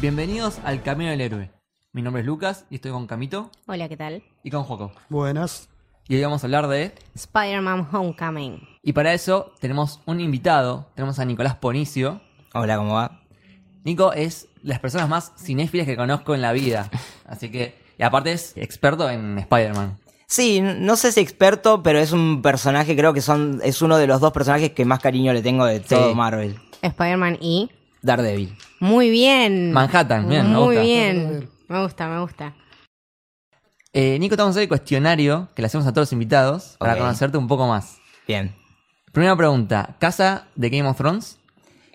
Bienvenidos al Camino del Héroe. Mi nombre es Lucas y estoy con Camito Hola, ¿qué tal? y con Joco. Buenas. Y hoy vamos a hablar de... Spider-Man Homecoming. Y para eso tenemos un invitado, tenemos a Nicolás Ponicio. Hola, ¿cómo va? Nico es de las personas más cinéfilas que conozco en la vida. Así que... Y aparte es experto en Spider-Man. Sí, n- no sé si experto, pero es un personaje, creo que son es uno de los dos personajes que más cariño le tengo de todo Marvel. Spider-Man y. Daredevil. Muy bien. Manhattan, bien, me Muy gusta. bien. Me gusta, me gusta. Eh, Nico, estamos haciendo el cuestionario que le hacemos a todos los invitados para Ok. conocerte un poco más. Bien. Primera pregunta, ¿casa de Game of Thrones?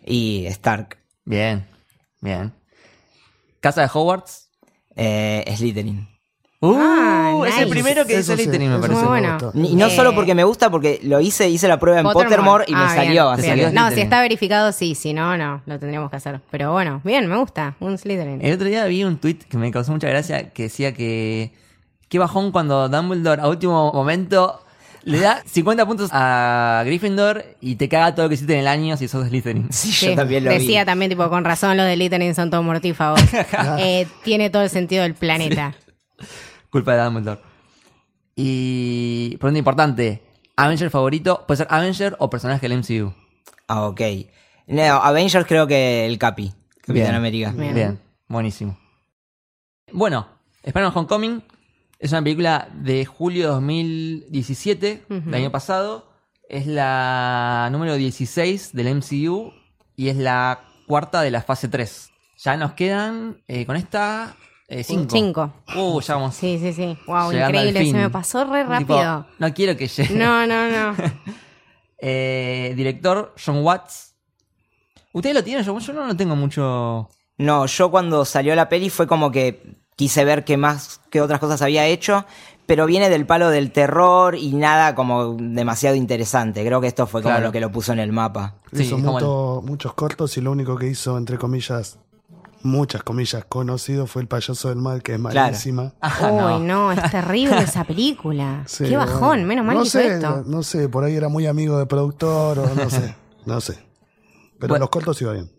Y Stark. Bien, bien. ¿Casa de Hogwarts? Eh, Slytherin. Uh, Ah, es el nice. primero que Eso dice sí, Slytherin, me eso parece. sí Muy bueno. gusta. N- Y no Eh, solo porque me gusta, porque lo hice, hice la prueba en Pottermore, y me Ah, salió. bien, así bien. que- salió No, si Slytherin. está verificado, sí. Si no, no. Lo tendríamos que hacer. Pero bueno, bien, me gusta. Un Slytherin. Eh, El otro día vi un tweet que me causó mucha gracia que decía que. Qué bajón cuando Dumbledore a último momento le da 50 puntos a Gryffindor y te caga todo lo que hiciste en el año si sos Slytherin. Sí, Sí, yo también lo Decía vi. también, tipo, con razón, los de Slytherin son todos mortífagos. Eh, tiene todo el sentido del planeta. Culpa de Dumbledore. Y. Pregunta importante: ¿Avenger favorito? ¿Puede ser Avenger o personaje del MCU? Ah, ok. No, Avengers creo que el Capi. Capitán Bien. América. Bien. buenísimo. Bueno, Spider-Man Homecoming es una película de julio 2017, del año pasado. Es la número 16 del MCU y es la cuarta de la fase 3. Ya nos quedan eh, con esta 5. Cinco. Uh, ya vamos. Sí, sí, sí. Wow, llegando al increíble. fin. Se me pasó re Tipo, rápido. no quiero que llegue. No, no, no. Eh, director John Watts. ¿Ustedes lo tienen? Yo, yo no lo tengo mucho. No, yo cuando salió la peli fue como que quise ver qué más, qué otras cosas había hecho, pero viene del palo del terror y nada como demasiado interesante. Creo que esto fue como Claro. lo que lo puso en el mapa. Sí, hizo es como mucho- muchos cortos y lo único que hizo, entre comillas, muchas comillas, conocido fue El payaso del mal, que es Claro. malísima. Ah, Uy, no, es terrible esa película. Sí, Qué bueno. bajón, menos mal no que hizo sé, esto. No, no sé, por ahí era muy amigo de productor o no sé, no sé. Pero Bueno. los cortos iba bien.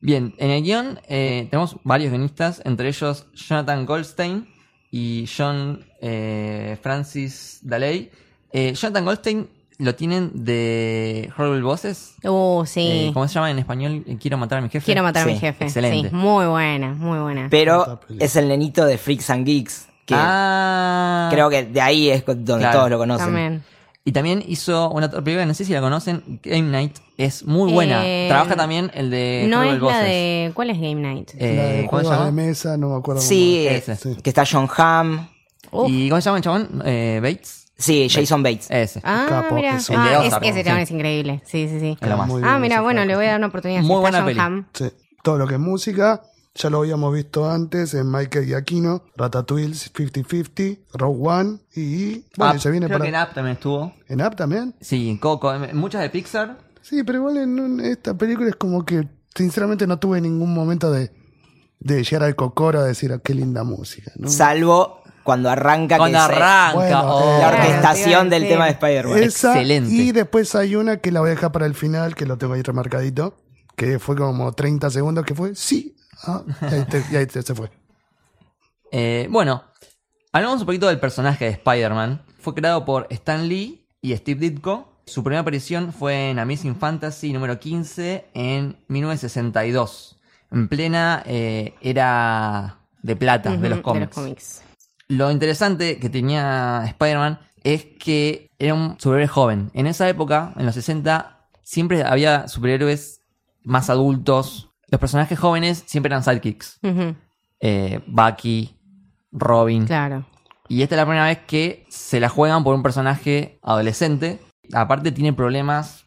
Bien, en el guión eh, tenemos varios guionistas, entre ellos Jonathan Goldstein y John eh, Francis Daley. Eh, Jonathan Goldstein lo tienen de Horrible Bosses. Uh, sí. Eh, ¿Cómo se llama en español? Eh, Quiero matar a mi jefe. Quiero matar a mi Sí, jefe. excelente. Sí, muy buena, muy buena. Pero Otra peli. es el nenito de Freaks and Geeks, que Ah, creo que de ahí es donde Claro. todos lo conocen. También. Y también hizo una otra película, no sé si la conocen, Game Night. Es muy buena. Eh, Trabaja también el de no Horrible es la Eh, Bosses. de. ¿Cuál es Game Night? Eh, La de ¿Cómo se juegos de llama? mesa, no me acuerdo. cómo Sí, Ese. eh, que está John Hamm, Uf. ¿Y cómo se llama el chabón? Eh, Bates. sí, Jason Bates. Ese. ah, Capo, mira. ese. El de Ah, es- Ozark, ese sí. chabón es increíble. Sí, sí, sí. Es lo más. Muy Ah, bien, mira, ese bueno, flaco. le voy a dar una oportunidad. Muy Está buena John peli. Hamm. Sí. Todo lo que es música, ya lo habíamos visto antes en Michael Giacchino, Ratatouille 50-50, Rogue One y. Bueno, Up. se viene Ah, creo para. que en Up también estuvo. ¿En App también? Sí, Coco, em- muchas de Pixar. Sí, pero igual en un- esta película es como que, sinceramente, no tuve ningún momento de, de llegar al cocoro a decir, "Ah, qué linda música. ¿no? Salvo cuando arranca, Cuando que es, eh, arranca. Bueno, oh, la Claro, Ah, te iba a orquestación del decir. tema de Spider-Man. Esa, excelente. Y después hay una que la voy a dejar para el final, que lo tengo ahí remarcadito, que fue como 30 segundos, que fue, sí. ah", y ahí, te- y ahí te- se fue. eh, bueno, hablamos un poquito del personaje de Spider-Man. Fue creado por Stan Lee y Steve Ditko. Su primera aparición fue en Amazing Fantasy número 15 en 1962, en plena eh, era de plata Ujú, de los cómics. Lo interesante que tenía Spider-Man es que era un superhéroe joven. En esa época, en los 60, siempre había superhéroes más adultos. Los personajes jóvenes siempre eran sidekicks. Ujú, Eh, Bucky, Robin. Claro. Y esta es la primera vez que se la juegan por un personaje adolescente. Aparte tiene problemas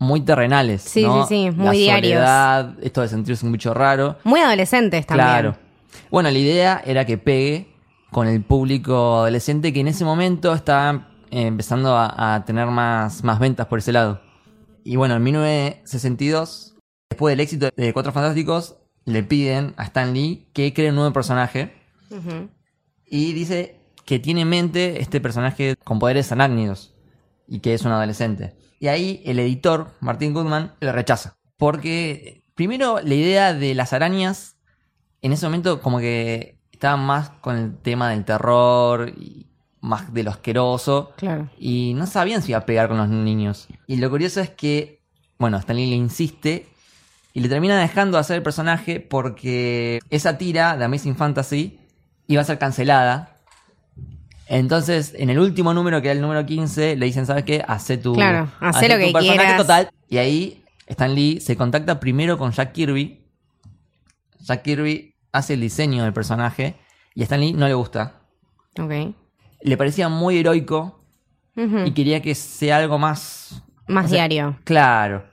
muy terrenales. Sí, ¿no? sí, sí, muy la diarios. soledad, esto de sentirse un bicho raro. Muy adolescentes también. Claro. Bueno, la idea era que pegue con el público adolescente que en ese momento estaba eh, empezando a, a tener más, más ventas por ese lado. Y bueno, en 1962, después del éxito de Cuatro Fantásticos, le piden a Stan Lee que cree un nuevo personaje Ujú. y dice que tiene en mente este personaje con poderes anácnidos y que es un adolescente. Y ahí el editor, Martin Goodman, lo rechaza. Porque primero la idea de las arañas en ese momento como que estaba más con el tema del terror y más de lo asqueroso. Claro. Y no sabían si iba a pegar con los niños. Y lo curioso es que, bueno, Stanley le insiste y le termina dejando hacer el personaje porque esa tira de Amazing Fantasy iba a ser cancelada. Entonces, en el último número, que era el número 15, le dicen, ¿sabes qué? Hacé tu, Claro, hacé lo tu que personaje quieras. total. Y ahí Stan Lee se contacta primero con Jack Kirby. Jack Kirby hace el diseño del personaje y a Stan Lee no le gusta. Ok. Le parecía muy heroico Ujú. y quería que sea algo más Más o sea, diario. Claro.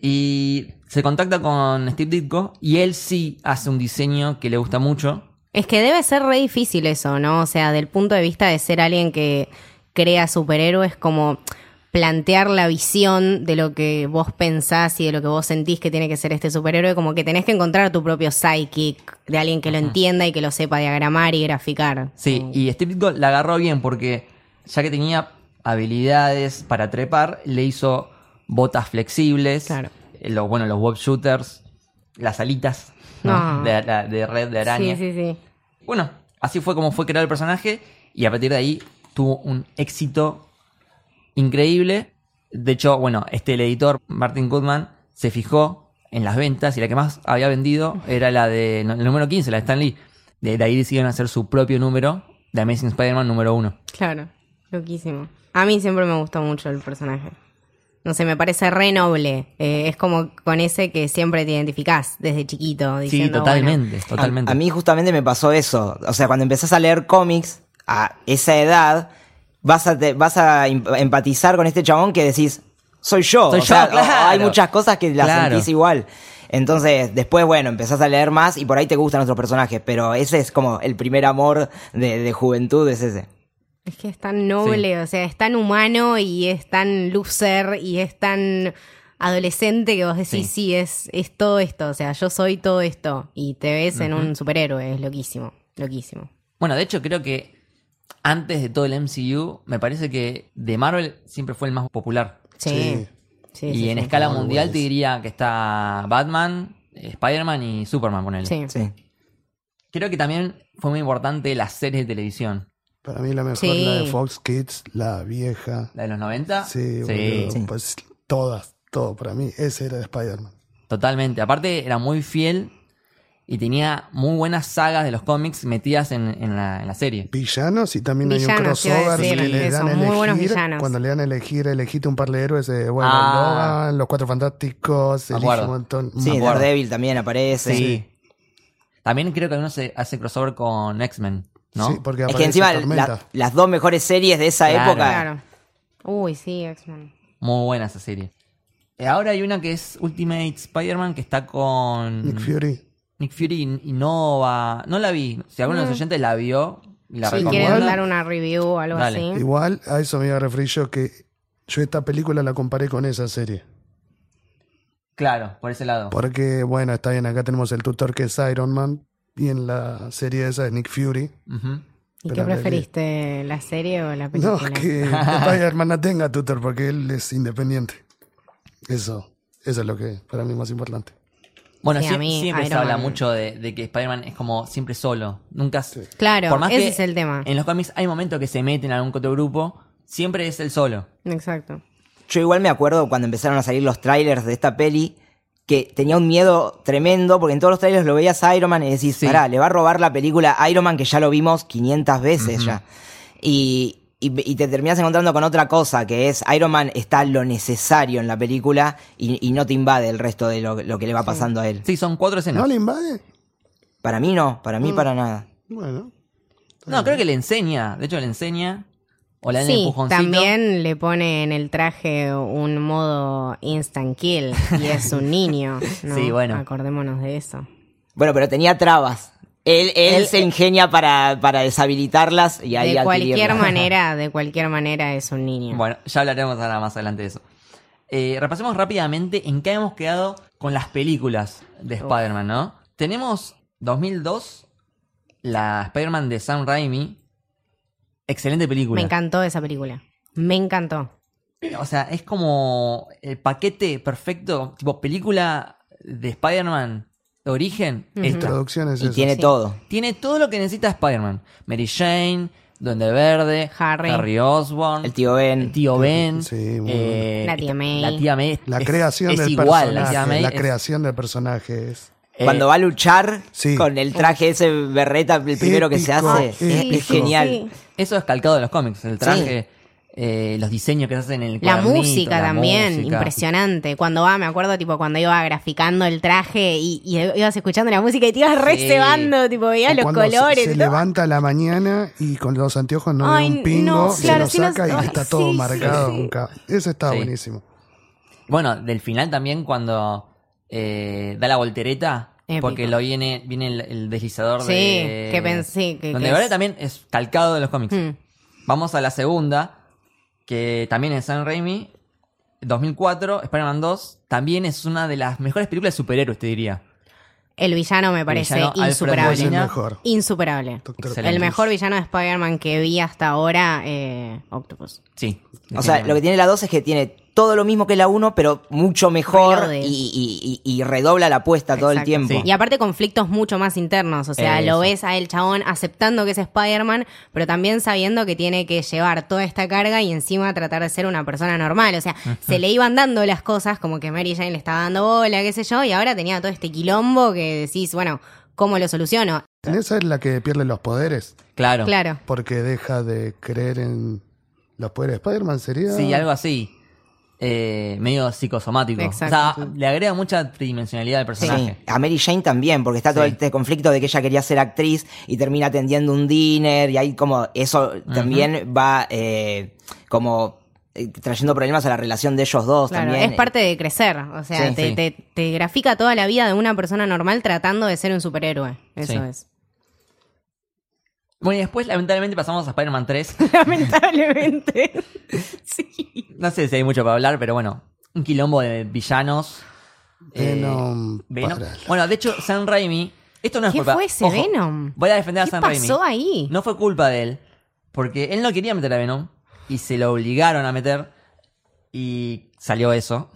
Y se contacta con Steve Ditko y él sí hace un diseño que le gusta mucho. Es que debe ser re difícil eso, ¿no? O sea, del punto de vista de ser alguien que crea superhéroes, como plantear la visión de lo que vos pensás y de lo que vos sentís que tiene que ser este superhéroe, como que tenés que encontrar tu propio psychic de alguien que lo entienda y que lo sepa diagramar y graficar. Sí, y Steve Ditko la agarró bien porque ya que tenía habilidades para trepar, le hizo botas flexibles, Claro. eh, los, bueno, los web shooters, las alitas ¿no? No. de, la- de red de araña. Ah. Sí, sí, sí. Bueno, así fue como fue creado el personaje y a partir de ahí tuvo un éxito increíble. De hecho, bueno, este el editor, Martin Goodman, se fijó en las ventas y la que más había vendido era la de no, el número 15, la de Stan Lee. De, de ahí decidieron hacer su propio número de Amazing Spider-Man número 1. Claro, loquísimo. A mí siempre me gustó mucho el personaje. No sé, me parece re noble. Eh, es como con ese que siempre te identificás desde chiquito. Sí, Diciendo, totalmente, A- totalmente. A, mí justamente me pasó eso. O sea, cuando empezás a leer cómics a esa edad, vas a, te- vas a em- empatizar con este chabón que decís, soy yo. Soy O yo, sea, o- o claro. hay muchas cosas que las Claro. sentís igual. Entonces, después, bueno, empezás a leer más y por ahí te gustan otros personajes, pero ese es como el primer amor de, de juventud, es ese. Es que es tan noble, o sea, es tan humano y es tan loser y es tan adolescente que vos decís, sí, Sí. es, es todo esto, o sea, yo soy todo esto y te ves en un superhéroe, es loquísimo, loquísimo. Bueno, de hecho creo que antes de todo el MCU, me parece que de Marvel siempre fue el más popular. Sí, Sí. sí, y sí, en sí. escala Muy mundial bueno te eso. diría que está Batman, Spider-Man y Superman, ponele. Sí. Sí. Creo que también fue muy importante las series de televisión. Para mí la mejor, Sí. la de Fox Kids, la vieja. ¿La de los 90? Sí, boludo, pues todas, todo para mí. Ese era de Spider-Man. totalmente. Aparte, era muy fiel y tenía muy buenas sagas de los cómics metidas en, en la, en la serie. Villanos y también hay un Villanos, te iba a crossover decir, que le eso, dan a muy buenos elegir. villanos. Cuando le dan a elegir, elegiste un par de héroes, eh, bueno, Ah. Logan, los cuatro fantásticos, Me elige acuerdo. un montón. Sí, acuerdo. Daredevil también aparece. También creo que uno se hace crossover con X-Men, ¿no? Sí, porque Es que aparece encima Tormenta. la- las dos mejores series de esa Claro. época Claro. Uy, sí, X-Men. Muy buena esa serie. Eh, Ahora hay una que es Ultimate Spider-Man que está con Mm. Nick Fury. Nick Fury y- y Nova. No la vi. Si alguno de los oyentes la vio, la Si Igual- quieren recomiendo. dar una review o algo Dale. así. Igual a eso me iba a referir yo que yo esta película la comparé con esa serie. Claro, por ese lado. Porque, bueno, está bien, acá tenemos el tutor que es Iron Man y en la serie esa es Nick Fury. Ujú. ¿Y qué Pero la vi. preferiste, la serie o Pues la película? No, que Spider-Man no tenga tutor porque él es independiente. Eso, eso es lo que para mí más importante. Bueno, Sí, a sie- mí siempre se Iron habla Man. mucho de, de que Spider-Man es como siempre solo. Nunca. s- Claro, por más ese que es el tema. En los cómics hay momentos que se meten a algún que otro grupo, siempre es el solo. Exacto. Yo igual me acuerdo cuando empezaron a salir los trailers de esta peli que tenía un miedo tremendo porque en todos los trailers lo veías a Iron Man y decís, Sí. pará, le va a robar la película a Iron Man que ya lo vimos 500 veces ya. Y, y- y te terminas encontrando con otra cosa que es Iron Man está lo necesario en la película y, y no te invade el resto de lo, lo que le va pasando a él. Sí, son cuatro escenas. ¿No No, le invade? Para mí no, para Mm. mí para nada. Bueno. creo que le enseña. De hecho, le enseña. O le dan el Sí, empujoncito. también le pone en el traje un modo instant kill y es un niño. ¿no? Sí, bueno. Acordémonos de eso. Bueno, pero tenía trabas. Él, él, Él- se ingenia para, para deshabilitarlas y ahí de cualquier adquirirlas. manera, de cualquier manera es un niño. Bueno, ya hablaremos ahora más adelante de eso. Eh, repasemos rápidamente en qué hemos quedado con las películas de Spider-Man, ¿no? Tenemos 2002, la Spider-Man de Sam Raimi. Excelente película. Me encantó esa película. Me encantó. O sea, es como el paquete perfecto, tipo película de Spider-Man origen, esto. Traducción es Y eso. tiene Sí. todo. Tiene todo lo que necesita Spider-Man. Mary Jane, Duende Verde, Harry. Osborn, El tío Ben. el tío Ben, Sí, muy eh, La tía May. la tía May La es- creación es del igual, la personaje. tía May la es- creación del personaje es. eh, Cuando va a luchar Sí. con el traje ese berreta, el primero que se Épico, Ah, hace, es- es, épico. genial. Eso es calcado de los cómics, el traje, eh, los diseños que se hacen en el La cuadernito, música la también, música. impresionante. Cuando va, me acuerdo, tipo, cuando iba graficando el traje y, y ibas escuchando la música y te ibas re Sí. cebando, tipo, veías O los cuando se- colores. Se, y todo. levanta a la mañana y con los anteojos no Ay, ve un pingo, no, se claro, lo sí, no- saca ay, y está todo sí, marcado. sí, sí. con ca- Eso está Sí. buenísimo. Bueno, del final también cuando eh, da la voltereta, Épico. porque lo viene, viene el, el deslizador Sí, de... que pensé que- Donde que ahora es- también es calcado de los cómics. Mm. Vamos a la segunda, que también es San Raimi, 2004, Spider-Man 2, también es una de las mejores películas de superhéroes, te diría. El villano me parece villano Alfred Es el insuperable. Molina. mejor. Insuperable. Doctor Excelente. El mejor villano de Spider-Man que vi hasta ahora, eh, Octopus. Sí. O sea, lo que tiene la 2 es que tiene todo lo mismo que la 1, pero mucho mejor y, Reloades. y- y- y redobla la apuesta todo el Exacto. tiempo. Y aparte conflictos mucho más internos, o sea, Eso. lo ves a el chabón aceptando que es Spider-Man, pero también sabiendo que tiene que llevar toda esta carga y encima tratar de ser una persona normal, o sea, se le iban dando las cosas como que Mary Jane le estaba dando bola, qué sé yo, y ahora tenía todo este quilombo que decís, bueno, ¿cómo lo soluciono? En esa es la que pierde los poderes, Claro. Claro. porque deja de creer en los poderes de Spider-Man, sería. Sí, algo así. Eh, medio psicosomático. Exacto. O sea, le agrega mucha tridimensionalidad al personaje. Sí. A Mary Jane también, porque está todo Sí. este conflicto de que ella quería ser actriz y termina atendiendo un dinner y ahí como eso también va eh, como eh, trayendo problemas a la relación de ellos dos Claro, también. es parte de crecer, o eh. sea, Sí, te, sí. Te, te grafica toda la vida de una persona normal tratando de ser un superhéroe. Eso Sí. es. Bueno, y después, lamentablemente, pasamos a Spider-Man 3. Lamentablemente. sí. No sé si hay mucho para hablar, pero bueno. Un quilombo de villanos. Eh, Venom, Venom. para- Bueno, de hecho, Sam Raimi. Esto no es ¿Qué culpa. fue ese Ojo, Venom? Voy a defender a ¿Qué Sam Raimi. pasó ahí? No fue culpa de él. Porque él no quería meter a Venom. Y se lo obligaron a meter. Y salió eso.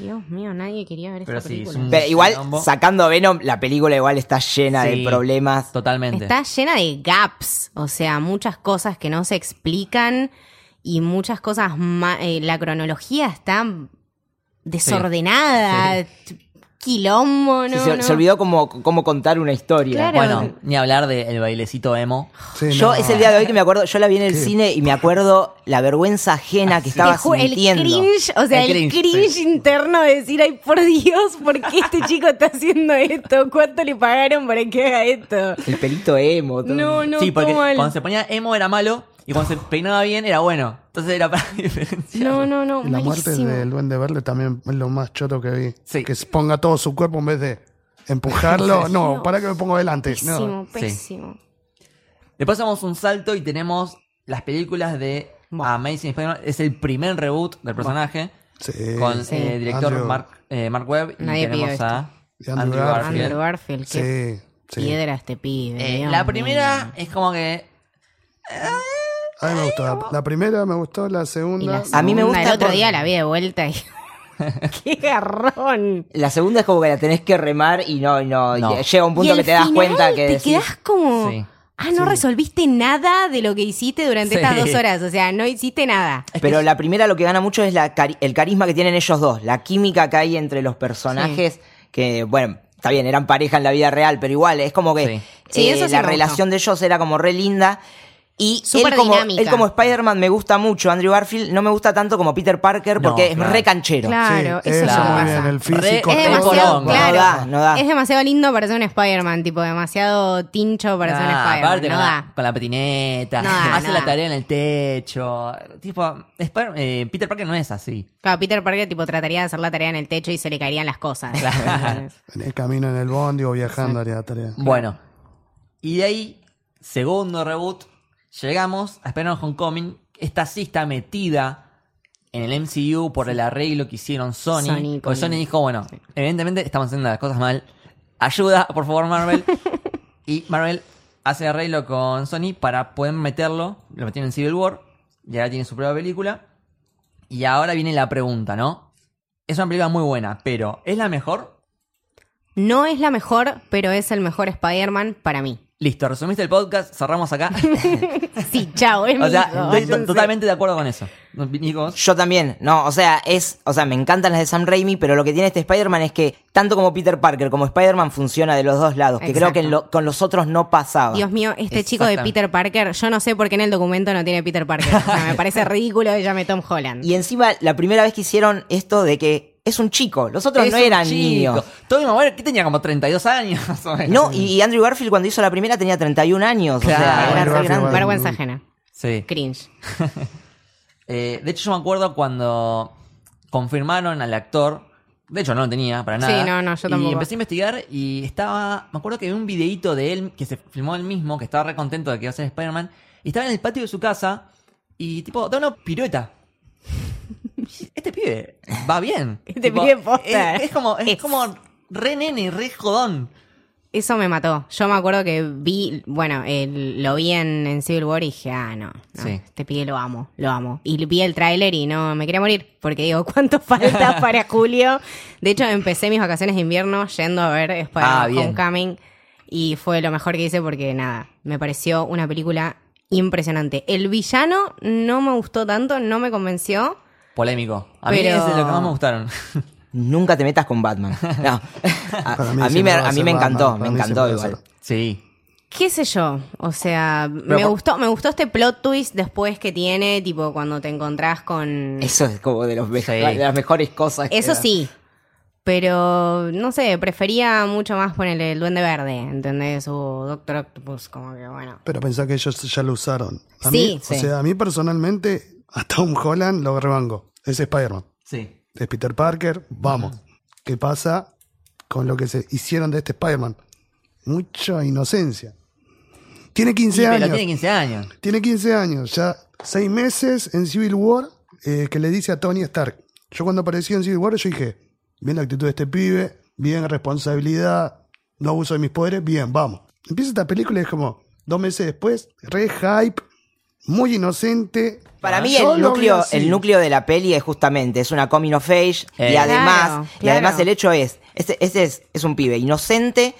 Dios mío, nadie quería ver Pero esta sí, es película. un- Pero igual, Quilombo. sacando a Venom, la película igual está llena Sí. de problemas. Totalmente. Está llena de gaps, o sea, muchas cosas que no se explican y muchas cosas ma- eh, la cronología está desordenada, t- quilombo, Sí, no, se, no. se olvidó cómo, cómo contar una historia. Claro. Bueno, ni hablar del bailecito emo. Sí, Yo no. es el día de hoy que me acuerdo, yo la vi en el ¿Qué? cine y me acuerdo la vergüenza ajena que Te estaba ju- el sintiendo. cringe, o sea, El el cringe, cringe, sí. interno de decir, ay, por Dios, ¿por qué este chico está haciendo esto? ¿Cuánto le pagaron para que haga esto? El pelito emo. todo. No, no, sí, porque todo mal. cuando se ponía emo era malo y cuando se peinaba bien era bueno. Entonces era para diferenciar. No, no, no, La muerte malísimo. del Duende Verde también es lo más choto que vi. Sí. Que se ponga todo su cuerpo en vez de empujarlo. no, para que me pongo delante. Pésimo, No. Sí. pésimo. Después hacemos un salto y tenemos las películas de Buah. Amazing Spider-Man. Es el primer reboot del personaje Sí. con Sí. eh, director Andrew. Mark, eh, Mark Webb. Y Nadie pidió tenemos esto. a Y Andrew, Andrew Garfield. Andrew Garfield, qué Sí. sí. piedra este pibe. Eh, Dios la mío. primera es como que. A mí me gustó. La, la primera me gustó, la Y la segunda. A mí me segunda, gusta El otro porque- día la vi de vuelta y. ¡Qué garrón! La segunda es como que la tenés que remar y no, y no, No. y llega un Y punto al que te das final cuenta que Te decís, quedás como. Sí. Ah, no resolviste nada de lo que hiciste Sí. durante estas dos horas. O sea, no hiciste nada. Pero la primera lo que gana mucho es la cari- el carisma que tienen ellos dos, la química que hay entre los personajes, que bueno, está bien, eran pareja en la vida real, pero igual, es como que Sí. Sí, eh, eso sí me la gustó. relación de ellos era como re linda. Y Súper él como, dinámica. él como Spider-Man me gusta mucho, Andrew Garfield no me gusta tanto como Peter Parker No, porque es claro. re canchero. Claro. sí, eso eso es lo muy que bien, pasa. el físico. Re- Es Con demasiado, poronga. claro. No da, no da. Es demasiado lindo para ser un Spider-Man, tipo, demasiado tincho para ser un Ah, Spider-Man. aparte No con, da. la, con la patineta, No da, hace no la da. tarea en el techo. Tipo, Spider- eh, Peter Parker no es así. Claro, Peter Parker tipo trataría de hacer la tarea en el techo y se le caerían las cosas. Claro. En el camino en el bondi o viajando haría la tarea. Bueno, y de ahí, segundo reboot, llegamos a Spider-Man Homecoming. Esta sí está metida en el MCU por el arreglo que hicieron Sony. Sony porque con- Sony dijo, bueno, evidentemente estamos haciendo las cosas mal. Ayuda, por favor, Marvel. y Marvel hace arreglo con Sony para poder meterlo. Lo metieron en Civil War. Y ahora tiene su propia película. Y ahora viene la pregunta, ¿no? Es una película muy buena, pero ¿es la mejor? No es la mejor, pero es el mejor Spider-Man para mí. Listo, resumiste el podcast, cerramos acá. Sí, chao, es o mi sea, hijo. estoy to- totalmente de acuerdo con eso. No, Nico, vos. Yo también, no, o sea, es, o sea, me encantan las de Sam Raimi, pero lo que tiene este Spider-Man es que tanto como Peter Parker como Spider-Man funciona de los dos lados, que creo Exacto. que en lo- con los otros no pasaba. Dios mío, este chico de Exactamente. Peter Parker, yo no sé por qué en el documento no tiene Peter Parker. O sea, me parece ridículo que llame Tom Holland. Y encima, la primera vez que hicieron esto de que es un chico, los otros Es no un eran chico. niños. Toby Maguire, que tenía como 32 años. más o menos. No, y, y Andrew Garfield cuando hizo la primera tenía 31 años, o sea, Claro. era re Andrew Garfield, grande. bueno. Vergüenza ajena. Sí. Cringe. Eh, de hecho, yo me acuerdo cuando confirmaron al actor. De hecho, no lo tenía para nada. Sí, no, no, yo Y tampoco. empecé a investigar y estaba. Me acuerdo que vi un videíto de él que se filmó él mismo, que estaba re contento de que iba a ser Spider-Man. Y estaba en el patio de su casa y, tipo, da una pirueta. Este pibe va bien. Este pibe posta. Es, es como, es, Es. como re nene, re jodón. Eso me mató. Yo me acuerdo que vi, bueno, el- lo vi en, en Civil War y dije, ah, no, no, Sí. este pibe lo amo, lo amo. Y vi el tráiler y no, me quería morir, porque digo, ¿cuánto falta para julio? De hecho, empecé mis vacaciones de invierno yendo a ver Ah, Spider-Man bien. Homecoming y fue lo mejor que hice porque, nada, me pareció una película impresionante. El villano no me gustó tanto, no me convenció. Polémico. A mí Pero- es de lo que más me gustaron. Nunca te metas con Batman. No. A, Para mí a mí, siempre me, va a a mí ser me Batman, encantó, para me mí encantó siempre va a igual. ser. sí. qué sé yo, o sea, me por- gustó, me gustó este plot twist después que tiene, tipo cuando te encontrás con Eso es como de, los mejo- Sí. de las mejores cosas. que eso da. sí. Pero no sé, prefería mucho más ponerle el Duende Verde, ¿entendés? O Doctor Octopus, como que bueno. Pero pensá que ellos ya lo usaron. A Sí, mí, sí. O sea, a mí personalmente, a Tom Holland lo rebango. Es Spider-Man. Sí. Es Peter Parker. Vamos. ¿Qué pasa con lo que se hicieron de este Spider-Man? Mucha inocencia. Tiene 15 Sí, años. pero tiene 15 años. Tiene 15 años, ya 6 meses en Civil War, eh, que le dice a Tony Stark. Yo cuando apareció en Civil War, yo dije, bien la actitud de este pibe, bien responsabilidad, no abuso de mis poderes, bien, vamos. Empieza esta película y es como, dos meses después, re hype, muy inocente. Para mí Ah, Yo el lo vi núcleo, así. el núcleo de la peli es justamente, es una coming of age, y Eh. además, Claro, y además claro. el hecho es, ese, ese es, es un pibe inocente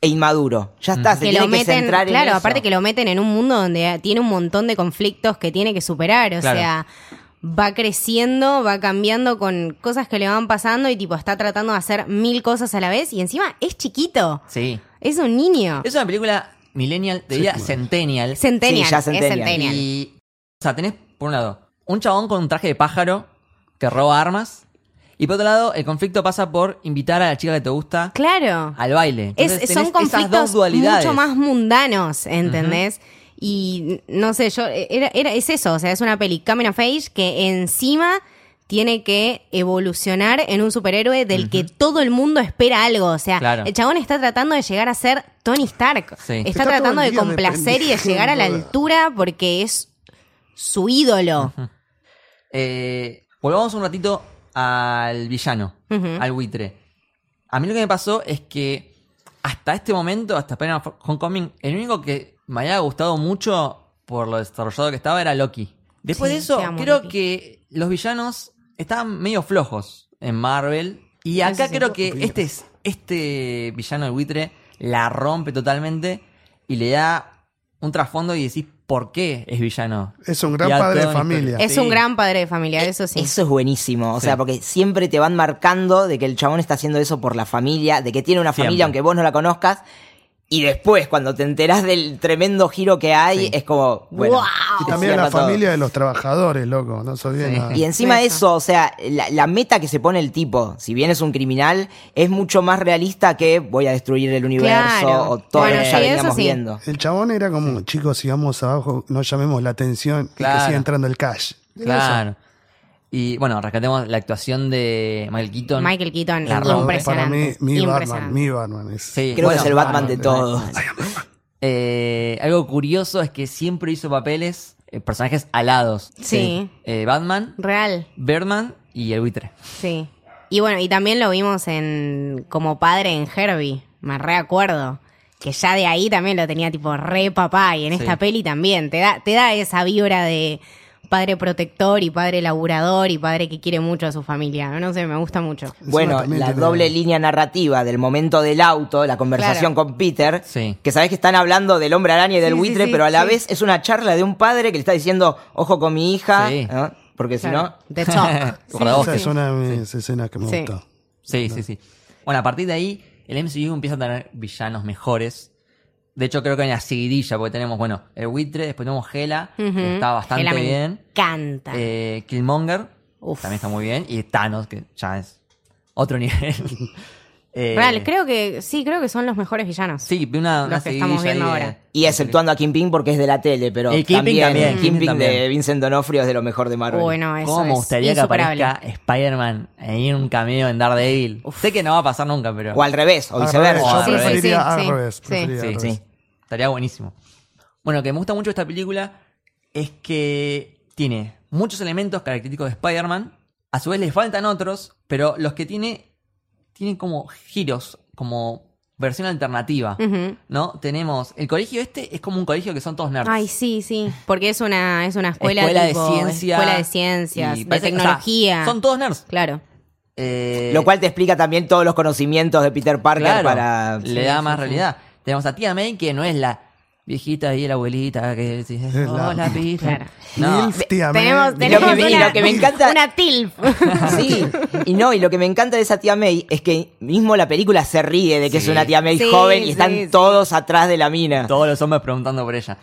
e inmaduro. Ya está, se que tiene lo que meten, centrar en claro, eso. aparte que lo meten en un mundo donde tiene un montón de conflictos que tiene que superar, o Claro. sea, va creciendo, va cambiando con cosas que le van pasando y tipo está tratando de hacer mil cosas a la vez y encima es chiquito. Sí. Es un niño. Es una película millennial, te diría bueno. centennial. Centennial, Sí, ya es Centennial. Centennial. Y, o sea, tenés, por un lado, un chabón con un traje de pájaro que roba armas. Y por otro lado, el conflicto pasa por invitar a la chica que te gusta Claro. al baile. Es- Entonces tenés son esas conflictos dos dualidades. mucho más mundanos, ¿entendés? Y no sé, yo eh, era, era- es eso, o sea, es una peli Coming of Age que encima tiene que evolucionar en un superhéroe del que todo el mundo espera algo. O sea, Claro. el chabón está tratando de llegar a ser Tony Stark. Sí. Está, Está todo tratando el de día complacer y de llegar a la dependiendo. altura porque es su ídolo. Eh, volvamos un ratito al villano, Ujú. al buitre. A mí lo que me pasó es que hasta este momento, hasta Spider-Man Homecoming, el único que me había gustado mucho por lo desarrollado que estaba era Loki. Después Sí, de eso, te amo, creo Loki. que los villanos estaban medio flojos en Marvel. Y Eso acá sí. creo que este, es- este villano del buitre la rompe totalmente y le da un trasfondo y decís por qué es villano. Es un gran Y a padre de toda una familia. historia. Es un Sí. gran padre de familia, eso sí. Eso es buenísimo, o Sí. sea, porque siempre te van marcando de que el chabón está haciendo eso por la familia, de que tiene una familia Siempre. aunque vos no la conozcas, y después cuando te enterás del tremendo giro que hay, Sí. es como, bueno, ¡Wow! te Y también la cierra todo. familia de los trabajadores, loco, no se olviden Sí. nada. Y encima Eso. eso, o sea, la, la meta que se pone el tipo, si bien es un criminal, es mucho más realista que voy a destruir el universo Claro. o todo lo Bueno, que ya sí, eso veníamos sí. viendo. El chabón era como, chicos, si vamos abajo, no llamemos la atención y que Claro. siga entrando el cash. Era Claro. Y bueno, rescatemos la actuación de Michael Keaton. Michael Keaton, La eso. rompe. Para mí, impresionante. mi Batman, impresionante. mi Batman es. Sí, Creo bueno, que es el Batman de ah, todo. eh, algo curioso es que siempre hizo papeles, eh, personajes alados. Sí. Eh, Batman, Real. Birdman y el buitre. Sí. Y bueno, y también lo vimos en como padre en Herbie, me reacuerdo. Que ya de ahí también lo tenía tipo re papá y en Sí. esta peli también. Te da, te da esa vibra de padre protector y padre laburador y padre que quiere mucho a su familia. No sé, me gusta mucho. Bueno, también la tiene- doble línea narrativa del momento del auto, la conversación Claro. con Peter, Sí. que sabés que están hablando del hombre araña y del Sí, sí, buitre, sí, pero a la sí. vez es una charla de un padre que le está diciendo, ojo con mi hija, Sí. ¿no? porque Claro. si no... The Talk. Guardabosques. Esa es una de mis escenas que me Sí. gustó. Sí, sí, sí. Bueno, a partir de ahí, el MCU empieza a tener villanos mejores. De hecho, creo que en la seguidilla, porque tenemos, bueno, el buitre, después tenemos Hela, que Ujú. está bastante Hela me bien. encanta. Eh, Killmonger, Uf. también está muy bien. Y Thanos, que ya es otro nivel. Eh, Real, creo que sí, creo que son los mejores villanos. Sí, vi una, una Los que estamos seguidilla viendo ahí de- ahora. Y exceptuando a Kingpin porque es de la tele, pero Y Kingpin también, también, Kingpin Kingpin de también. Vincent D'Onofrio es de lo mejor de Marvel. Bueno, eso ¿Cómo me es gustaría que insuperable. aparezca Spider-Man ahí en un cameo en Daredevil? Sé que no va a pasar nunca, pero O al revés, o Al revés, viceversa. al yo Sí, sí, preferiría sí, al sí. revés. Sí. preferiría al Sí, revés. sí. estaría buenísimo. Bueno, que me gusta mucho esta película es que tiene muchos elementos característicos de Spider-Man. A su vez le faltan otros, pero los que tiene tienen como giros, como versión alternativa. Ujú. ¿No? Tenemos. El colegio este es como un colegio que son todos nerds. Ay, sí, sí. Porque es una, es una escuela, tipo, escuela de ciencias, y de parece- o sea, tecnología. son todos nerds. Claro. Eh, Lo cual te explica también todos los conocimientos de Peter Parker Claro, para... le da más realidad. Tenemos a tía May, que no es la viejita y la abuelita que dice, la- hola, pija". Claro. No, Milf, tía, tenemos me- tenemos Y lo que me- y una, lo que me encanta- una TILF. Sí, y no, y lo que me encanta de esa tía May es que mismo la película se ríe de que es Sí. una tía May Sí, joven y sí, están sí. todos atrás de la mina. todos los hombres preguntando por ella.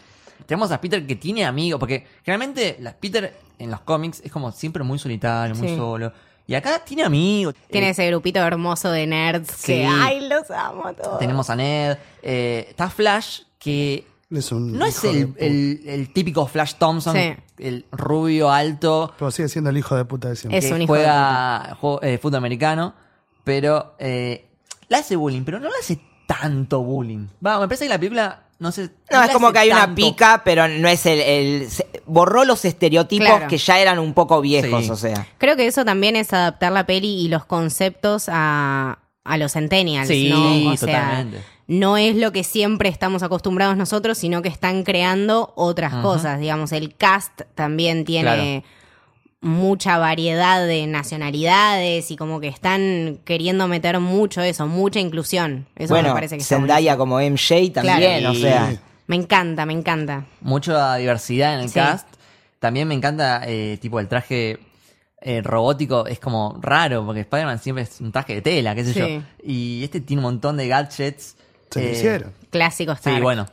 Tenemos a Peter que tiene amigos, porque generalmente la- Peter en los cómics es como siempre muy solitario, muy Sí. solo. Y acá tiene amigos. Tiene Eh, ese grupito hermoso de nerds sí. que, ay, los amo a todos. tenemos a Ned. eh, está Flash, que Es un no es hijo de el, pu- el- el típico Flash Thompson, Sí. el rubio alto, Pero sigue siendo el hijo de puta de siempre. Es que un hijo juega juego- eh, fútbol americano, pero eh, la hace bullying, pero no la hace tanto bullying. Va, me parece que la película no sé. No, es la como hace que hay una tanto. pica, pero no es el... el- se- borró los estereotipos Claro. que ya eran un poco viejos, Sí. o sea. Creo que eso también es adaptar la peli y los conceptos a, a los centennials, Sí, ¿no? O totalmente. sea, no es lo que siempre estamos acostumbrados nosotros, sino que están creando otras Ajá. cosas. Digamos, el cast también tiene mucha variedad de nacionalidades y como que están queriendo meter mucho eso, mucha inclusión. Eso me bueno, parece que está Zendaya como MJ también, Claro. o sea. buenísimo. Me encanta, me encanta. Mucha diversidad en el Sí. cast. También me encanta, eh, tipo, el traje eh, robótico es como raro, porque Spider-Man siempre es un traje de tela, qué sé Sí. yo. Y este tiene un montón de gadgets. Se eh, lo hicieron. Clásico está. Sí, bueno,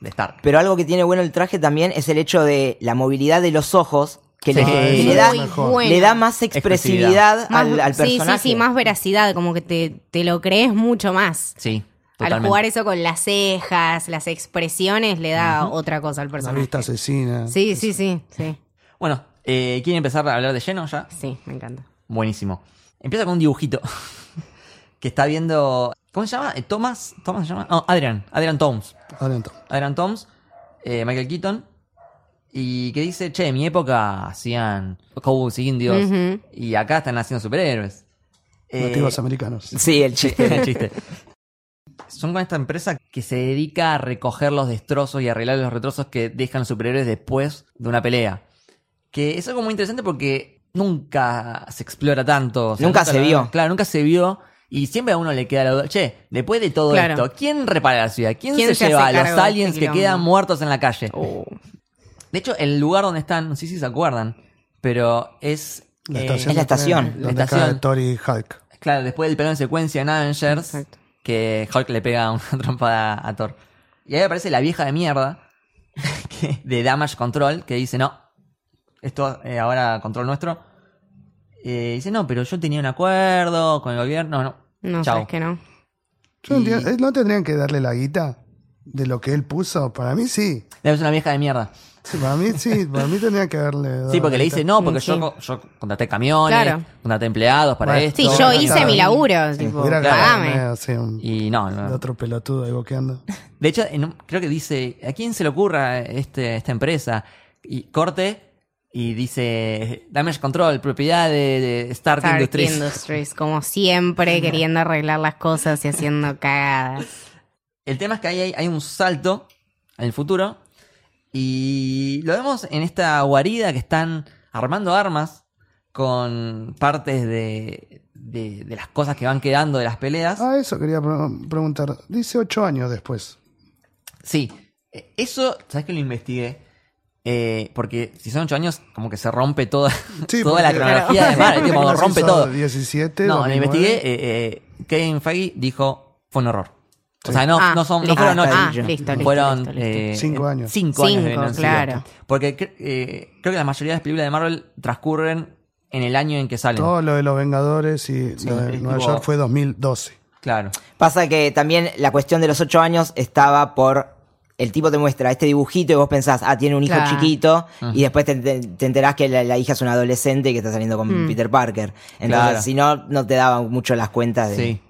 de Stark. Pero algo que tiene bueno el traje también es el hecho de la movilidad de los ojos, que le, Sí. que eso le es da, lo mejor. bueno. le da más expresividad, al, al sí, personaje. sí, sí, más veracidad, como que te, te lo crees mucho más. Sí, Al totalmente. jugar eso con las cejas, las expresiones, le da otra cosa al La personaje. vista asesina. Sí, sí, sí, sí, Bueno, eh, ¿quieren empezar a hablar de lleno ya? sí, me encanta. Buenísimo. Empieza con un dibujito que está viendo. ¿Cómo se llama? Eh, Thomas. ¿Thomas se llama? No, Adrian. Adrian Toms. Adelante. Adrian Toms, eh, Michael Keaton. Y que dice, che, en mi época hacían cowboys y indios. Ujú. Y acá están haciendo superhéroes. Eh, Nativos americanos. Sí, el chiste. el chiste. Son con esta empresa que se dedica a recoger los destrozos y arreglar los retrozos que dejan los superhéroes después de una pelea. Que es algo muy interesante porque nunca se explora tanto. o sea, Nunca se lo- vio. Claro, nunca se vio. Y siempre a uno le queda la duda, che, después de todo Claro. esto, ¿quién repara la ciudad? ¿Quién, ¿Quién se, se hace lleva a los cargo de este aliens que quilombo? quedan muertos en la calle? Uh, De hecho, el lugar donde están, no sé si se acuerdan, pero es... La eh, estación. es la de tren estación. La Donde cae estación. Tori Hulk. Claro, después del plano en secuencia en Avengers, Exacto. que Hulk le pega una trompada a Thor. Y ahí aparece la vieja de mierda que- de Damage Control que dice, no, esto eh, ahora control nuestro. Eh, dice, no, pero yo tenía un acuerdo con el gobierno, no. No, Chau. sabes que no. Y- Yo no entiendo, ¿eh, ¿No tendrían que darle la guita de lo que él puso? Para mí sí. Es una vieja de mierda. Sí, para mí sí. Para mí tendrían que darle. dado Sí, porque le la guita. dice, no, porque Sí. yo, co- yo contraté camiones, Claro. contraté empleados para Bueno, esto. Sí, yo Todo hice acá. mi laburo, Si tipo, pudiera pagame. agarrarme así un- Y no, de no. otro pelotudo ahí boqueando. De hecho, en un- creo que dice, ¿a quién se le ocurra este, esta empresa? Y corte y dice, Damage Control, propiedad de, de Stark, Stark Industries. Industries, como siempre, queriendo arreglar las cosas y haciendo cagadas. El tema es que ahí hay, hay un salto en el futuro Y lo vemos en esta guarida que están armando armas con partes de, de- de las cosas que van quedando de las peleas. Ah, eso quería pre- preguntar. Dice ocho años después. Sí, eh, eso, ¿sabes que lo investigué? Eh, porque si son 8 años, como que se rompe toda, Sí, toda la porque- cronología de Marvel, tipo, Nos rompe hizo todo. 17, No, lo 2009. investigué. eh, eh, Kevin Feige dijo fue un horror. O sea, no, Ah, no, son, no listo. fueron Ah, ocho. está dicho. listo, listo, fueron listo, listo. eh, Cinco años. Cinco años de Cinco, Venom City. claro. Porque cre- eh, creo que la mayoría de las películas de Marvel transcurren en el año en que salen. Todo lo de los Vengadores y lo de es Nueva tipo- York fue 2012. Claro. Pasa que también la cuestión de los ocho años estaba por. El tipo te muestra este dibujito y vos pensás, ah, tiene un hijo Claro. chiquito, y después te, te- te enterás que la, la hija es una adolescente y que está saliendo con Peter Parker. Entonces, Claro. si no, no te daban mucho las Ah, cuentas de. Sí.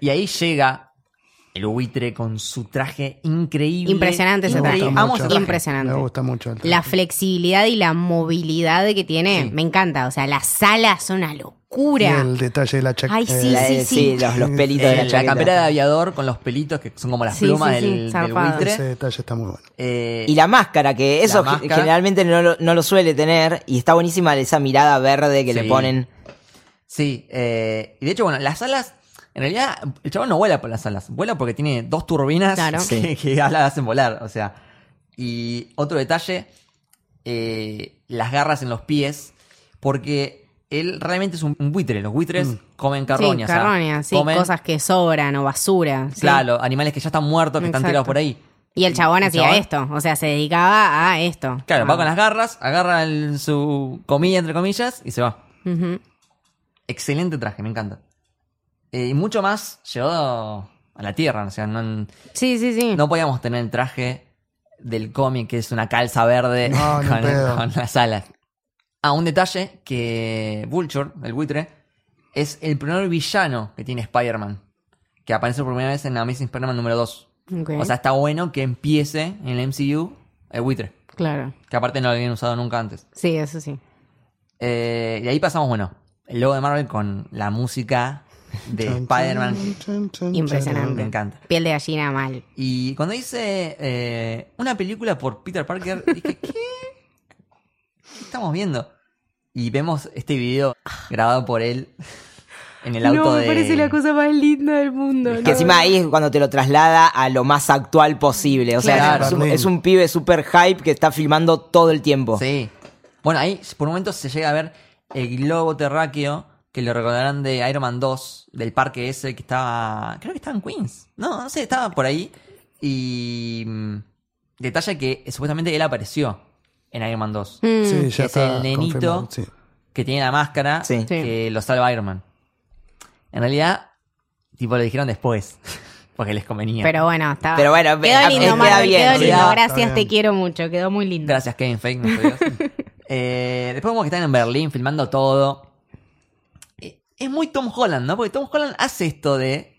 Y ahí llega el buitre con su traje increíble. Impresionante ese Increíble. traje. Amo ese traje. Impresionante. Me gusta mucho. el traje. La flexibilidad y la movilidad que tiene, me encanta. O sea, las alas son una Y locura. el detalle de la eh, chaqueta. Ay, sí, La- sí, sí, sí. Los, los pelitos de Eh, la la, chaqueta. campera de aviador con los pelitos que son como las Sí, plumas sí, sí, del- del, zarpado. Ese buitre. detalle está muy bueno. Eh, Y la máscara, que eso La ge- máscara. generalmente no lo, no lo suele tener, y está buenísima esa mirada verde que le Sí. ponen. Sí, eh, y de hecho, bueno, las alas, en realidad, el chabón no vuela por las alas, vuela porque tiene dos turbinas Claro. que, que alas hacen volar, o sea. Y otro detalle, eh, las garras en los pies, porque él realmente es un, un buitre, los buitres comen carroñas. sí, o sea, carroñas, sí, comen, cosas que sobran o basura. sí. Claro, animales que ya están muertos, que están Exacto. tirados por ahí. Y el chabón ¿El hacía chabón? esto, o sea, se dedicaba a esto. Claro, va Ah. con las garras, agarra el- su comida, entre comillas, y se va. Ujú. Excelente traje, me encanta. Eh, y mucho más llevado a la tierra, o sea, Hmm. no, Sí, sí, sí. no podíamos tener el traje del cómic, que es una calza verde No, ni con, pedo. con las alas. Ah, un detalle que Vulture, el buitre, es el primer villano que tiene Spider-Man, que aparece por primera vez en Amazing Spider-Man número 2. Ok, O sea, está bueno que empiece en el MCU el buitre, claro. que aparte no lo habían usado nunca antes. Sí, eso sí. Eh, y ahí pasamos, bueno, el logo de Marvel con la música de Chan, Spider-Man. chan, chan, chan, Impresionante. Me encanta. Piel de gallina mal. Y cuando dice eh, una película por Peter Parker, dije, ¿qué? ¿Qué estamos viendo? Y vemos este video grabado por él en el auto de... cosa más linda del mundo. Que encima ahí es cuando te lo traslada a lo más actual posible. O sea, Claro. es, un, es un pibe super hype que está filmando todo el tiempo. Sí. Bueno, ahí por un momento se llega a ver el globo terráqueo que lo recordarán de Iron Man 2, del parque ese que estaba. Creo que estaba en Queens. No, no sé, estaba por ahí. Y. mm, Detalle que eh, supuestamente él apareció en Iron Man 2. Mm. Sí, Que ya es está el nenito. confirmado, sí. Que tiene la máscara Sí. Sí. que lo salva Iron Man. En realidad, tipo, lo dijeron después. Porque les convenía. Pero bueno, estaba. Pero bueno, quedó eh, lindo, queda Marvel, bien, quedó sí. lindo. Está Gracias, te bien. quiero mucho. Quedó muy lindo. Gracias, Kevin Fake, no sé Dios. Eh, después vemos que están en Berlín filmando todo. Eh, es muy Tom Holland, ¿no? Porque Tom Holland hace esto de.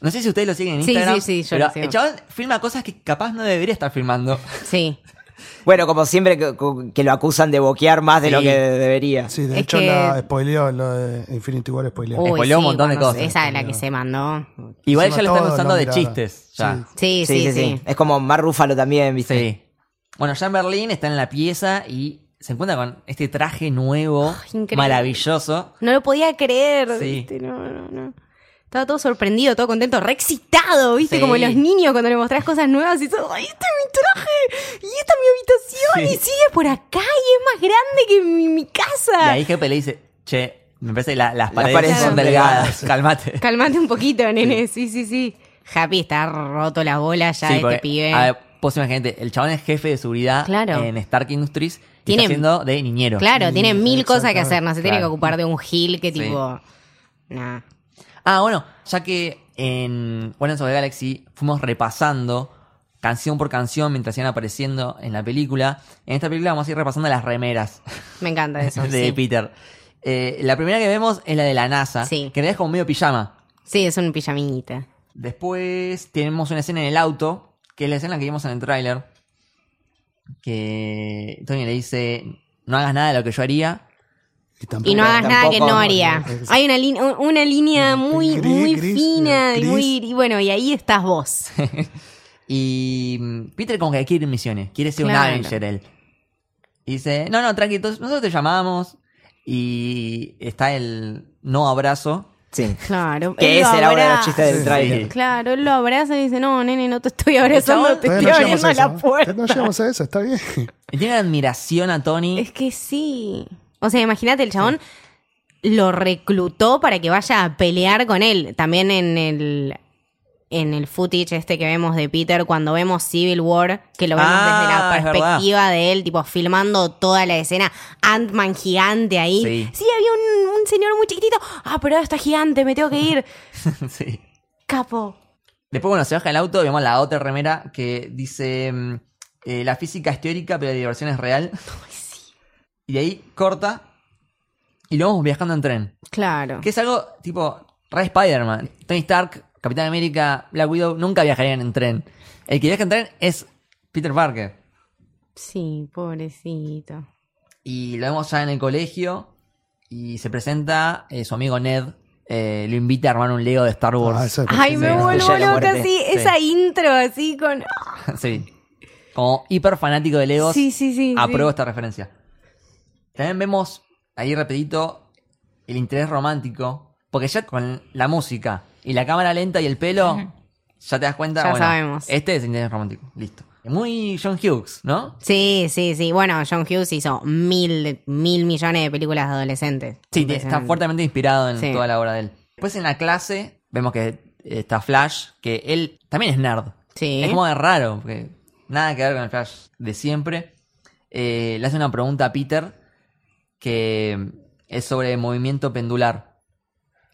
No sé si ustedes lo siguen en Sí, Instagram. sí, sí, yo pero lo sigo. El chabón filma cosas que capaz no debería estar filmando. Sí. Bueno, como siempre que, que lo acusan de boquear más de Sí. lo que debería. Sí, de Es hecho que- la spoileó, lo de Infinity War spoileó. Uy, spoileó un sí, montón de cuando- cosas. Esa es la que se mandó. Uh, Igual ya Encima lo están todo, usando no, de mirá, chistes. Ya. sí. Sí, sí, sí. Es como Mar Rúfalo también, ¿viste? Sí. Bueno, ya en Berlín está en la pieza y se encuentra con este traje nuevo, increíble. maravilloso. No lo podía creer. Sí. ¿viste? No, no, no. Estaba todo sorprendido, todo contento, re excitado, ¿viste? Sí. Como los niños cuando le mostrás cosas nuevas y todo, ¡ay, este es mi traje! ¡Y esta es mi habitación! Sí. ¡Y sigue por acá! ¡Y es más grande que mi, mi casa! Y ahí Jepe le dice: Che, me parece que la- las paredes, paredes son son delgadas, calmate. Calmate un poquito, nene. Sí, sí, sí. Happy está roto la bola ya Sí, de porque, ah, este pibe. A ver, vos imaginate, el chabón es jefe de seguridad Claro. en Stark Industries y Tiene- está haciendo de niñero. claro, tiene mil cosas que exactamente. hacer. No se tiene Mm, que Claro. ocupar de un gil que Sí. tipo... Nah. Ah, bueno, ya que en Guardians of the Galaxy fuimos repasando canción por canción mientras iban apareciendo en la película, en esta película vamos a ir repasando las remeras Me encanta eso. de sí. Peter. Eh, la primera que vemos es la de la NASA, Sí. que en realidad es como medio pijama. sí, es un pijamita. Después tenemos una escena en el auto, que es la escena que vimos en el tráiler. Que Tony le dice, no hagas nada de lo que yo haría. tampoco- Y no hagas nada que Tampoco- no haría. Hay una, lin- un- una línea muy, Gris, muy gris, fina y gris. muy. Y bueno, y ahí estás vos. Y mm, Peter como que quiere misiones, quiere ser Claro. un Avenger él. Y dice, no, no, tranqui, entonces nosotros te llamamos. Y está el no abrazo. Sí. Claro. Que él lo ese era uno de los abraza. chistes del Sí. tráiler. Claro, él lo abraza y dice, no, nene, no te estoy abrazando, chabón- te Todavía estoy no llegamos abriendo a eso. la ¿no? puerta. No llegamos a eso, está bien. Y tiene admiración a Tony. Es que sí. O sea, imagínate, el chabón lo reclutó para que vaya a pelear con él. También en el en el footage este que vemos de Peter, cuando vemos Civil War, que lo vemos Ah, es desde la verdad. perspectiva de él, tipo filmando toda la escena, Ant-Man gigante ahí. Sí, Sí. había un, un señor muy chiquitito. Ah, pero ahora está gigante, me tengo que ir. sí. Capo. Después, bueno, se baja el auto, vemos la otra remera que dice: mm, eh, La física es teórica, pero la diversión es real. Y de ahí corta y lo vamos viajando en tren. Claro. Que es algo tipo Ray Spider-Man. Tony Stark, Capitán América, Black Widow nunca viajarían en tren. El que viaja en tren es Peter Parker. Sí, pobrecito. Y lo vemos ya en el colegio. Y se presenta eh, su amigo Ned. eh, lo invita a armar un Lego de Star Wars. Ah, eso es Ay, Sí, me sí, vuelvo sí, la loca muerte. así, Sí. esa intro así con... Sí. Como hiper fanático de Legos. Sí, sí, sí. Apruebo sí. esta referencia. También vemos, ahí rapidito, el interés romántico. Porque ya con la música y la cámara lenta y el pelo, ya te das cuenta. Ya bueno, sabemos. Este es el interés romántico. Listo. Muy John Hughes, ¿no? Sí, sí, sí. Bueno, John Hughes hizo mil, mil millones de películas de adolescentes. Sí, te- está fuertemente inspirado en Sí. toda la obra de él. Después en la clase vemos que está Flash, que él también es nerd. Sí. Es como de raro, porque nada que ver con el Flash de siempre. Eh, le hace una pregunta a Peter que es sobre movimiento pendular,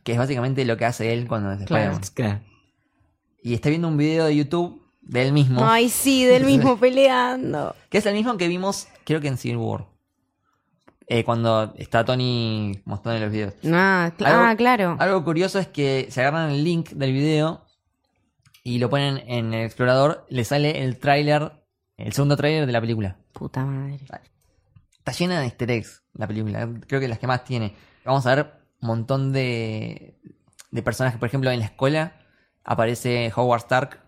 que es básicamente lo que hace él cuando es Claro. Spider-Man. Y está viendo un video de YouTube de él mismo, Ay, sí, del mismo peleando. que es el mismo que vimos, creo que en Civil War. Eh, cuando está Tony mostrando los videos. Ah, cl- Algo- ah, claro. Algo curioso es que se agarran el link del video y lo ponen en el explorador, le sale el tráiler, el segundo tráiler de la película. Puta madre. Está llena de easter eggs la película, creo que las que más tiene. Vamos a ver un montón de, de personajes, por ejemplo, en la escuela aparece Howard Stark,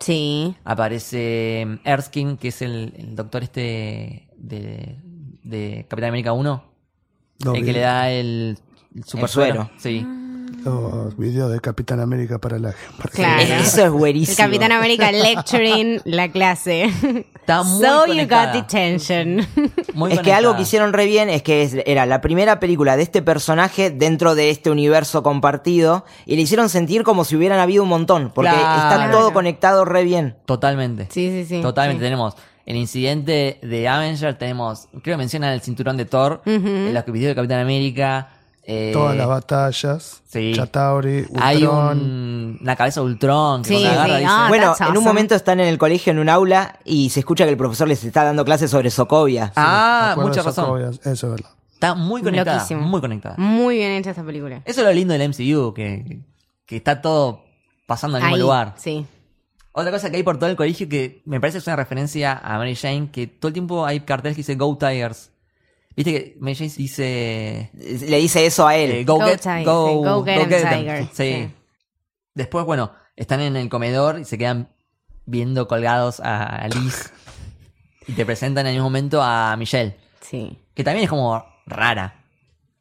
Sí. aparece em, Erskine, que es el, el doctor este de, de Capitán América 1, Los el que le da el, super suero. Sí. Ah. videos- Los videos de Capitán América para la para Claro. que- Eso es El buenísimo. Capitán América lecturing la clase. Está muy so conectada. you got detention. Muy es que algo que conectada. hicieron re bien es que es- era la primera película de este personaje dentro de este universo compartido y le hicieron sentir como si hubieran habido un montón, porque está Claro. todo conectado re bien. Totalmente. sí, sí, sí. Totalmente. sí. Tenemos el incidente de Avenger, tenemos, creo que mencionan el cinturón de Thor, eh, los videos de Capitán América. eh, Todas las batallas. sí. Chatauri, Hay Ultron. un- una cabeza de Ultron que Sí, cuando la agarra sí, dice, ah, bueno, that's en un awesome. momento están en el colegio, en un aula, y se escucha que el profesor les está dando clases sobre Sokovia. Ah, Recuerdo mucha eso, razón. obvio, Eso es verdad. Está muy conectada. Loquísimo. Muy conectada. Muy bien hecha esta película. Eso es lo lindo del MCU, que, que está todo pasando en el Ahí, mismo lugar. Sí. Otra cosa que hay por todo el colegio que me parece que es una referencia a Mary Jane, que todo el tiempo hay carteles que dicen Go Tigers. Viste que Mary Jane dice Le dice eso a él. Eh, go, Go get, Tiger, go, sí, go get 'em, get 'em. Tiger, Sí. sí. Después, bueno, están en el comedor y se quedan viendo colgados a a Liz. y te presentan en el mismo momento a Michelle, Sí. que también es como rara.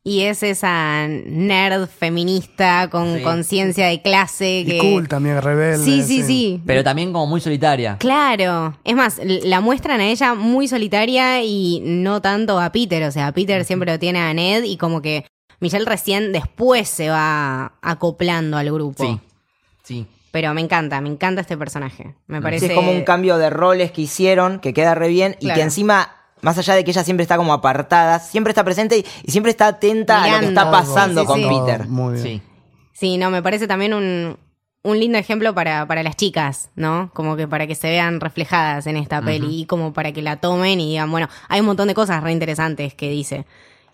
Y es esa nerd feminista con Sí. conciencia de clase que... Y cool también, rebelde. sí, sí, sí. Pero también como muy solitaria. Claro. Es más, l- la muestran a ella muy solitaria y no tanto a Peter. O sea, Peter siempre lo tiene a Ned y como que Michelle recién después se va acoplando al grupo. Sí. Sí. Pero me encanta, me encanta este personaje. Me Sí, parece... Es como un cambio de roles que hicieron, que queda re bien, y Claro. que encima, más allá de que ella siempre está como apartada, siempre está presente y, y siempre está atenta a lo que Mirando. está pasando Sí, sí, con sí. Peter. Muy bien. Sí. Sí, no, me parece también un, un lindo ejemplo para, para las chicas, ¿no? Como que para que se vean reflejadas en esta peli y como para que la tomen y digan, bueno, hay un montón de cosas re interesantes que dice.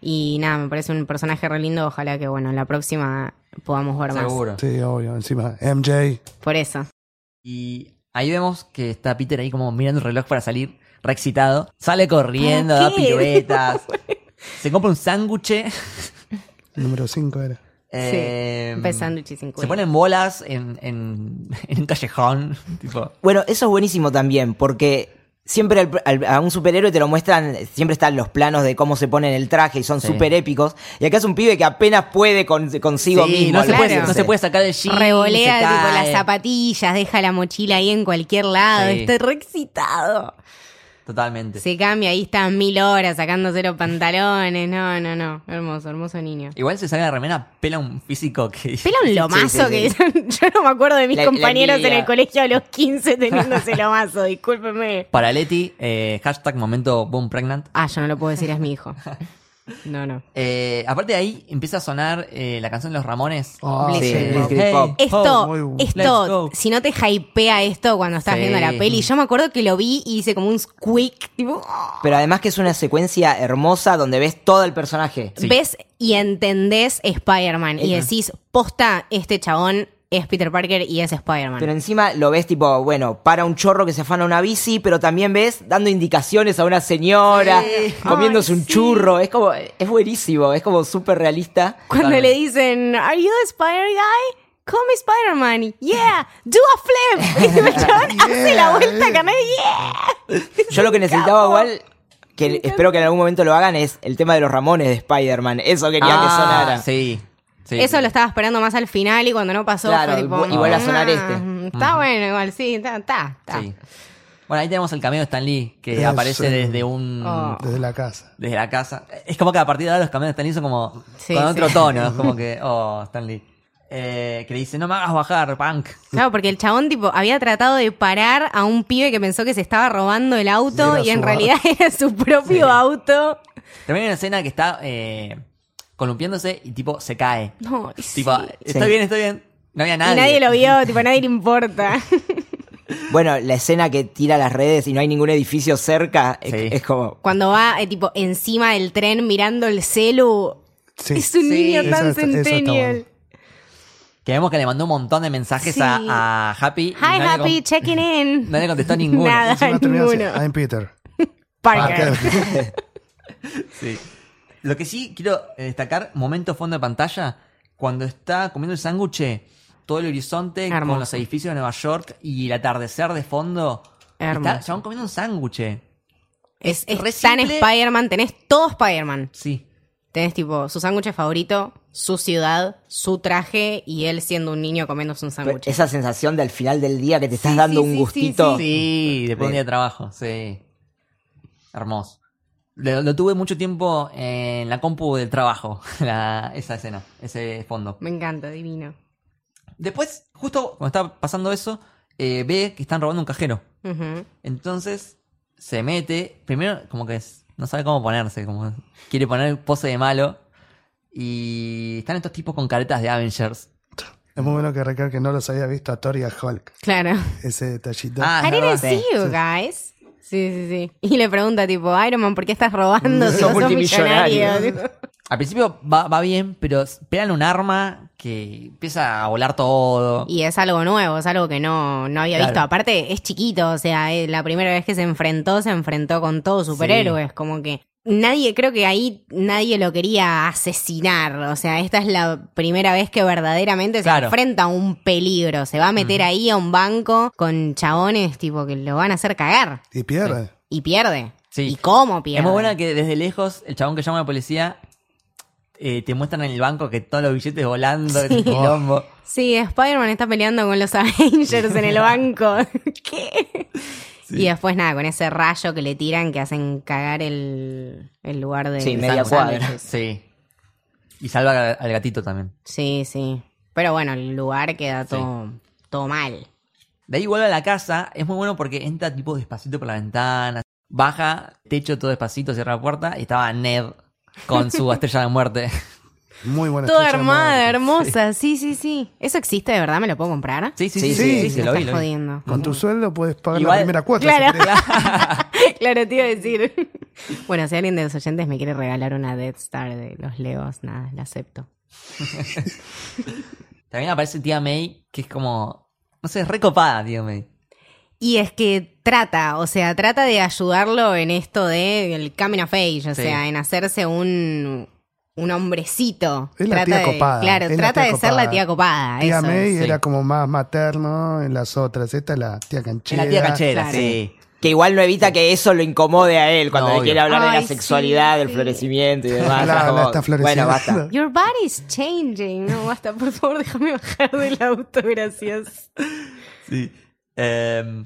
Y nada, me parece un personaje re lindo, ojalá que, bueno, la próxima podamos ver más. Seguro. Sí, obvio. Encima, MJ. Por eso. Y ahí vemos que está Peter ahí como mirando el reloj para salir, re excitado. Sale corriendo, da ¿Para qué? piruetas. se compra un sándwich. Número 5 era. Eh, un sándwich y cincuenta. Se ponen bolas en, en, en un callejón. tipo, Bueno, eso es buenísimo también, porque siempre al- al- a un superhéroe te lo muestran, siempre están los planos de cómo se ponen el traje y son Sí. súper épicos. Y acá es un pibe que apenas puede con- consigo sí, mismo. no, se al puede, parecer. no se puede sacar el jean. Revolea se tipo cae. las zapatillas, deja la mochila ahí en cualquier lado, Sí. estoy re excitado. Totalmente. Se cambia, ahí están mil horas sacándose los pantalones, no, no, no, hermoso, hermoso niño. Igual se saca la remera, pela un físico que. Pela un lomazo sí, sí. que yo no me acuerdo de mis La- la compañeros en envidia. el colegio a los 15 teniéndose lomazo, discúlpeme. Para Leti, eh, hashtag momento boom pregnant. Ah, yo no lo puedo decir, es mi hijo. No, no. Eh, aparte de ahí empieza a sonar eh, la canción de los Ramones. Oh, Ah, Sí, Sí. el Street Pop. Esto, muy bu- Let's esto, go. si no te hypea esto cuando estás Sí. viendo la peli, yo me acuerdo que lo vi y hice como un squeak, tipo, "Oh". Pero además que es una secuencia hermosa donde ves todo el personaje. Sí. ves y entendés Spider-Man y decís, posta, este chabón es Peter Parker y es Pero Spider-Man. encima lo ves tipo, bueno, para un chorro que se afana una bici, pero también ves dando indicaciones a una señora, comiéndose Ay, un sí. churro. Es como, es buenísimo, es como súper realista. Cuando Claro. le dicen, ¿Are you the Spider Guy? Come Spider-Man, yeah, do a flip. Y el chabón hace la Yeah, vuelta, yeah. carnal, yeah. Yo lo que necesitaba igual, que espero que en algún momento lo hagan, es el tema de los Ramones de Spider-Man. Eso quería que Ah, sonara. Sí. sí. Eso lo estaba esperando más al final y cuando no pasó, Claro, fue tipo, y vu- y vuelve a sonar "Ah, este". Está bueno, igual, sí, está, está. está. Sí. Bueno, ahí tenemos el cameo de Stan Lee, que Eso. aparece desde un. Oh. Desde la casa. Desde la casa. Es como que a partir de ahora los cameos de Stan Lee son como. Sí, con sí. otro tono. Es como que. Oh, Stan Lee. Eh, que le dice: No me hagas bajar, punk. Claro, porque el chabón tipo había tratado de parar a un pibe que pensó que se estaba robando el auto Era y en su realidad era su propio auto. También hay una escena que está eh, columpiándose y tipo se cae. No, y sí. Tipo, estoy Sí. bien, estoy bien. No había nadie. Y nadie lo vio, tipo, a nadie le importa. Bueno, la escena que tira las redes y no hay ningún edificio cerca, es, Sí. es como... Cuando va, eh, tipo, encima del tren mirando el celu. Sí. Es un Sí. niño Eso tan está- eso está centennial. Que vemos que le mandó un montón de mensajes Sí. a, a Happy. y Hi, no le Happy, con- checking in. No le contestó ninguno. Nada, Encima termina así, ninguno. I'm Peter. Ah, Parker. Sí. Lo que sí quiero eh, destacar, momento fondo de pantalla, cuando está comiendo el sándwich, todo el horizonte Hermoso. con los edificios de Nueva York y el atardecer de fondo. Hermoso. Está, se van comiendo un sándwich. Es, Es re es tan simple. Spider-Man, tenés todo Spider-Man. Sí. Tenés tipo su sándwich favorito, su ciudad, su traje y él siendo un niño comiéndose un sándwich. Pues Esa sensación de al final del día que te estás Sí, dando sí, un sí, gustito. Sí, después de un día de trabajo, sí. Hermoso. Lo, lo tuve mucho tiempo en la compu del trabajo, la- esa escena, ese fondo. Me encanta, divino. Después, justo cuando está pasando eso, eh, ve que están robando un cajero. Ujú. Entonces se mete, primero como que es- no sabe cómo ponerse, como quiere poner pose de malo. Y están estos tipos con caretas de Avengers. Es muy bueno que recalque que no los había visto a Thor y a Hulk. Claro. Ese detallito. Ah, I es didn't verdad. see you guys. Sí, sí, sí. Y le pregunta tipo, Iron Man, ¿por qué estás robando si Sos no sos multimillonario". millonario? Al principio va, va bien, pero pegan un arma que empieza a volar todo. Y es algo nuevo, es algo que no, no había Claro. visto. Aparte, es chiquito, o sea, eh, la primera vez que se enfrentó, se enfrentó con todos superhéroes, como que nadie, creo que ahí nadie lo quería asesinar, o sea, esta es la primera vez que verdaderamente se Claro. enfrenta a un peligro, se va a meter ahí a un banco con chabones tipo que lo van a hacer cagar Y pierde. y pierde. Sí. ¿Y cómo pierde? Es muy buena que desde lejos el chabón que llama a la policía eh, te muestran en el banco que todos los billetes volando, es un quilombo. Sí, Spider-Man está peleando con los Avengers en el banco. ¿Qué? Y después nada, con ese rayo que le tiran que hacen cagar el, el lugar de... Sí, media sándwiches. cuadra. Sí. Y salva al- al gatito también. Sí, sí. Pero bueno, el lugar queda todo, todo mal. De ahí vuelve a la casa, es muy bueno porque entra tipo despacito por la ventana, baja, techo todo despacito, cierra la puerta y estaba Ned con su estrella de muerte. Muy buena Toda estrella de armada, muerte. hermosa. Sí. sí, sí, ¿Eso existe de verdad? ¿Me lo puedo comprar? Sí, sí, sí, Sí, sí, sí. sí, sí, Me lo vi. estás lo vi. jodiendo. Con tu sueldo puedes pagar Igual- la primera cuota. si Claro. querés. claro, te iba a decir. bueno, si alguien de los oyentes me quiere regalar una Death Star de los Legos, nada, la acepto. También aparece tía May, que es como, no sé, es recopada tía May. Y es que trata, o sea, trata de ayudarlo en esto de el coming of age, o Sí. sea, en hacerse un, un hombrecito. Es la tía de, copada, Claro, es la trata de tía ser la copada. tía copada. Tía eso, May sí. era como más materno en las otras. Esta es la tía Es canchera. la tía canchera, Claro. sí. Que igual no evita que eso lo incomode a él cuando No, le obvio. quiere hablar de Ay, la sexualidad, sí, del sí. florecimiento y demás. Claro, Es como, no está floreciendo. Bueno, basta. Your body's changing. No, basta, por favor, déjame bajar del auto, gracias. Sí. Em,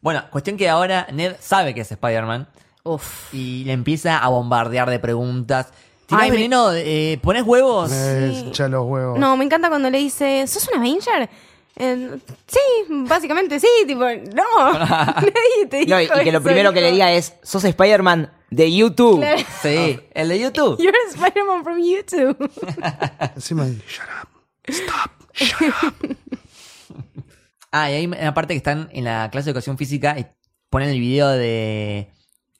bueno, cuestión que ahora Ned sabe que es Spider-Man Uf. y le empieza a bombardear de preguntas. Ay, ¿Tirás me- veneno? Eh, ¿Pones huevos? Eh, Sí. echa los huevos. No, me encanta cuando le dice, ¿sos un Avenger? Eh, sí, básicamente sí, tipo, no. Nadie te dijo No, y, y que lo eso, primero que hijo. le diga es, "Uh". sos Spider-Man de YouTube. Claro. Ah. Sí, el de YouTube. You're Spider-Man from YouTube. Encima, shut up. Ah, y hay una parte que están en la clase de educación física y ponen el video de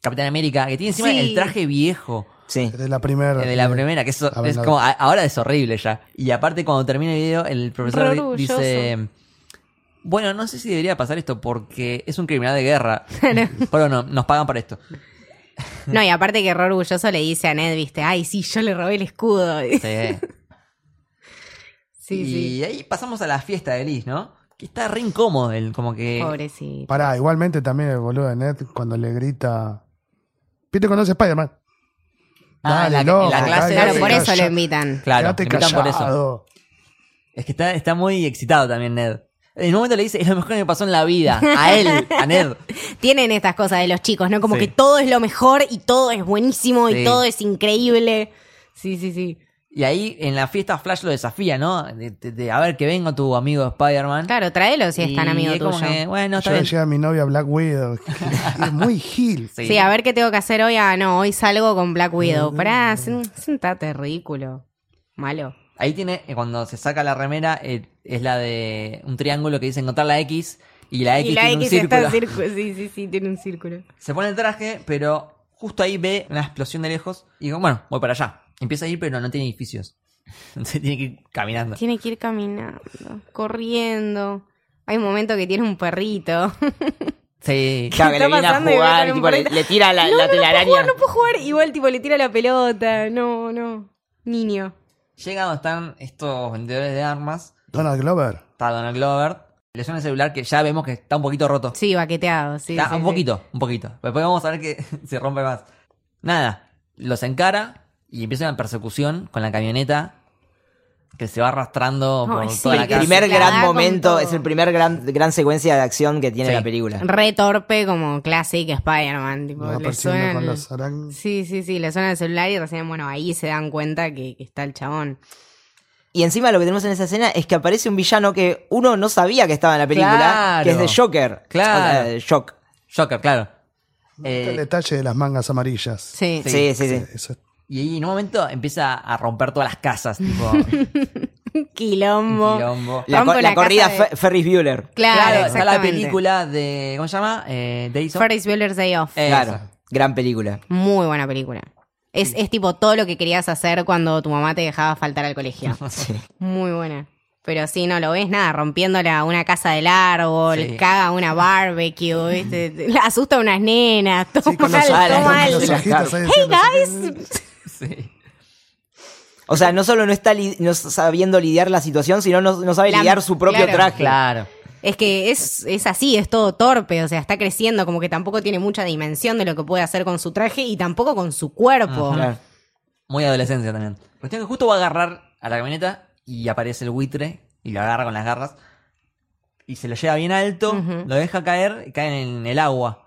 Capitán América, que tiene encima Sí. el traje viejo. Sí. De la primera. De la primera, que eso Ah, es bueno. como, a- ahora es horrible ya. Y aparte cuando termina el video, el profesor Re di- orgulloso. dice, bueno, no sé si debería pasar esto porque es un criminal de guerra. Pero no, nos pagan para esto. No, y aparte que re orgulloso le dice a Ned, viste, ay, sí, yo le robé el escudo. Sí, Sí. sí. y ahí pasamos a la fiesta de Liz, ¿no? Que está re incómodo, él, como que... Pobrecito. Pará, igualmente también el boludo de Ned cuando le grita. ¿Viste conoce Spider-Man? Ah, en la- Dale, en loco, la clase- cállate Claro, por eso lo callado. invitan. Claro, Quédate le invitan por eso. callado. Es que está, está muy excitado también Ned. En un momento le dice, es lo mejor que me pasó en la vida. A él, a Ned. Tienen estas cosas de los chicos, ¿no? Como Sí. que todo es lo mejor y todo es buenísimo Sí. y todo es increíble. Sí, sí, sí. Y ahí en la fiesta Flash lo desafía, ¿no? De- de- de, a ver, que venga tu amigo Spider-Man. Claro, tráelo si es tan Y amigo es como tuyo. que, bueno, está Yo le bien. decía a mi novia Black Widow. que es muy gil. Sí. Mm. Sí, a ver qué tengo que hacer hoy. Ah, no, hoy salgo con Black Widow. Pará, sen- sentate, ridículo. Malo. Ahí tiene, eh, cuando se saca la remera, eh, es la de un triángulo que dice encontrar la X y la X y la tiene un X círculo. está en círculo. Sí, sí, sí, tiene un círculo. Se pone el traje, pero justo ahí ve una explosión de lejos y digo, bueno, voy para allá. Empieza a ir, pero no tiene edificios. Entonces tiene que ir caminando. Tiene que ir caminando, corriendo. Hay un momento que tiene un perrito. Sí. Claro, que Está le viene a pasando y va jugar, con un tipo, le, palito. le tira la, no, la no, telaraña. No puedo jugar, no puedo jugar. Igual, tipo, le tira la pelota. No, no. Niño. Llega donde están estos vendedores de armas. Donald Glover. Está Donald Glover. Le suena el celular que ya vemos que está un poquito roto. Sí, baqueteado. Sí, Está sí, un sí. poquito, un poquito. Después vamos a ver que se rompe más. Nada, los encara y empieza una persecución con la camioneta que se va arrastrando Ay, por sí, toda la que casa. Primer se la da gran con momento, todo. es el primer gran, gran secuencia de acción que tiene Sí. la película. Re torpe como Classic Spider-Man. Tipo, Lo va le persiguiendo suena con el- los aran- Sí, sí, sí, le suena el celular y recién, bueno, ahí se dan cuenta que, que está el chabón. Y encima lo que tenemos en esa escena es que aparece un villano que uno no sabía que estaba en la película, Claro. que es de Joker. Claro. O sea, de Shock. Joker, claro. Está El Eh, detalle de las mangas amarillas. Sí. Sí, sí, sí. Eso es- y ahí en un momento empieza a romper todas las casas, tipo Quilombo. quilombo. La, Rompe co- la la corrida casa de- Fe- Ferris Bueller. Claro, está la exactamente. película de. ¿Cómo se llama? Eh, Days of- Ferris Bueller's Day Off. Eh, Claro, esa. gran película. Muy buena película. Es, es tipo todo lo que querías hacer cuando tu mamá te dejaba faltar al colegio. Sí. Muy buena. Pero sí, no lo ves nada, rompiéndola una casa del árbol, Sí. caga una barbecue, ¿viste? La asusta a unas nenas, toma Sí, con los, algo, alas, toma con con algo. los alas. ojitos ahí Hey haciendo- guys, Sí. O sea, no solo no está li- no sabiendo lidiar la situación, sino no, no sabe La- lidiar su propio claro. traje. Claro. es que es, es así, es todo torpe, o sea, está creciendo, como que tampoco tiene mucha dimensión de lo que puede hacer con su traje y tampoco con su cuerpo. Claro. Muy adolescencia también. Cuestión que justo va a agarrar a la camioneta y aparece el buitre y lo agarra con las garras. Y se lo lleva bien alto, Ujú. lo deja caer y cae en el agua.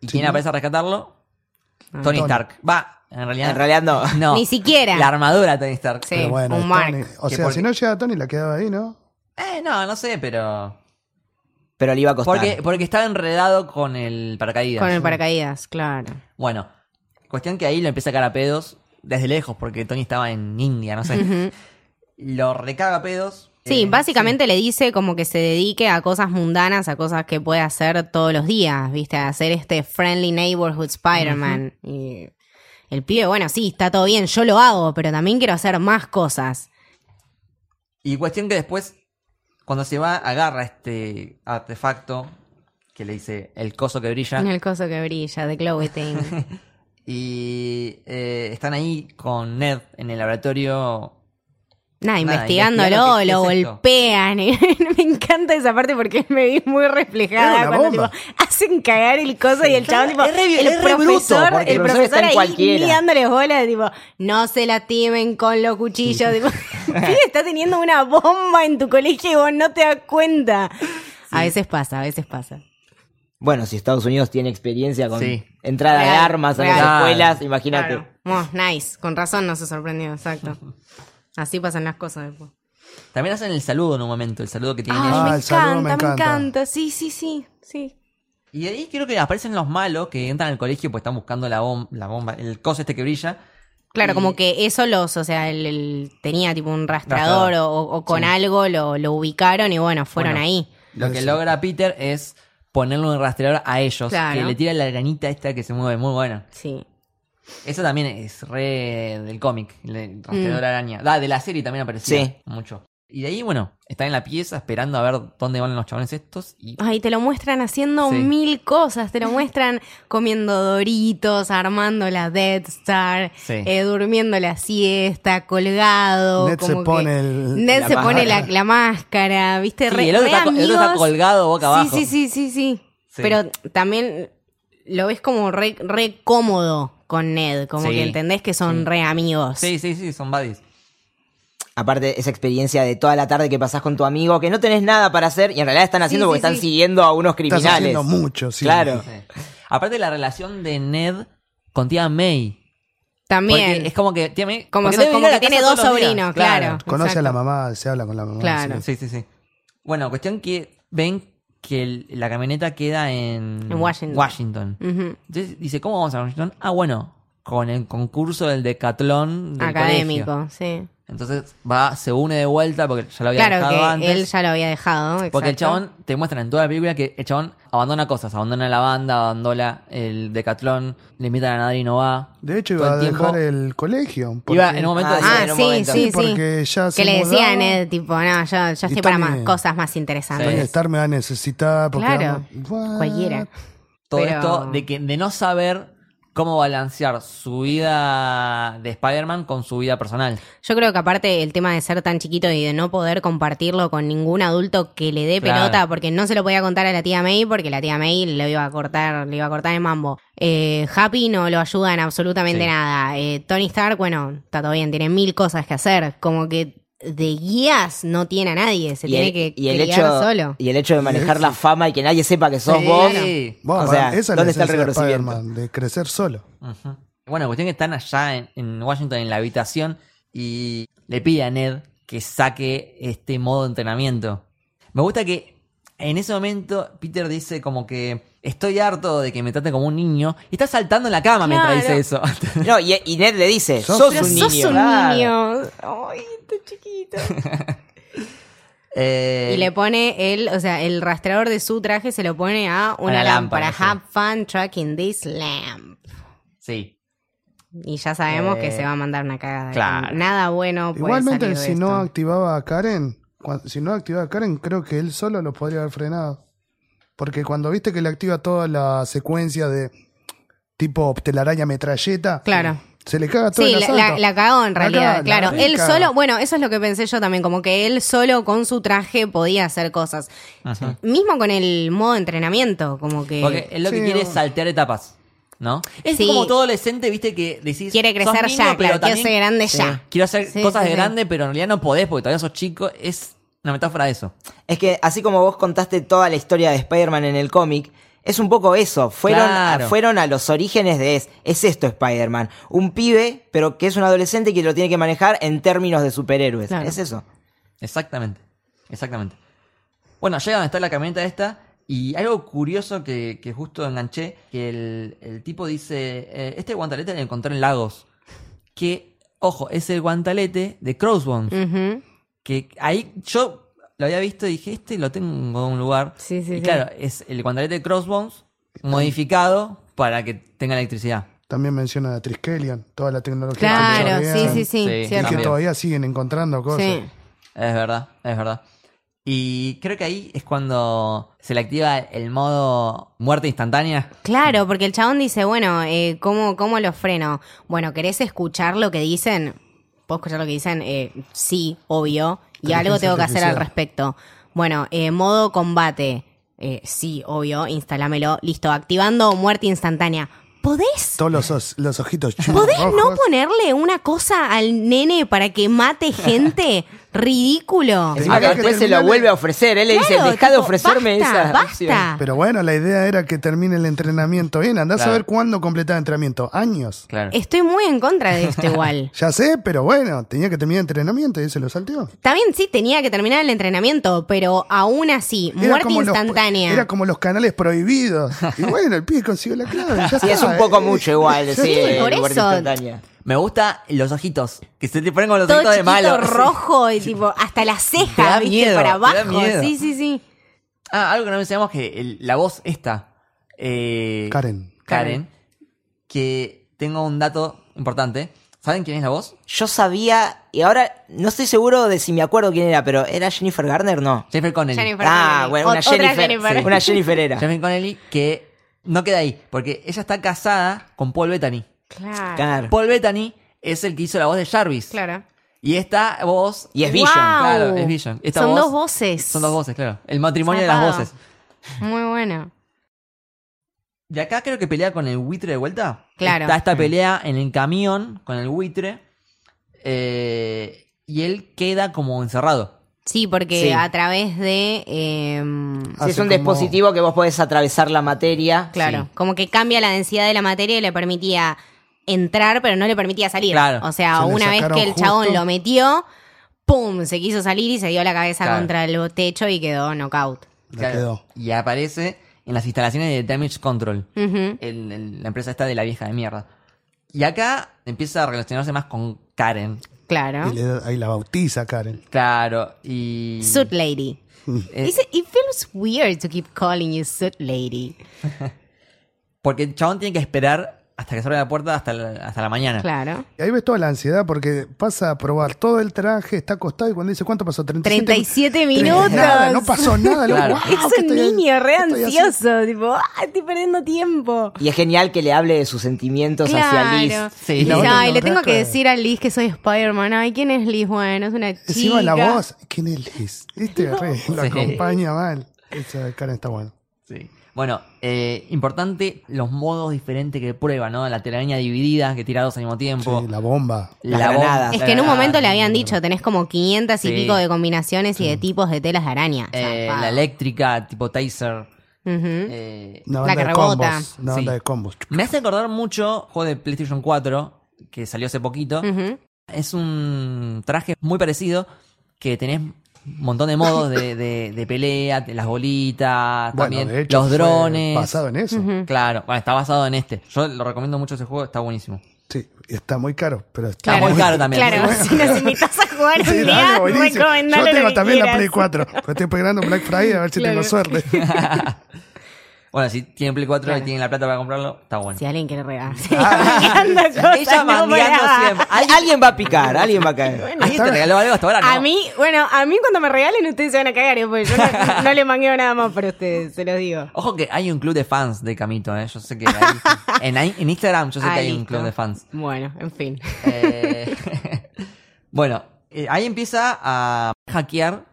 ¿Y quién aparece a rescatarlo? Ah. Tony Tony. Stark. Va, en realidad. En realidad no. no. Ni siquiera. La armadura de Tony Stark. Sí. Pero bueno, Eh, un Tony- Mark, o que sea, porque- si no llega Tony la quedaba ahí, ¿no? Eh, no, no sé, pero. Pero le iba a costar. Porque, porque estaba enredado con el paracaídas. Con el paracaídas, claro. Bueno, cuestión que ahí lo empieza a cagar a pedos desde lejos, porque Tony estaba en India, no sé. Lo recaga a pedos. Sí, eh, básicamente le dice como que se dedique a cosas mundanas, a cosas que puede hacer todos los días, ¿viste? A hacer este Friendly Neighborhood Spider-Man. Y el pibe, bueno, sí, está todo bien, yo lo hago, pero también quiero hacer más cosas. Y cuestión que después, cuando se va, agarra este artefacto que le dice el coso que brilla. En el coso que brilla, de Chloe Ting. Y eh, están ahí con Ned en el laboratorio. Nada, Nada, investigándolo, investigando qué- lo qué es esto. golpean. y me encanta esa parte porque me vi muy Era reflejada una cuando bomba. tipo, hacen cagar el coso y el chabón tipo, Es re- el, es re bruto, profesor, porque el el profesor está profesor en ahí cualquiera. ni dándole bola, tipo, no se lastimen con los cuchillos. tipo, "Pibe, está teniendo una bomba en tu colegio y vos no te das cuenta. A veces pasa, a veces pasa. Bueno, si Estados Unidos tiene experiencia con Sí. entrada de Real, armas a real. las escuelas, imagínate. Claro. Oh, nice, con razón no se sorprendió, exacto. Así pasan las cosas después. También hacen el saludo en un momento, el saludo que tienen Ay, ellos. Ah, me, el saludo encanta, me me encanta, encanta. Sí, sí, sí, sí. Y de ahí creo que aparecen los malos que entran al colegio pues están buscando la, bom- la bomba, el coso este que brilla. Claro, Y- como que eso los, o sea, el, el- tenía tipo un rastrador Rastrador. o, o con algo lo, lo ubicaron y bueno, fueron Bueno. ahí. Lo que logra Peter es ponerle un rastreador a ellos, Claro. que le tira la granita esta que se mueve muy buena. Sí. Eso también es re del cómic, el rastreador Mm. araña. Ah, de la serie también aparecía Sí. mucho. Y de ahí, bueno, está en la pieza esperando a ver dónde van los chabones estos y Ay, te lo muestran haciendo Sí. mil cosas, te lo muestran comiendo doritos, armando la Dead Star, Sí. eh, durmiendo la siesta, colgado. Ned se como que- pone el- Ned la se pone la, máscara. la máscara, viste, Sí, re, el otro re está co- el otro está amigos. colgado boca Sí, abajo. Sí, sí, sí, sí, Sí. Pero también lo ves como re, re cómodo con Ned, como Sí. que entendés que son re amigos. Sí, sí, sí, son buddies. Aparte, esa experiencia de toda la tarde que pasás con tu amigo, que no tenés nada para hacer y en realidad están haciendo sí, porque están sí. siguiendo a unos criminales. Estás haciendo mucho, sí. Claro. Sí. Aparte la relación de Ned con tía May. También. Porque es como que tía May- como porque so- debe ir como a que la casa tiene todos dos los días, sobrinos, claro. Conoce Exacto. a la mamá, se habla con la mamá. Claro. Sí, sí, sí. Bueno, cuestión que ven que el- la camioneta queda en, En Washington. Washington. Ujú. Entonces dice, ¿cómo vamos a Washington? Ah, bueno, con el concurso del decatlón del Académico, colegio. sí. Entonces va, se une de vuelta porque ya lo había claro dejado que antes. él ya lo había dejado. Porque el exacto. chabón, te muestran en toda la película que el chabón abandona cosas, abandona la banda, abandona el decatlón, le invitan a nadie y no va. De hecho, Todo iba a el tiempo dejar el colegio. Iba porque- en un momento Ah, a decir, Ah, en un sí, momento. sí, Sí, porque sí. ya se que le mudaba. decía a Ned, tipo, no, yo, yo estoy para más, Tommy- cosas más interesantes. Sí. Tony Stark me va a necesitar. Porque Claro, vamos- What? cualquiera. todo Pero- esto de que de no saber cómo balancear su vida de Spider-Man con su vida personal. Yo creo que aparte el tema de ser tan chiquito y de no poder compartirlo con ningún adulto que le dé Claro. pelota, porque no se lo podía contar a la tía May, porque la tía May le iba a cortar, le iba a cortar el mambo. Eh, Happy no lo ayuda en absolutamente Sí. nada. Eh, Tony Stark, bueno, está todo bien, tiene mil cosas que hacer. Como que de guías no tiene a nadie, se Y tiene el- que, y el que guiar hecho, solo. Y el hecho de manejar la fama y que nadie sepa que sos Sí. vos. Bueno, O sea, esa es ¿dónde la está el esencia de reconocimiento? Spider-Man, de crecer solo. Ujú. Bueno, cuestión que están allá en, en Washington en la habitación y le pide a Ned que saque este modo de entrenamiento. Me gusta que en ese momento Peter dice como que estoy harto de que me trate como un niño y está saltando en la cama Claro. mientras dice eso. No, y, y Ned le dice, Sos sos, Pero un niño. sos un Claro. niño. Ay, está chiquito. Eh, Y le pone el, o sea, el rastreador de su traje se lo pone a la una lámpara. lámpara, Have fun tracking this lamp. Sí. Y ya sabemos Eh, que se va a mandar una cagada. claro. Nada bueno puede Igualmente, salir de si no esto. activaba a Karen, cua- si no activaba a Karen, creo que él solo lo podría haber frenado. Porque cuando viste que le activa toda la secuencia de tipo telaraña metralleta, Claro. se le caga todo Sí, el la, asalto. la- la cagó en La realidad, caga, la claro. re él caga. solo, bueno, eso es lo que pensé yo también, como que él solo con su traje podía hacer cosas. Ajá. Mismo con el modo de entrenamiento, como que Mm. Porque él lo que Sí, quiere es no. saltear etapas, ¿no? Es Sí. como todo adolescente, viste, que decís... quiere "Sos crecer niño, ya, pero claro, quiero también ser grande Sí. ya. Quiero hacer Sí, cosas sí, de sí. grande, pero en realidad no podés porque todavía sos chico. Es una metáfora de eso. Es que así como vos contaste toda la historia de Spider-Man en el cómic, es un poco eso. Fueron, Claro. a, fueron a los orígenes de es, es esto Spider-Man. Un pibe, pero que es un adolescente y que lo tiene que manejar en términos de superhéroes. Claro. Es eso. Exactamente. Exactamente. Bueno, llega donde está la camioneta esta. Y algo curioso que, que justo enganché, que el, el tipo dice, eh, este guantalete lo encontré en Lagos. Que, ojo, es el guantalete de Crossbones. Ujú. Que ahí yo lo había visto y dije, este lo tengo en un lugar. Sí, sí, y sí. claro, es el guantelete de Crossbones modificado para que tenga electricidad. También menciona a Triskelion, toda la tecnología. que Claro, desarrollaron. sí, sí, sí, Sí, Y cierto. que También. todavía siguen encontrando cosas. Sí. Es verdad, es verdad. Y creo que ahí es cuando se le activa el modo muerte instantánea. Claro, porque el chabón dice, bueno, eh, ¿cómo, ¿cómo lo freno? Bueno, ¿querés escuchar lo que dicen? ¿Puedo escuchar lo que dicen? Eh, sí, obvio. Y Inteligencia algo tengo que hacer al artificial. respecto. Bueno, eh, modo combate. Eh, sí, obvio, instalámelo. Listo, activando muerte instantánea. ¿Podés? Todos los, os- los ojitos chicos. ¿Podés no ponerle una cosa al nene para que mate gente? Ridículo. Sí. Encima que Acá que después se termina lo la- vuelve a ofrecer. Él le dice, Claro, deja de tipo, ofrecerme basta, esa opción". basta. Pero bueno, la idea era que termine el entrenamiento bien. Andás Claro. a ver cuándo completaba el entrenamiento. Años. Claro. Estoy muy en contra de esto igual. Ya sé, pero bueno, tenía que terminar el entrenamiento y se lo salteó. También sí tenía que terminar el entrenamiento, pero aún así, Era muerte como los- instantánea. era como los canales prohibidos. Y bueno, el pibe consiguió la clave. ya Sí, es está, un poco eh. mucho igual. Ya Sí, está. por el guardia eso. instantánea. Me gusta los ojitos, que se te ponen con los todo ojitos de chiquito, malo. rojo y tipo hasta la Te da ceja, viste, miedo, para te da abajo. miedo. Sí, sí, sí. Ah, algo que no mencionamos que el- la voz esta. eh, Karen. Karen. Que tengo un dato importante. ¿Saben quién es la voz? Yo sabía, y ahora no estoy seguro de si me acuerdo quién era, pero ¿era Jennifer Garner? No. Jennifer Connelly. Jennifer Ah, Connelly. bueno, una Ot- otra Jennifer. Jennifer. sí, Una Jennifer era. Jennifer Connelly, que no queda ahí, porque ella está casada con Paul Bettany. Claro. Claro. Paul Bettany es el que hizo la voz de Jarvis. Claro. Y esta voz. Y es Wow. Vision. Claro, es Vision. Esta Son voz- dos voces. Son dos voces, claro. El matrimonio de las Zarpado. voces. Muy bueno. De acá creo que pelea con el buitre de vuelta. Claro. Está esta pelea en el camión con el buitre. eh, y él queda como encerrado. Sí, porque Sí. a través de em, Sí, es Hace un como- dispositivo que vos podés atravesar la materia. claro, Sí. como que cambia la densidad de la materia y le permitía entrar, pero no le permitía salir. Claro. O sea, Se le una vez sacaron que el justo. chabón lo metió, pum, se quiso salir y se dio la cabeza Claro. contra el techo y quedó knockout. La quedó. Y aparece en las instalaciones de Damage Control. Ujú. el- el- la empresa está de la vieja de mierda. Y acá empieza a relacionarse más con Karen. Claro. Y le da- ahí la bautiza Karen. Claro. Y. Suit lady. eh, Is it, it feels weird to keep calling you suit lady. porque el chabón tiene que esperar hasta que se abra la puerta hasta la, hasta la mañana. Claro. Y ahí ves toda la ansiedad porque pasa a probar todo el traje, está acostado y cuando dice cuánto pasó, 37, 37 Tre- minutos. Nada, no pasó nada. loco. Claro. Guau, Es ¿qué un estoy- niño re qué estoy haciendo? ansioso, tipo, ah, estoy perdiendo tiempo. Y es genial que le hable de sus sentimientos hacia Liz. Claro. Sí. Y La dice, otra ay, le lograste". tengo que decir a Liz que soy Spider-Man. Ay, ¿quién es Liz? Bueno, es una chica. Encima la voz. ¿Quién es Liz? Este re, lo Sí. acompaña mal. Esa Karen está buena. Sí. Bueno, eh, importante los modos diferentes que prueba, ¿no? La telaraña dividida, que tira dos al mismo Sí, tiempo. la bomba. La Las bomba- granadas. Es que en un momento le habían dicho, tenés como 500 y Sí. pico de combinaciones Mm. y de tipos de telas de araña. Eh, Zarpado. la eléctrica, tipo taser. Ujú. eh, Una La banda que de rebota. combos. Sí. Una Ah, banda de combos. Me hace acordar mucho juego de PlayStation 4, que salió hace poquito. Ujú. Es un traje muy parecido, que tenés un montón de modos de, de- de pelea, de las bolitas, Bueno, también de hecho, los fue drones. Basado en eso. Claro, bueno, está basado en este. Yo lo recomiendo mucho ese juego, está buenísimo. Sí, y está muy caro, pero está Claro. muy caro también. Claro, si nos invitas a jugar un Sí, dale, día, buenísimo. recomendale Yo lo tengo que también la quieras. Play 4. pero estoy esperando Black Friday a ver si Claro. tengo suerte. Bueno, si tienen Play 4 Claro. y tienen la plata para comprarlo, está bueno. Si alguien quiere regalar. Ella Ella mangueando siempre. Al- alguien va a picar, alguien va a caer. ¿Alguien te regaló algo hasta ahora? No. A mí, bueno, a mí cuando me regalen ustedes se van a cagar, ¿eh? porque yo no, no le mangueo nada más para ustedes, se los digo. Ojo que hay un club de fans de Camito, ¿eh? Yo sé que hay- en, en Instagram yo sé Ah, que hay un listo. club de fans. Bueno, en fin. Eh, bueno, eh, ahí empieza a hackear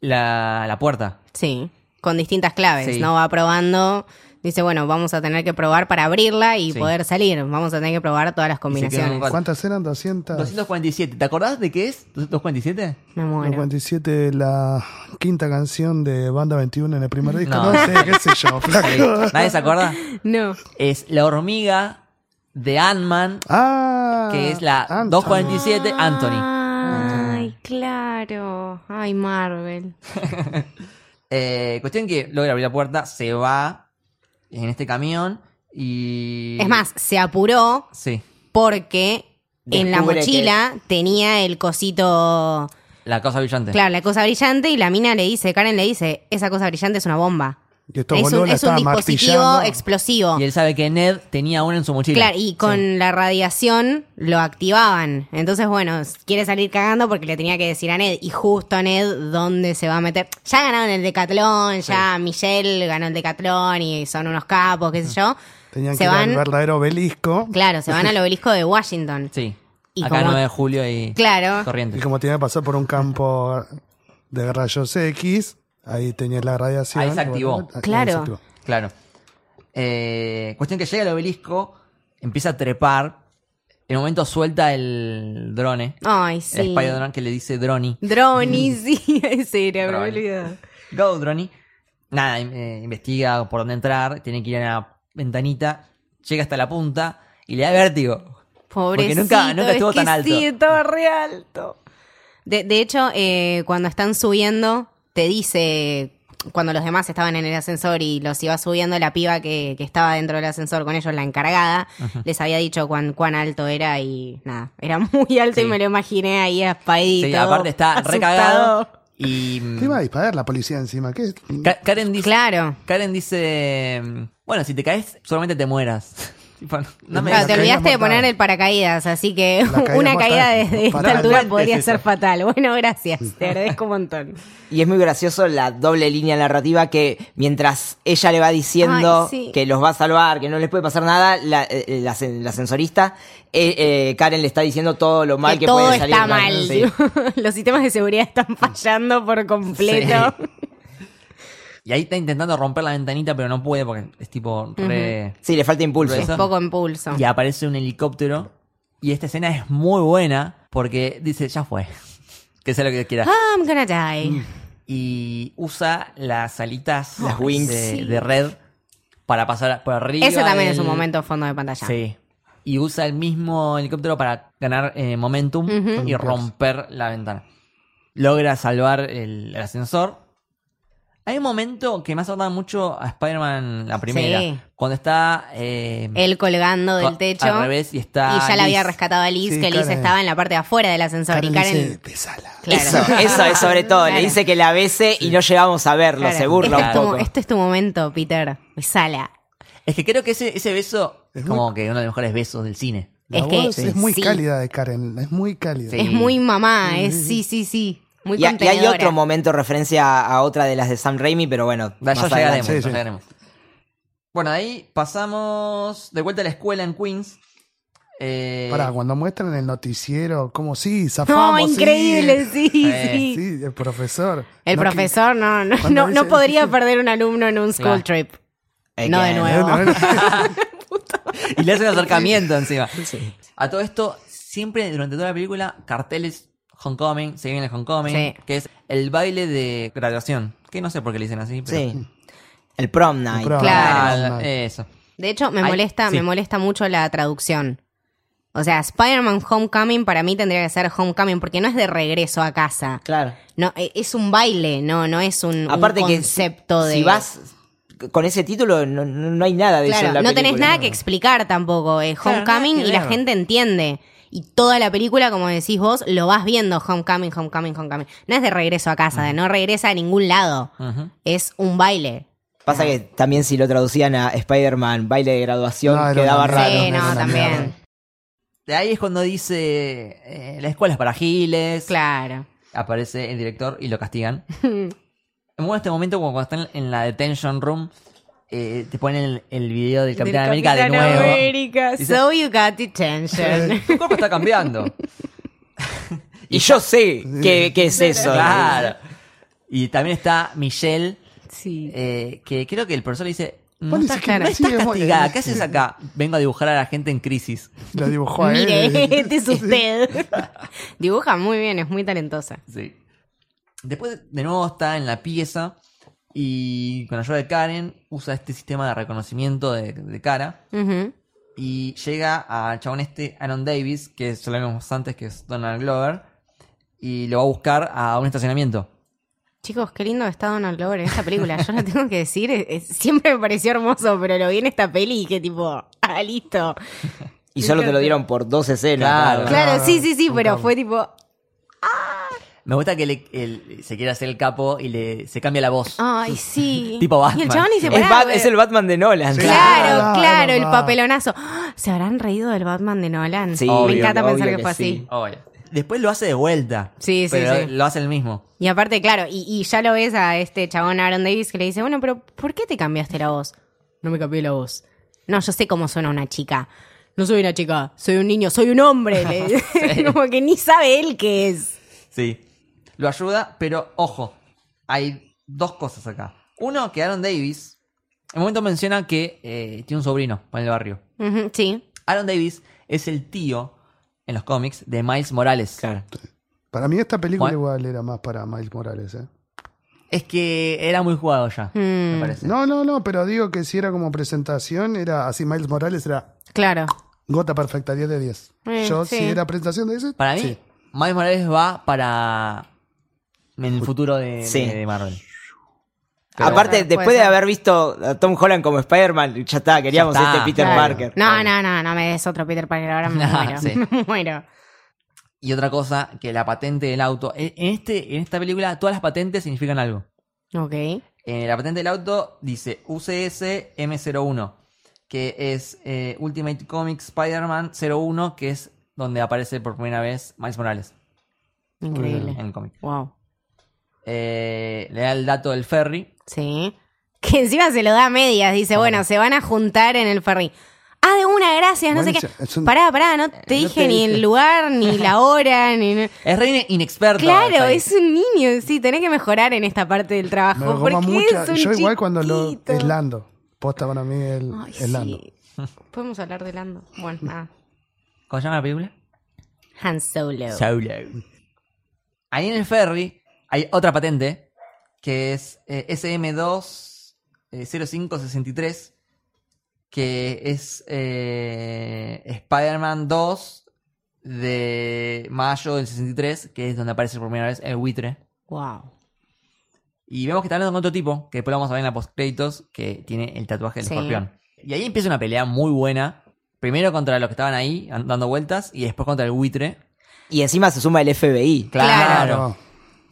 la, la puerta. Sí, con distintas claves, Sí. ¿no? Va probando, dice, bueno, vamos a tener que probar para abrirla y Sí. poder salir. Vamos a tener que probar todas las queda un combinaciones. rato. ¿Cuántas eran? 200. 247. ¿Te acordás de qué es? ¿247? Me muero. 57, la quinta canción de Banda 21 en el primer disco. No. No, sé, qué sé yo, flaco. Sí. ¿Nadie se acuerda? No. Es la hormiga de Ant-Man, Ah, que es la Anthony. 247 Anthony. Ah. Ay, claro. Ay, Marvel. Eh, cuestión que logra abrir la puerta, se va en este camión y... Es más, se apuró Sí, porque en la Descubre que- mochila tenía el cosito... la cosa brillante. Claro, la cosa brillante y la mina le dice, Karen le dice, esa cosa brillante es una bomba. Que estos Es un, boludos la es un estaban dispositivo martillando. explosivo. Y él sabe que Ned tenía una en su mochila. Claro, y con la radiación lo activaban. Entonces, bueno, quiere salir cagando porque le tenía que decir a Ned. Y justo a Ned, ¿dónde se va a meter? Ya ganaron el decatlón, ya Michelle ganó el decatlón y son unos capos, qué sé yo. Ah. Tenían se que ir van, al verdadero obelisco. claro, se van al obelisco de Washington. Sí. Y Acá como- 9 de julio y Claro. corriente. Y como tenía que pasar por un campo de rayos X, ahí tenía la radiación. Ahí se y activó. ahí se Claro. activó. Claro. Eh, cuestión que llega al obelisco, empieza a trepar. En un momento suelta el drone. Ay, El sí. Spider-Drone que le dice Droni. Droni, Mm. sí, ese era, me Droni. había olvidado. Go, Droni. Nada, in- eh, investiga por dónde entrar. Tiene que ir a una ventanita. Llega hasta la punta y le da vértigo. Pobrecito, nunca- nunca estuvo tan alto. exquisito, estaba re alto. De, de hecho, eh, cuando están subiendo, te dice, cuando los demás estaban en el ascensor y los iba subiendo, la piba que, que estaba dentro del ascensor con ellos, la encargada, les había dicho cuán, cuán alto era y nada, era muy alto Sí. y me lo imaginé ahí a Spidey. Sí, todo aparte está asustado. recagado. Y mm, Te iba a disparar la policía encima. ¿Qué? Ka- Karen dice, Claro. Karen dice, mm, bueno, si te caes, solamente te mueras. Tipo, no- no me Claro, te la caída olvidaste de mortal. poner el paracaídas, así que La caída una mortal. caída desde esta Fatal. altura Fatal. podría Es ser eso. fatal. Bueno, gracias, te agradezco un montón. Y es muy gracioso la doble línea narrativa que mientras ella le va diciendo Ay, sí. que los va a salvar, que no les puede pasar nada, la, eh, eh, la sen- la sensorista, eh, eh, Karen le está diciendo todo lo mal que, que, todo puede salir. está mal. mal. Sí. Los sistemas de seguridad están fallando por completo. Y ahí está intentando romper la ventanita, pero no puede porque es tipo re... Sí, le falta impulso. Grueso. Poco impulso. Y aparece un helicóptero. Y esta escena es muy buena porque dice, ya fue. que sea lo que quiera. I'm gonna die. Y usa las alitas Las de- wings. de, Sí. red para pasar por arriba. Ese también es del- un momento fondo de pantalla. Sí. Y usa el mismo helicóptero para ganar eh, momentum Ujú. y romper la ventana. Logra salvar el, el ascensor. Hay un momento que me ha saltado mucho a Spider-Man la primera. Sí. Cuando está eh, Él colgando del Al- techo. al revés, y está ya la había Liz. rescatado a Liz, Sí, que Liz Karen. estaba en la parte de afuera del ascensor. Karen y dice, Karen. pesala. Claro. Eso, eso es sobre todo. Claro. Le dice que la bese y no llegamos a verlo, Claro. se burla este un es tu, poco. Este es tu momento, Peter. Sala. Es que creo que ese, ese beso es Es como que uno de los mejores besos del cine. La Es es que- voz es muy sí. cálida de Karen, es muy cálida. Sí. Es muy mamá. Es sí, sí, sí. Muy Y, a- y hay contenedora. otro momento referencia a, a otra de las de Sam Raimi, pero bueno, Da, más ya llegaremos, adelante. Sí, ya sí. llegaremos. Bueno, ahí pasamos de vuelta a la escuela en Queens. Eh, Pará, cuando muestran el noticiero, como sí, No, zafamos. sí". increíble, sí, Eh, sí. Sí, el profesor. El No, que- profesor no, no, cuando no, no dice- podría perder un alumno en un school Claro. trip. Eh, No que- de nuevo. Bueno, bueno, Y le hacen acercamiento encima. A todo esto, siempre durante toda la película, carteles Homecoming, se viene el Homecoming, Sí. que es el baile de graduación. Que no sé por qué le dicen así, pero... Sí. El prom night. prom. Ah, Claro. la- eso. De hecho, me Ay, molesta, sí. me molesta mucho la traducción. O sea, Spider-Man Homecoming para mí tendría que ser Homecoming porque no es de regreso a casa. Claro. No, e- es un baile, no, no es un, un Aparte que si, concepto de. si vas con ese título no, no- no hay nada de eso en Claro, la no tenés película. nada que explicar tampoco. Es Claro, Homecoming nada que y la ver. gente entiende. Y toda la película, como decís vos, lo vas viendo Homecoming, Homecoming, Homecoming. No es de regreso a casa, de no regresa a ningún lado. Ujú. Es un baile. Pasa que también si lo traducían a Spider-Man, baile de graduación, No, era quedaba una- raro. sí, no, no, no, también. no. De ahí es cuando dice, eh, la escuela es para giles. Claro. Aparece el director y lo castigan. Me gusta este momento cuando, cuando están en la detention room, eh, te ponen el, el video del Capitán América de nuevo. Dice- So you got detention. Tu cuerpo está cambiando. Y yo sé que, que es eso. claro. Y también está Michelle, sí. eh, que creo que el profesor le dice... No Vos estás, dices que no sí, estás es muy- castigada, ¿qué haces acá? Vengo a dibujar a la gente en crisis. Lo dibujó a él. Mire, este es usted. Dibuja muy bien, es muy talentosa. Sí. Después, de nuevo, está en la pieza y con la ayuda de Karen usa este sistema de reconocimiento de, de cara Ujú. y llega al chabón este, Aaron Davis, que ya lo vimos antes, que es Donald Glover, y lo va a buscar a un estacionamiento. Chicos, qué lindo está Donald Glover en esta película. Yo lo tengo que decir, es- es- siempre me pareció hermoso, pero lo vi en esta peli y que tipo, ah, listo. Y solo te lo dieron por dos escenas. Claro. nada más. Claro, sí, sí, sí, un pero capo. fue tipo, Me gusta que le- el- se quiera hacer el capo y le, se cambia la voz. Ay, sí. Tipo Batman. Y el chabón ni se Es Es, paraba, Bat- güey. es el Batman de Nolan. Sí. Claro, Claro, claro, el va. papelonazo. ¡Ah! ¿Se habrán reído del Batman de Nolan? Sí, Me obvio, encanta obvio pensar que, que fue sí. así. Obvio. Después lo hace de vuelta. Sí, sí, pero sí. Lo hace el mismo. Y aparte, claro, y, y ya lo ves a este chabón Aaron Davis que le dice, bueno, pero ¿por qué te cambiaste la voz? No me cambié la voz. No, yo sé cómo suena una chica. No soy una chica, soy un niño, soy un hombre. Le- Como que ni sabe él qué es. Sí. Lo ayuda, pero ojo, hay dos cosas acá. Uno, que Aaron Davis, en un momento menciona que eh, tiene un sobrino en el barrio. Ujú, sí. Aaron Davis es el tío, en los cómics, de Miles Morales. Claro. Para mí esta película Bueno. igual era más para Miles Morales, ¿eh? Es que era muy jugado ya, me Mm. parece. No, no, no, pero digo que si era como presentación, era así Miles Morales era Claro. gota perfecta, 10 de 10. Eh, Yo sí. si era presentación de ese, Para mí, sí. Miles Morales va para en el futuro de, Sí. de Marvel. Aparte, Puede después de ser. haber visto a Tom Holland como Spider-Man, ya está, queríamos Ya está, este Peter claro. Parker. No, no, no, no me des otro Peter Parker, ahora me Ah, muero. sí. Me muero. Y otra cosa, que la patente del auto. En, en este, en esta película, todas las patentes significan algo. Ok. En la patente del auto dice UCS M01, que es eh, Ultimate Comics Spider-Man 01, que es donde aparece por primera vez Miles Morales Increíble. en el cómic. Wow. Eh, le da el dato del ferry. Sí. Que encima se lo da a medias. Dice, bueno, se van a juntar en el ferry. Ah, de una, gracias, no Bueno, sé qué. es un- Pará, pará, no te dije ni el lugar, ni la hora, ni... Es re inexperto. Claro, Sai. es un niño, sí, tenés que mejorar en esta parte del trabajo. me goma porque mucha. es un Yo igual cuando lo chiquito. es Lando. Posta para mí el, Ay, es Lando. sí. Podemos hablar de Lando. Bueno, nada. ¿Cómo se llama la película? Han Solo. Solo. Ahí en el ferry hay otra patente que es eh, SM20563, que es eh, Spider-Man 2 de mayo del 63, que es donde aparece por primera vez el buitre. Wow. Y vemos que está hablando con otro tipo, que después lo vamos a ver en la postcréditos, que tiene el tatuaje del Sí. escorpión. Y ahí empieza una pelea muy buena. Primero contra los que estaban ahí an- dando vueltas y después contra el buitre. Y encima se suma el FBI. Claro. No,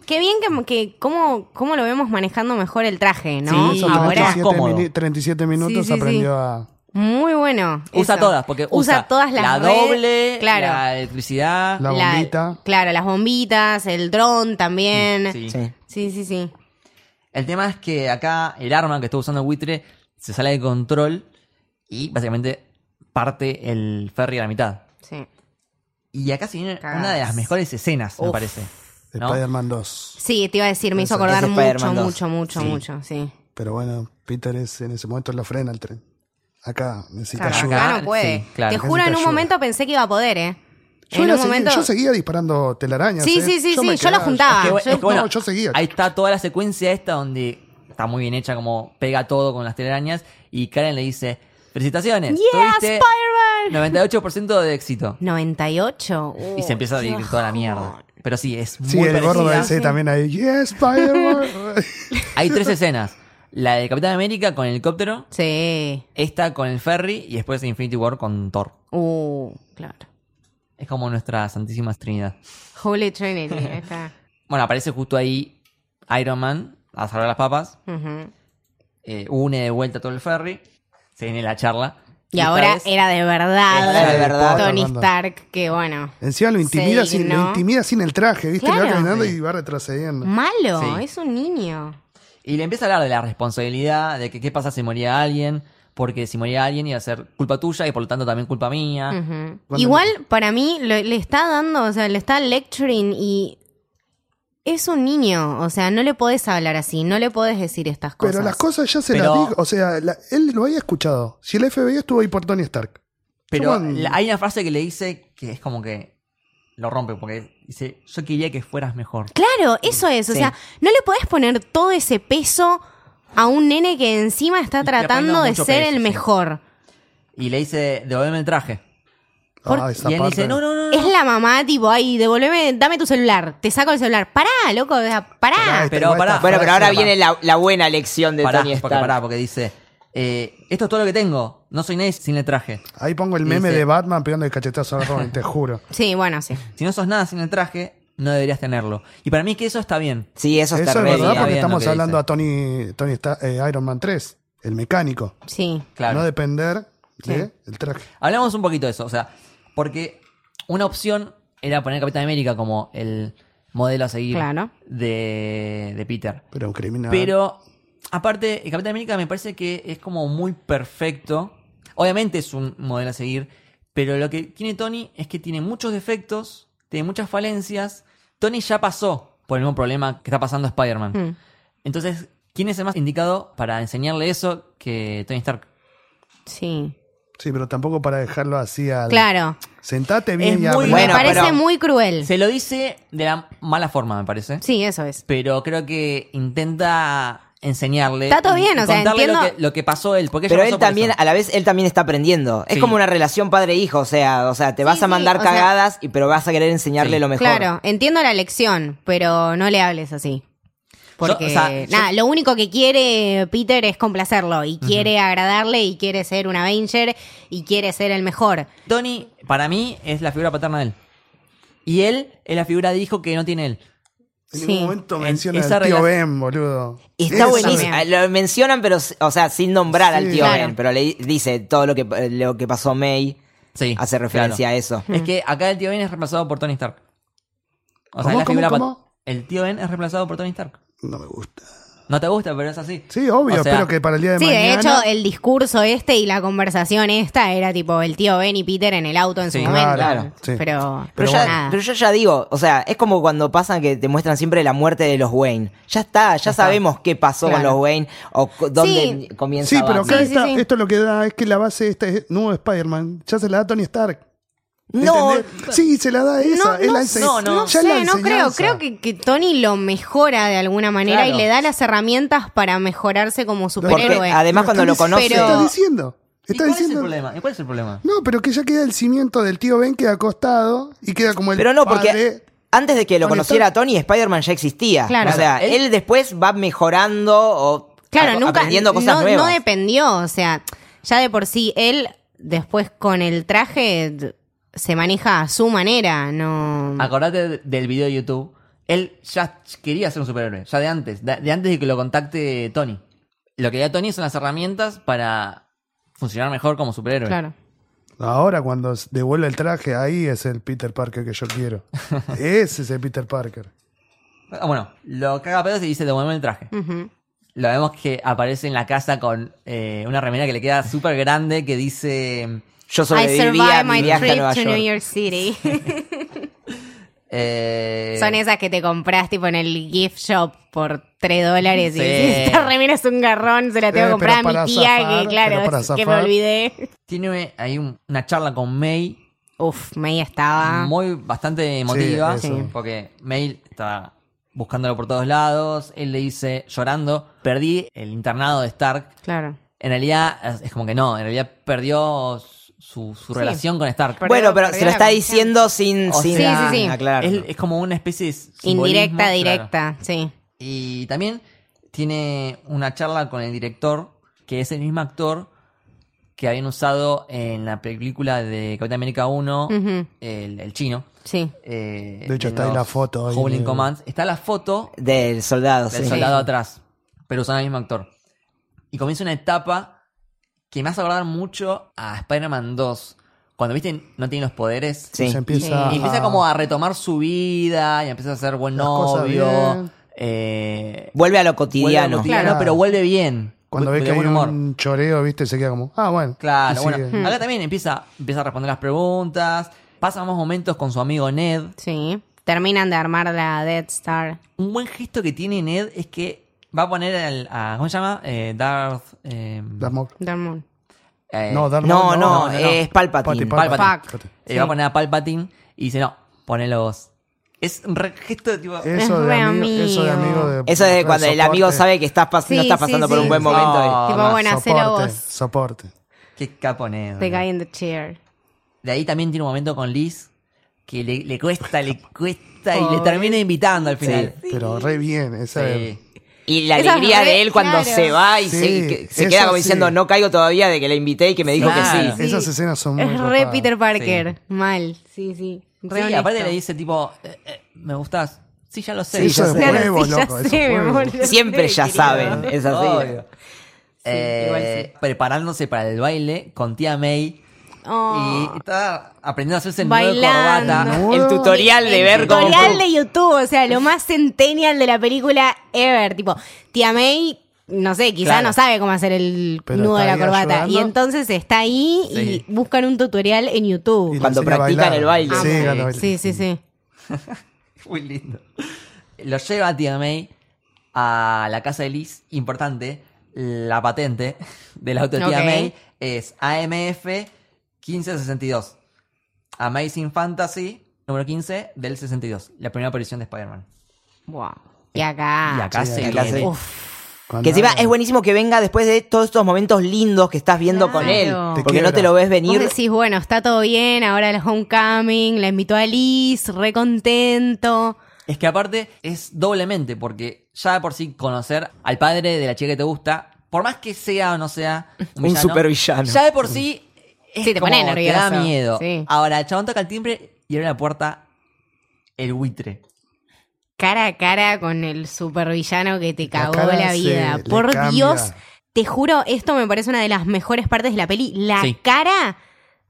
Qué bien que, que cómo, cómo lo vemos manejando mejor el traje, ¿no? Sí, hizo Ahora. 37, cómodo. mini- 37 minutos Sí, sí, aprendió a. Muy bueno. Usa eso. todas, porque usa, todas las la redes. doble, Claro. la electricidad. La bombita. claro, las bombitas, el dron también. Sí, Sí. Sí. sí, sí. El tema es que acá el arma que está usando el buitre se sale de control y básicamente parte el ferry a la mitad. Sí. Y acá se viene Cagás. una de las mejores escenas, me Uf. parece. ¿no? Spider-man 2. Sí, te iba a decir, me hizo Entonces, acordar es mucho, Spider-Man dos. mucho, mucho, Sí. mucho, sí. Pero bueno, Peter es, en ese momento lo frena el tren. Acá necesita Claro, ayuda. acá ayuda. no puede. Sí, claro. te juro, en un Necesita momento pensé que iba a poder, ¿eh? Yo, en la un seguí- momento... yo seguía disparando telarañas. Sí, ¿eh? sí, sí, sí, yo me lo quedaba- juntaba. Es que bu- Ah, Yo- es que bueno, No, yo seguía. Ahí está toda la secuencia esta donde está muy bien hecha, como pega todo con las telarañas. Y Karen le dice: Felicitaciones, ¡Yeah, tuviste Spider-Man! 98% de éxito. 98. Y se empieza a Dios. dividir toda la mierda. Pero sí, es muy Sí, el parecida. gordo ese también ahí. Yes, Spider-Man. Hay tres escenas. La de Capitán América con el helicóptero, Sí. esta con el ferry y después Infinity War con Thor. Uh, claro. Es como nuestra santísima trinidad. Holy Trinity, ahí está. Bueno, aparece justo ahí Iron Man a salvar las papas. Ujú. eh, une de vuelta todo el ferry. Se viene la charla. Y esta ahora vez- era de verdad. Era de verdad. Tony Tocando. Stark, que bueno. Encima lo intimida, Sí, sin, lo ¿no? intimida sin el traje, ¿viste? Le Claro. Mm. va caminando Sí. y va retrocediendo. Malo, Sí. es un niño. Y le empieza a hablar de la responsabilidad, de que qué pasa si moría alguien. Porque si moría alguien iba a ser culpa tuya y por lo tanto también culpa mía. Ujú. Cuando- Igual, para mí, lo- le está dando, o sea, le está lecturing y es un niño. O sea, no le podés hablar así, no le podés decir estas cosas. Pero las cosas ya se Pero- las dijo. O sea, la- él lo había escuchado. Si el FBI estuvo ahí por Tony Stark. Pero Yo, la- hay una frase que le dice que es como que lo rompe. Porque dice, yo quería que fueras mejor. Claro, eso es. O Sí. sea, no le podés poner todo ese peso a un nene que encima Le está está poniendo tratando de mucho ser peso, el sí. mejor. Y le dice, devolveme el traje. Por- Ah, esa y él parte. dice, no, no, no. no". Es la mamá, tipo, ay, devolveme, dame tu celular, te saco el celular. Pará, loco, o sea, Pará, pará. esta- Pero igual pará. esta Bueno, pero frase- ahora viene la, la buena lección de Pará, Tony porque, Stark. pará, porque dice, eh, esto es todo lo que tengo. No soy nadie sin el traje. Ahí pongo el meme Dice- de Batman pegando el cachetazo a Robin, te juro. Sí, bueno, sí. Si no sos nada sin el traje, no deberías tenerlo. Y para mí que eso está bien. Sí, eso, Eso está es re verdad bien, porque bien lo estamos que hablando dice. a Tony, Tony Stark, eh, Iron Man 3, el mecánico. Sí. Claro. No depender del traje. Hablamos un poquito de eso, o sea, porque una opción era poner Capitán América como el modelo a seguir Claro. de, de Peter. Pero un criminal. Pero, aparte, el Capitán América me parece que es como muy perfecto. Obviamente es un modelo a seguir, pero lo que tiene Tony es que tiene muchos defectos, tiene muchas falencias. Tony ya pasó por el mismo problema que está pasando Spider-Man. Mm. Entonces, ¿quién es el más indicado para enseñarle eso que Tony Stark? Sí. Sí, pero tampoco para dejarlo así al. Claro. Sentate bien Es y muy- habla. Me Bueno, parece pero- muy cruel. Se lo dice de la mala forma, me parece. Sí, eso es. Pero creo que intenta enseñarle. Está todo y- bien, y o sea, contarle lo entiendo- que, lo que pasó él. Porque ella Pero pasó él por también, eso. a la vez, él también está aprendiendo. Es Sí. como una relación padre-hijo, o sea, o sea, te Sí, vas sí, a mandar o sea- cagadas, y, pero vas a querer enseñarle Sí. lo mejor. Claro, entiendo la lección, pero no le hables así. Porque, Yo, o sea, yo- nada, lo único que quiere Peter es complacerlo y quiere agradarle y quiere ser un Avenger y quiere ser el mejor. Tony, para mí, es la figura paterna de él. Y él es la figura de hijo que no tiene él. En Sí. ningún momento En- menciona esa al tío relación- Ben, boludo. Está Esa- buenísimo. Eh, también. Lo mencionan, pero, o sea, sin nombrar al Sí. tío Claro. Ben, pero le dice todo lo que, lo que pasó May, Sí. hace referencia a eso. Es que acá el tío Ben es reemplazado por Tony Stark. O sea, ¿Cómo, es la cómo, figura pat- cómo? El tío Ben es reemplazado por Tony Stark. No me gusta. No te gusta, pero es así. Sí, obvio, O sea, espero que para el día de Sí, de mañana. hecho, el discurso este y la conversación esta era tipo el tío Ben y Peter en el auto en Sí, su momento. claro, sí. Pero, Pero, pero ya, nada. pero yo ya digo, o sea, es como cuando pasan que te muestran siempre la muerte de los Wayne. Ya está, ya, sabemos qué pasó Claro. con los Wayne o cu- dónde Sí. comienza. Sí, pero Batman. acá Sí, sí, está- sí. esto lo que da es que la base esta es nuevo Spider-Man. Ya se la da Tony Stark. No, ¿Entendés? Sí, se la da esa. es la ense- no, no. ya es la sé, no creo. enseñanza. Creo que, que Tony lo mejora de alguna manera Claro. y le da las herramientas para mejorarse como porque superhéroe. además cuando lo está dic- conoce, pero- Está diciendo. ¿Y Está cuál es el diciendo. problema? ¿Y cuál es el problema? No, pero que ya queda el cimiento del tío Ben queda acostado y queda como el Pero no, porque padre. antes de que lo Tony conociera Stark. Tony, Spider-Man ya existía. Claro. O sea, Él- él, después va mejorando o Claro, a- nunca aprendiendo cosas no, nuevas. no dependió, o sea, ya de por sí él después con el traje d- se maneja a su manera, no. Acordate de- del video de YouTube. Él ya quería ser un superhéroe, ya de antes, de de antes de que lo contacte Tony. Lo que da Tony son las herramientas para funcionar mejor como superhéroe. Claro. Ahora cuando s- devuelve el traje, ahí es el Peter Parker que yo quiero. Ese es el Peter Parker. Ah, Bueno, lo caga a pedo se dice devuelve el traje. Ujú. Lo vemos que aparece en la casa con eh, una remera que le queda súper grande que dice Yo I sobreviví a survived mi my viaje a trip Nueva to New York. York City. eh, Son esas que te compras tipo en el gift shop por 3 dólares Sí. y decís, esta remera es un garrón, se la tengo Eh, que comprar pero a mi para tía zafar, que claro, pero para es que me zafar. olvidé. Tiene ahí un- una charla con May Uf, May estaba. muy bastante emotiva Sí, eso. porque May está buscándolo por todos lados. Él le dice llorando, perdí el internado de Stark. Claro. En realidad es- es como que no, en realidad perdió su, su relación con Stark. Perdió- Bueno, pero perdió se lo la está conexión. diciendo sin, O sin sea, Sí, sí, sí. aclararlo. Es, es como una especie de simbolismo, Indirecta, claro. directa, sí. Y también tiene una charla con el director, que es el mismo actor que habían usado en la película de Capitán América 1, Ujú. el, el chino. Sí. eh, De hecho, está ahí los la foto ahí Howling de- Commands. Está la foto Del soldado, del sí. soldado atrás, pero usan al mismo actor. Y comienza una etapa que me hace acordar mucho a Spider-Man 2. Cuando, viste, no tiene los poderes. Sí. Se empieza, Y empieza como a retomar su vida y empieza a ser buen Ah. Las cosas novio. bien. eh, vuelve Vuelve a lo a lo cotidiano. cotidiano, Claro. pero vuelve bien. Cuando vu- ves de que hay buen humor. un choreo, viste, se queda como, ah, bueno. Claro, Y bueno. Mm. sigue. Acá también empieza, empieza a responder las preguntas. Pasa más momentos con su amigo Ned. Sí. Terminan de armar la Death Star. Un buen gesto que tiene Ned es que va a poner al, a- ¿Cómo se llama? Eh, Darth. eh, Darth Maul. Darth Maul. eh, No, Darth No, no, Maul, no, no. es Palpatine. Pati, Palpatine. Palpatine. Palpatine. eh, va a poner a Palpatine y dice, no, ponelo vos. Es un re- gesto de tipo. Eso Es de re amigo. Eso de amigo. amigo. De, Eso es de de cuando el amigo soporte. sabe que estás pas- no Sí, estás sí, pasando por sí, un buen sí. momento. No. tipo, más bueno, hacelo Soporte, vos. soporte. Qué capo Ah, Ned. The guy in the chair. De ahí también tiene un momento con Liz que le, le cuesta, le cuesta y le Pobre. termina invitando al final. Eh, Pero re bien. Esa es- Sí. Y la Esa alegría re- de él cuando claro. se va y Sí, se, que- se eso queda como sí. diciendo, no caigo todavía de que la invité y que me dijo Claro. que sí. Ah, Esas escenas son muy Es re copadas. Peter Parker. Mal. Sí, sí. Re Sí, honesto. aparte le dice tipo, eh, eh, me gustás. Sí, ya lo sé. Sí, Ya eso es sé. Claro, huevo, sí, ya loco, eso sé, es me huevo. muero. Siempre ya Querido. saben, es así. Obvio. Eh, igual Preparándose para el baile con tía May. Oh. Y estaba aprendiendo a hacerse el Bailando. nudo de corbata. El tutorial de ver cómo. tutorial de YouTube, o sea, lo más centennial de la película ever. Tipo, tía May, no sé, quizá Claro. no sabe cómo hacer el Pero nudo de está la ahí corbata. ayudando. Y entonces está ahí Sí. y buscan un tutorial en YouTube. Y le Cuando enseña a practican bailar. el baile. Sí, Amo. cuando baila. Ah, Sí, sí, sí. Muy lindo. Lo lleva a tía May a la casa de Liz. Importante, la patente del auto de tía Ok. May es AMF 1562. Amazing Fantasy número 15 del 62. La primera aparición de Spider-Man. Buah. Y acá. y acá sí, se acá viene. se- Uf, Cuando Que encima habla. es buenísimo que venga después de todos estos momentos lindos que estás viendo con él. Claro. Te Porque quiebra. no te lo ves vos venir. decís, bueno, está todo bien, ahora el homecoming, la invitó a Liz, re contento. Es que aparte es doblemente, porque ya de por sí conocer al padre de la chica que te gusta, por más que sea o no sea Un supervillano. ya de por sí es Sí, te como pone te da nervioso, miedo. sí. Ahora, el chabón toca el timbre y abre la puerta el buitre. cara a cara con el supervillano que te La cagó cara la, se- vida. le Por cambia. Dios, te juro, esto me parece una de las mejores partes de la peli. La Sí. cara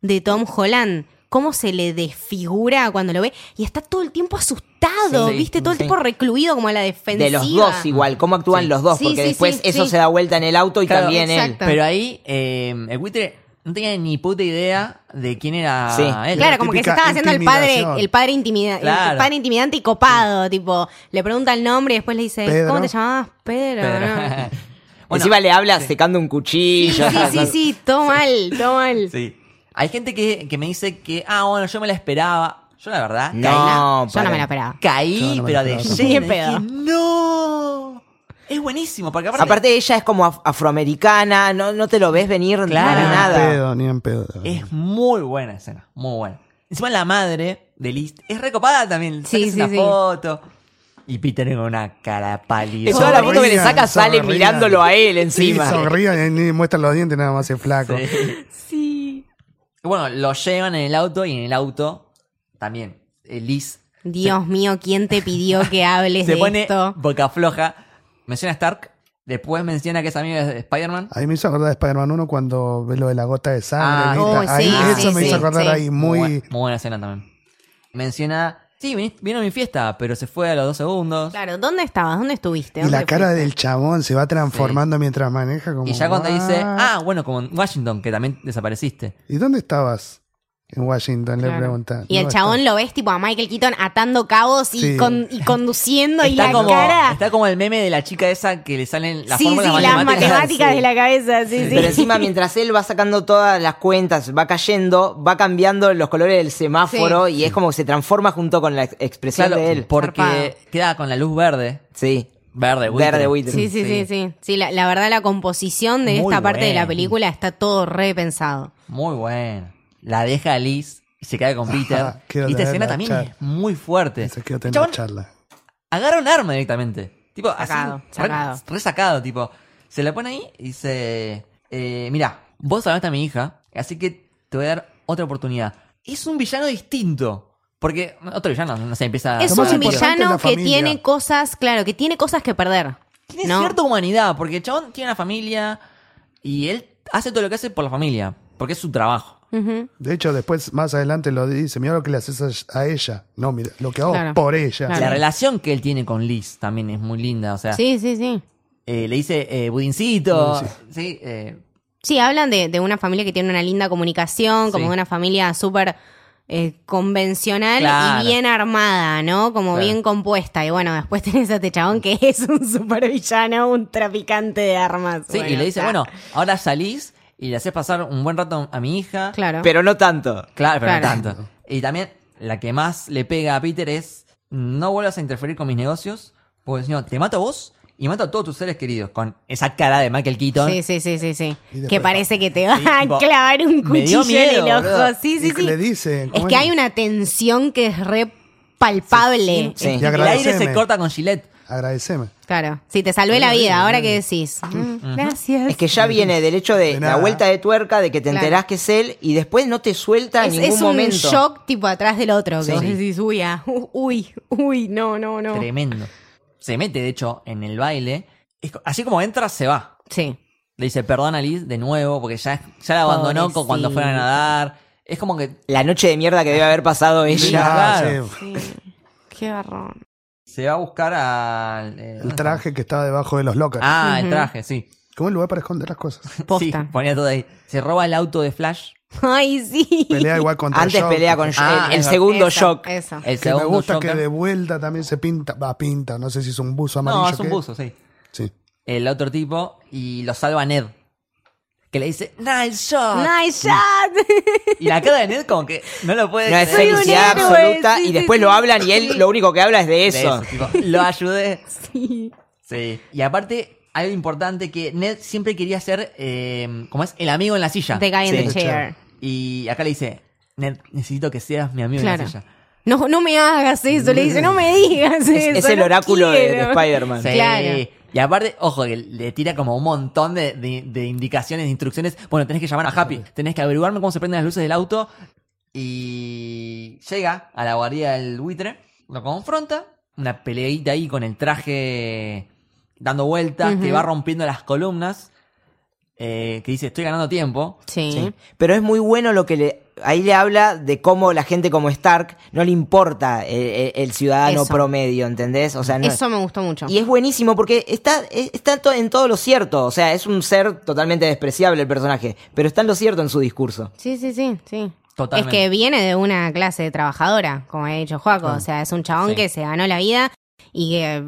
de Tom Holland. Cómo se le desfigura cuando lo ve. Y está todo el tiempo asustado, Sí, ¿viste? Todo el sí. tiempo recluido como a la defensiva. De los dos igual, cómo actúan Sí. los dos, Sí, porque sí, después sí, eso sí. se da vuelta en el auto y Claro, también exacto. Pero ahí eh, el buitre no tenía ni puta idea de quién era Sí. él. Eh, Claro, como que se típica estaba haciendo el padre, intimidación. el padre intimidante, el Claro. padre intimidante y copado, tipo, le pregunta el nombre y después le dice, Pedro. ¿cómo te llamabas? Pedro. Pero- ¿no? Bueno, él. Encima le habla secando un Sí, cuchillo. sí, sí, sí, todo mal, todo mal. sí. Hay gente que, que me dice que, ah, bueno, yo me la esperaba. Yo la verdad, No, caí la Yo no para. me la esperaba. Caí, Ah, Yo no me pero la de esperaba lleno. Ni en pedo. Dije, no. Es buenísimo, porque aparte, Aparte ella es como af- afroamericana, no, no te lo ves venir Claro. para Ni en nada. pedo, ni en pedo. es muy buena escena, muy buena. Encima la madre de Liz es recopada también. Sí, Sí, sí, una sí. foto. Y Peter con una cara pálida. Es toda la foto que le Sonrían, saca sale sonrían. mirándolo a él Sí, encima. sonrían y ni muestran los dientes, nada más es flaco. Sí. Bueno, lo llevan en el auto y en el auto también. eh, Liz Dios mío, ¿quién te pidió que hables se de pone esto? boca floja. Menciona a Stark, después menciona que es amigo de Spider-Man. Ahí me hizo acordar de Spider-Man 1 cuando ve lo de la gota de Ah, sangre. oh, ¿viste? ahí, sí, eso sí, me sí, hizo acordar sí. ahí muy... buena, muy buena escena también. Menciona, sí, vin- vino a mi fiesta, pero se fue a los dos segundos. Claro, ¿dónde estabas? ¿Dónde estuviste? Y la ¿Dónde cara fuiste? del chabón se va transformando mientras maneja como... Y ya cuando dice, "What?". ah, bueno, como en Washington, que también desapareciste. ¿Y dónde estabas? En Washington, le Claro. pregunta. Y el No, chabón está- lo ves tipo a Michael Keaton atando cabos y, Sí. con- y conduciendo y Está la como, cara. está como el meme de la chica esa que le salen las sí, sí, fórmulas las matemáticas. matemáticas Sí. de la cabeza, sí, sí. Pero encima, mientras él va sacando todas las cuentas, va cayendo, va cambiando los colores del semáforo y es como que se transforma junto con la ex- expresión Claro, de él. porque Zarpado. queda con la luz verde. Sí. Verde, buitre. Verde buitre. Sí, sí, sí, sí. Sí, la, la verdad la composición de Muy esta parte de la bueno. película está todo repensado. Muy buena. La deja a Liz y se queda con Peter. Ajá, quiero y esta tener escena la también charla. es muy fuerte. Se quedó El teniendo chabón charla. agarra un arma directamente. Tipo, así, Sacado, re- sacado. Re, sacado, tipo. Se la pone ahí y dice, eh, mira, vos salvaste a mi hija, así que te voy a dar otra oportunidad. Es un villano distinto. Porque otro villano, no sé, empieza a... Es Lo más un importante es la villano que familia. tiene cosas, claro, que tiene cosas que perder. Tiene ¿no? cierta humanidad, porque el chabón tiene una familia y él hace todo lo que hace por la familia, porque es su trabajo. Ujú. De hecho, después, más adelante lo dice, mira lo que le haces a, a ella. No, mira, lo que hago Claro. por ella. Claro. La relación que él tiene con Liz también es muy linda, o sea, Sí, sí, sí. eh, le dice eh, budincito, Sí. sí, eh, Sí, hablan de, de una familia que tiene una linda comunicación, como Sí. de una familia súper eh, convencional Claro. y bien armada, ¿no? Como Claro. bien compuesta. Y bueno, después tenés a este chabón que es un supervillano, un traficante de armas. Sí, y Bueno, le dice, está. bueno, ahora salís y le haces pasar un buen rato a mi hija. Claro. Pero no tanto. Claro, pero no Claro. tanto. Y también la que más le pega a Peter es, no vuelvas a interferir con mis negocios, porque si no, te mato a vos y mato a todos tus seres queridos, con esa cara de Michael Keaton. Sí, sí, sí, sí, sí. Y después- Que parece que te va Sí, tipo, a clavar un me dio cuchillo en el miedo, ojo. boludo. Sí, sí, Y sí. le dice, Es ¿cómo que hay una tensión que es re palpable. Eh, Sí. El Y aire se agradeceme. corta con Gillette. agradeceme. Claro. Sí, te salvé la vida. Ahora que decís. Mm, Gracias. Es que ya viene del hecho de, De la nada. vuelta de tuerca, de que te Claro. enterás que es él y después no te suelta en es, ningún es un momento. shock tipo atrás del otro. Que Sí. vos decís, uy, ah, uy, uy, no, no, no. Tremendo. Se mete, de hecho, en el baile. Es co- así como entra, se va. Sí. Le dice perdón a Liz de nuevo, porque ya, ya la abandonó con- cuando fueron a Pobrecita. nadar. Es como que La noche de mierda que debe haber pasado ella. claro. Ah, sí, Sí. Qué garrón. se va a buscar al. eh, el traje que estaba debajo de los lockers. Ah, el traje, sí. Como el lugar para esconder las cosas. Posta. Sí, ponía todo ahí. Se roba el auto de Flash. Ay, sí. Pelea igual contra Antes Joker, pelea con Ah, el, el eso, segundo Eso, shock. Eso. El Que me segundo gusta Joker. que de vuelta también se pinta. Va, pinta. No sé si es un buzo amarillo. No, es un ¿qué? buzo, sí. Sí. El otro tipo y lo salva Ned. Que le dice, nice shot. Nice shot. Y la cara de Ned como que no lo puede No es creer. un felicidad héroe, absoluta. sí, y sí, después sí. lo hablan y él lo único que habla es de De eso, eso. tipo, lo ayudé. Sí. Sí. Y aparte, algo importante que Ned siempre quería ser, eh, como es, el amigo en la silla. The guy in Sí. the chair. Y acá le dice, Ned, necesito que seas mi amigo Claro. en la silla. No, no me hagas eso. Le dice, no me digas eso. Es, es el no oráculo de, de quiero. Spider-Man. Sí. Claro. Y aparte, ojo, que le tira como un montón de, de- de indicaciones, de instrucciones. Bueno, tenés que llamar a Happy, tenés que averiguarme cómo se prenden las luces del auto. Y llega a la guardia del buitre, lo confronta, una peleadita ahí con el traje dando vueltas, que va rompiendo las columnas, eh, que dice, estoy ganando tiempo. Sí. Sí. Pero es muy bueno lo que le. Ahí le habla de cómo la gente como Stark no le importa el, el- el ciudadano Eso. promedio, ¿entendés? O sea, no, Eso me gustó mucho. Y es buenísimo porque está, es- está to- en todo lo cierto. O sea, es un ser totalmente despreciable el personaje, pero está en lo cierto en su discurso. Sí, sí, sí, sí. Totalmente. Es que viene de una clase de trabajadora, como ha dicho Joaco. O sea, es un chabón Sí. que se ganó la vida y que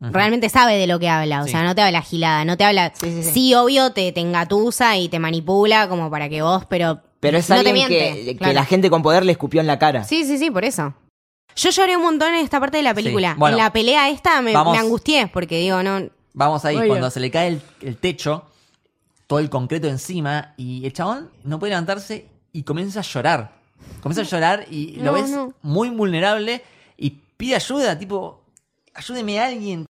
Ujú. realmente sabe de lo que habla. O Sí. sea, no te habla gilada, no te habla. Sí, sí, sí. obvio, te, te engatusa y te manipula como para que vos, pero. Pero es no te alguien miente. que, que claro. la gente con poder le escupió en la cara. Sí, sí, sí, por eso. Yo lloré un montón en esta parte de la película. bueno. en la pelea esta me, Vamos. me angustié porque digo, no. Vamos ahí, Oye. cuando se le cae el, el techo, todo el concreto encima, y el chabón no puede levantarse y comienza a llorar. Comienza a llorar y lo No, ves no. muy vulnerable y pide ayuda, tipo, ayúdeme a alguien.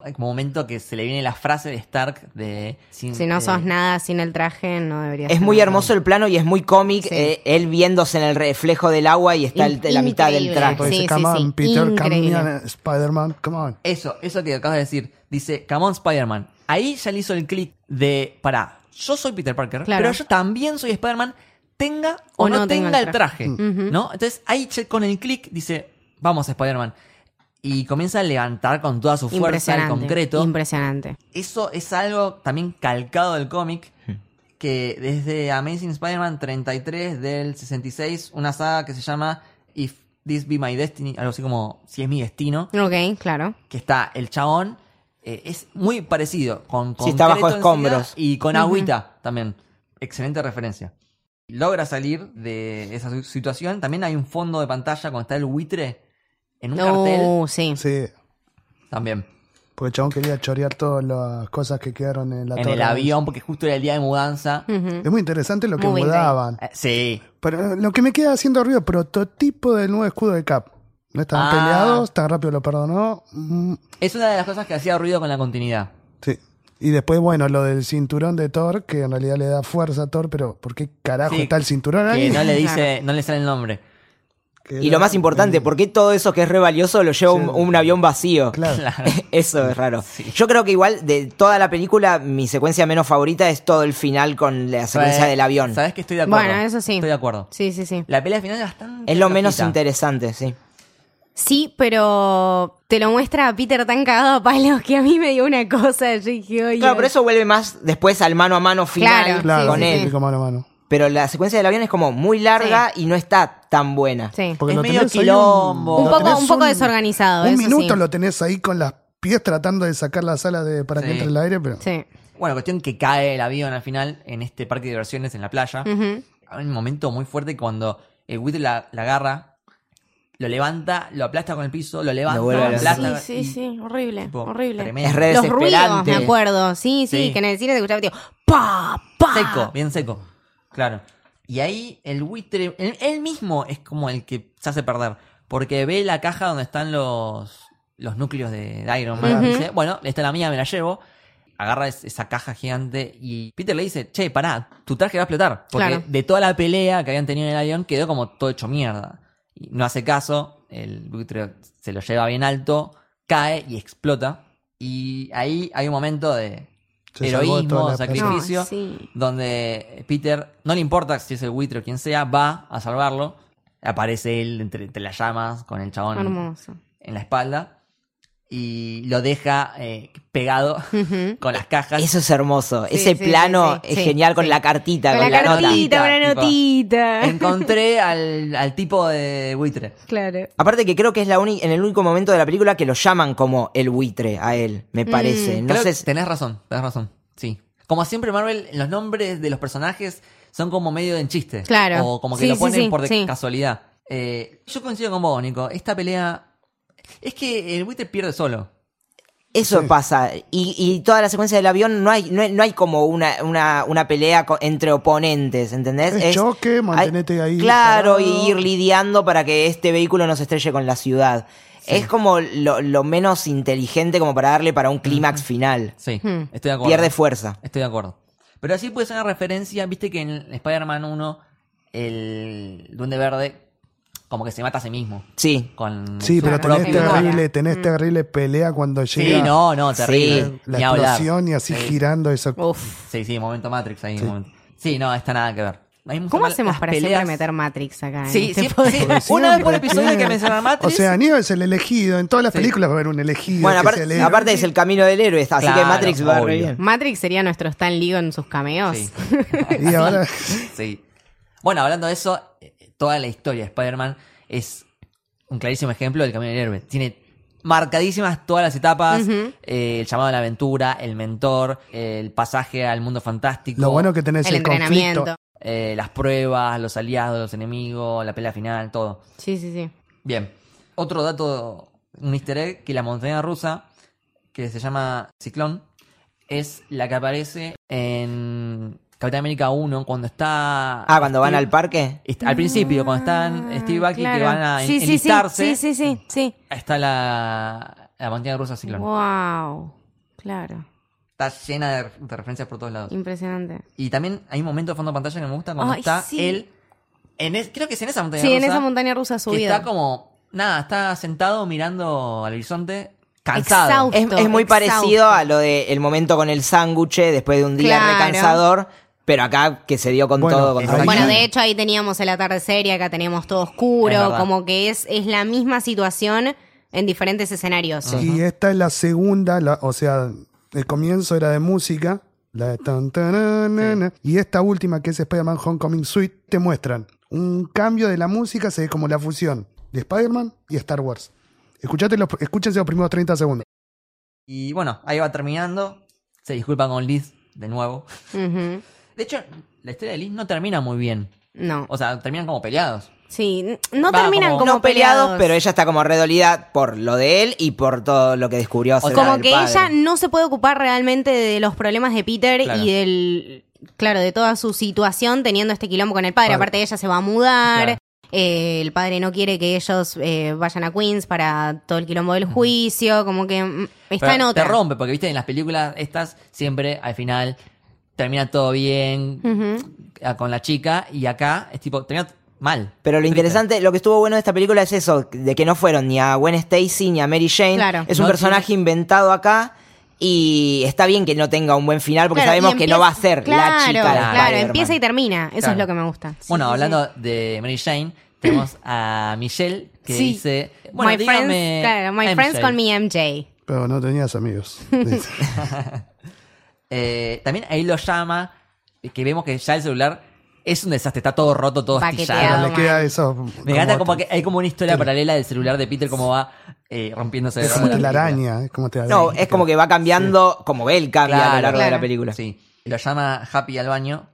Hay como un momento que se le viene la frase de Stark de... sin- Si no sos eh, nada sin el traje, no deberías. Es ser muy nada. hermoso el plano y es muy cómic. Sí. eh, él viéndose en el reflejo del agua y está el- In- la mitad del increíble. traje. Porque Sí, dice, sí, come sí. on, Peter, Increíble. come on, Spider-Man, come on. Eso, eso que acabas de decir. Dice, come on Spider-Man. Ahí ya le hizo el clic de, pará, yo soy Peter Parker, Claro. pero yo también soy Spider-Man, tenga o, no, tenga, el traje. ¿No? Entonces ahí che- con el clic dice, vamos Spider-Man. Y comienza a levantar con toda su fuerza el Impresionante. concreto. Impresionante. Eso es algo también calcado del cómic. Que desde Amazing Spider-Man 33 del 66, una saga que se llama If This Be My Destiny, algo así como Si es mi destino, Ok, claro. que está el chabón, eh, es muy parecido, con Sí, está bajo concreto encima escombros. Y con agüita también. Excelente referencia. Logra salir de esa su- situación. También hay un fondo de pantalla cuando está el buitre en un cartel. No, Uh, sí. Sí, También. porque el chabón quería chorear todas las cosas que quedaron en la en torre. el avión, porque justo era el día de mudanza. Mm. Es muy interesante lo que Muy bien. mudaban. Eh, Sí. Pero lo que me queda haciendo ruido, prototipo del nuevo escudo de Cap. No estaban Ah. peleados, tan rápido lo perdonó. Mm, Es una de las cosas que hacía ruido con la continuidad. sí. Y después, bueno, lo del cinturón de Thor, que en realidad le da fuerza a Thor, pero ¿por qué carajo Sí, está el cinturón ahí? Que no le dice, no le sale el nombre. Que Y era- lo más importante, ¿por qué todo eso que es re valioso lo lleva un, un avión vacío? Claro. Eso es raro. Yo creo que igual de toda la película, mi secuencia menos favorita es todo el final con la secuencia Eh, del avión. Sabes que estoy de acuerdo. Bueno, eso sí. Estoy de acuerdo. Sí, sí, sí. La pelea final es bastante. Es lo menos flojita. interesante, sí. Sí, pero te lo muestra a Peter tan cagado a palos que a mí me dio una cosa. Yo dije, oye. Claro, pero eso vuelve más después al mano a mano final Claro, Claro, con sí, él. sí. típico mano a mano. Pero la secuencia del avión es como muy larga y no está tan buena. Sí. Porque Es lo medio tenés ahí quilombo. Un lo poco- tenés un poco desorganizado, Un eso minuto sí. lo tenés ahí con las pies tratando de sacar la sala de, para Sí. que entre el aire, pero. Sí. Bueno, cuestión que cae el avión al final en este parque de diversiones en la playa. Ujú. Hay un momento muy fuerte cuando el buitre la, la agarra, lo levanta, lo aplasta con el piso, lo levanta, Lo vuelve a lo lanzar. aplasta. y- Horrible. tipo, tremendo. Es re Los ruidos, desesperante. me acuerdo. Sí, sí, Sí. que en el cine se escuchaba, tío. ¡Pa! ¡Pa! Seco, bien seco. Claro. Y ahí el buitre, él, él mismo es como el que se hace perder. Porque ve la caja donde están los, los núcleos de, de Iron Man. Ujú. Dice, bueno, esta es la mía, me la llevo. Agarra es- esa caja gigante y Peter le dice, che, pará, tu traje va a explotar. Porque Claro. de toda la pelea que habían tenido en el avión quedó como todo hecho mierda. Y no hace caso, el buitre se lo lleva bien alto, cae y explota. Y ahí hay un momento de Se salvó de toda heroísmo, la sacrificio pelea. edificio, No, sí. donde Peter, no le importa si es el buitre o quien sea, va a salvarlo. Aparece él entre, entre las llamas con el chabón Hermoso. en la espalda y lo deja eh, pegado Ujú. con las cajas. Eso es hermoso. Sí, Ese sí, plano sí, sí, es sí, genial con sí. la cartita, Con con, la cartita, notita, una tipo. notita. Encontré al, al tipo de buitre. Claro. Aparte que creo que es la uni- en el único momento de la película que lo llaman como el buitre a él, me Mm. parece. no Creo sé que si- Tenés razón, tenés razón. Sí. Como siempre, Marvel, los nombres de los personajes son como medio en chiste. Claro. O como que Sí, lo sí, ponen sí, por de- sí. casualidad. Eh, yo coincido con vos, Nico. Esta pelea. Es que el buitre pierde solo. Eso pasa. Y, y toda la secuencia del avión no hay, no hay, no hay como una, una, una pelea co- entre oponentes, ¿entendés? Es choque, mantenete ahí Claro, parado. y ir lidiando para que este vehículo no se estrelle con la ciudad. Es como lo, lo menos inteligente como para darle para un clímax final. Sí, Hmm. estoy de acuerdo. Pierde fuerza. Estoy de acuerdo. Pero así puede ser una referencia, viste que en Spider-Man 1, el Duende Verde, como que se mata a sí mismo. Sí. Con Sí, su Claro, pero tenés propio- sí, terrible, claro. tenés Mm. terrible pelea cuando Sí, llega no, no, terrible. la Ni hablar. explosión y así girando eso. Uf. Sí, sí, momento Matrix ahí. Sí. momento. Sí, no, está nada que ver. Hay mucho ¿Cómo mal- hacemos las para peleas- siempre meter Matrix acá? en Sí, este sí, podcast? sí. Siempre Una vez por episodio hay tiene- que mencionar Matrix. O sea, Neo es el elegido. En todas las películas va a haber un elegido. Bueno, que aparte, es el héroe. aparte es el camino del héroe, así que Claro, Matrix va re obvio. bien. Matrix sería nuestro Stan Lee en sus cameos. Ah, Sí. Y ahora. Sí. Bueno, hablando de eso, eh, toda la historia de Spider-Man es un clarísimo ejemplo del camino del héroe. Tiene marcadísimas todas las etapas, eh, el llamado a la aventura, el mentor, el pasaje al mundo fantástico, Lo bueno que tenés El el, conflicto. entrenamiento. eh, las pruebas, los aliados, los enemigos, la pelea final, todo. Sí, sí, sí. Bien. Otro dato, un easter egg, que la montaña rusa, que se llama Ciclón, es la que aparece en Capitán América 1 cuando está... Ah, cuando van Steve- al parque. est- Al principio, cuando están Ah, Steve Bucky que claro. van a en- sí, sí, sí, enlistarse, Sí, sí, sí, sí. está la, la montaña rusa Ciclón. Wow. Claro. Está llena de, de referencias por todos lados. Impresionante. Y también hay un momento de fondo de pantalla que me gusta cuando Ay, está sí. él... En es- creo que es en esa montaña Sí, rusa. en esa montaña rusa que subida. está como... Nada, está sentado mirando al horizonte, cansado. Exhausto. Es, es muy Exhausto. parecido a lo del momento con el sándwich eh, después de un día Claro. recansador, pero acá que se dio con Bueno, todo. Con ahí- todo. Bueno, Ahí- de hecho ahí teníamos el atardecer y acá teníamos todo Es oscuro, verdad. como que es, es la misma situación en diferentes escenarios. Y esta es la segunda, la- o sea, el comienzo era de música. La de tan, tan, na, na, na. Y esta última, que es Spider-Man Homecoming Suite, te muestran un cambio de la música, se ve como la fusión de Spider-Man y Star Wars. Escuchate los, escúchense los primeros 30 segundos. Y bueno, ahí va terminando. Se disculpan con Liz de nuevo. Ujú. De hecho, la historia de Liz no termina muy bien. No. O sea, terminan como peleados. Sí, n- no Va, terminan como- como, no peleados, pero ella está como redolida por lo de él y por todo lo que descubrió. sea, acerca como del que padre. ella no se puede ocupar realmente de los problemas de Peter Claro. y del claro, de toda su situación teniendo este quilombo con el padre. Padre. Aparte ella se va a mudar. Claro. eh, el padre no quiere que ellos eh, vayan a Queens para todo el quilombo del juicio, como que mm, está Pero en otra. Te rompe, porque viste, en las películas estas siempre al final termina todo bien Ujú. a- con la chica y acá es tipo, termina mal. Pero lo interesante, lo que estuvo bueno de esta película es eso, de que no fueron ni a Gwen Stacy ni a Mary Jane. Claro. Es un No personaje inventado acá y está bien que no tenga un buen final porque Claro, sabemos y que no empieza- va a ser la Claro, chica. de Claro, Spider-Man. empieza y termina. Eso Claro. es lo que me gusta. bueno, Sí, sí, hablando de Mary Jane, tenemos a Michelle que Sí. dice, sí. bueno, my dígame, friends, claro, my friends MJ". con mi MJ. Pero no tenías amigos. Eh, también ahí lo llama, eh, que vemos que ya el celular es un desastre, está todo roto, todo Paqueteado. astillado. Ahora le queda eso. Me encanta como como que hay como una historia paralela del celular de Peter como va eh, rompiéndose. Es de como la película. telaraña, es como telaraña. No, es como que va cambiando, como él cambia a lo Claro, largo de la claro. película. Sí. Lo llama Happy al baño.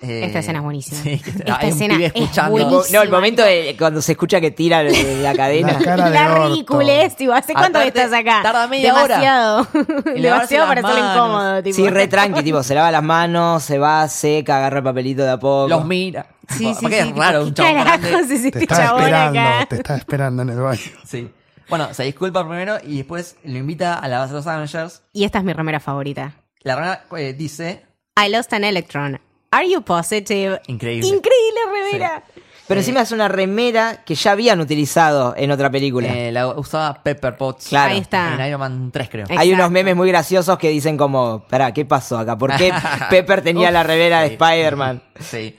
eh, Esta escena es buenísima. sí, que- Esta hay un escena pibe es escuchando. buenísima. No, el momento de cuando se escucha que tira de la cadena. La cara de la orto. ridiculez, tipo, ¿hace cuánto que Aparte, estás acá? tarda media hora. Demasiado. En lavarse las Demasiado para hacerlo manos. incómodo, tipo. Sí, re tranqui, tipo, se lava las manos, se va, seca, agarra el papelito de a poco. Los mira. Sí, sí, Porque sí, es tipo, raro un ¿qué chabón grande. carajos es Te este está chabón esperando, acá? te está esperando en el baño. Sí. Bueno, se disculpa primero y después lo invita a la base de los Avengers. Y esta es mi remera favorita. La rana eh, dice, I lost an electron. Are you positive? increíble. Increíble remera. Pero encima es una remera que ya habían utilizado en otra película. Eh, la usaba Pepper Potts. Claro. Ahí está. En Iron Man 3, creo. Eh, Hay unos exacto. memes muy graciosos que dicen como, pará, ¿qué pasó acá? ¿Por qué Pepper tenía la remera de Sí. Spider-Man? Sí.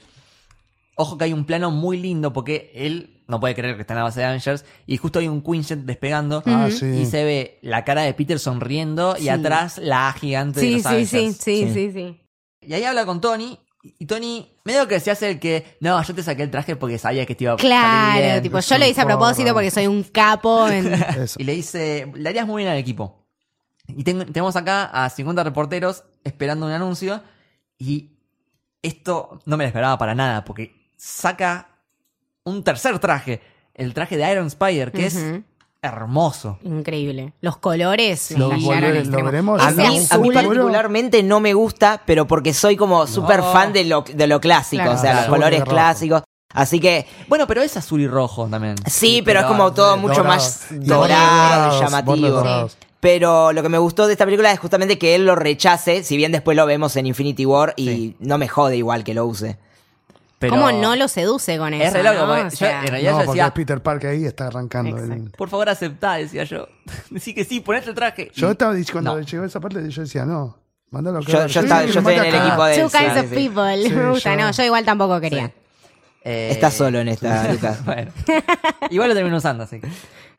Ojo que hay un plano muy lindo porque él no puede creer que está en la base de Avengers y justo hay un Quinjet despegando Ah, sí. y se ve la cara de Peter sonriendo y Sí. atrás la A gigante de Sí, los sí, Avengers. sí, sí, Sí. sí, sí. Y ahí habla con Tony y Tony medio que se hace el que, no, yo te saqué el traje porque sabía que te iba a salir Claro, bien". tipo, yo lo hice a propósito porque soy un capo. en- Eso. Y le dice, le harías muy bien al equipo. Y ten- tenemos acá a 50 reporteros esperando un anuncio. Y esto no me lo esperaba para nada, porque saca un tercer traje. El traje de Iron Spider, que es Ujú. hermoso. Increíble. Los colores me Lo fascinaron al volve- lo extremo. veremos A Ese mí, en a mí azul- Bueno. particularmente no me gusta, pero porque soy como súper fan de lo, de lo clásico, Claro. o sea, los Claro. colores Rojo. clásicos. Así que, Bueno, pero es azul y rojo también. sí, pero, es como todo mucho Dorado. más Y dorado, bordes y dorados, bordes llamativo. dorados. Pero lo que me gustó de esta película es justamente que él lo rechace, si bien después lo vemos en Infinity War y Sí. no me jode igual que lo use. Pero ¿Cómo no lo seduce con eso? Es re loco, no? porque O yo- sea, en realidad No, yo porque decía, Peter Parker ahí está arrancando. el- Exacto. por favor aceptá, decía yo. Decí que sí, ponete el traje. Yo Y- estaba dic- cuando No. llegó esa parte, yo decía, no, mándalo a Yo- cagar. yo Sí, estaba- que yo lo estoy mande en a el cagar. equipo Ah, de- Two kinds of Sí, sí. people. Sí, me gusta. yo- No, yo igual tampoco quería. Eh, Está solo en esta, Lucas. Bueno, igual lo termino usando, así que.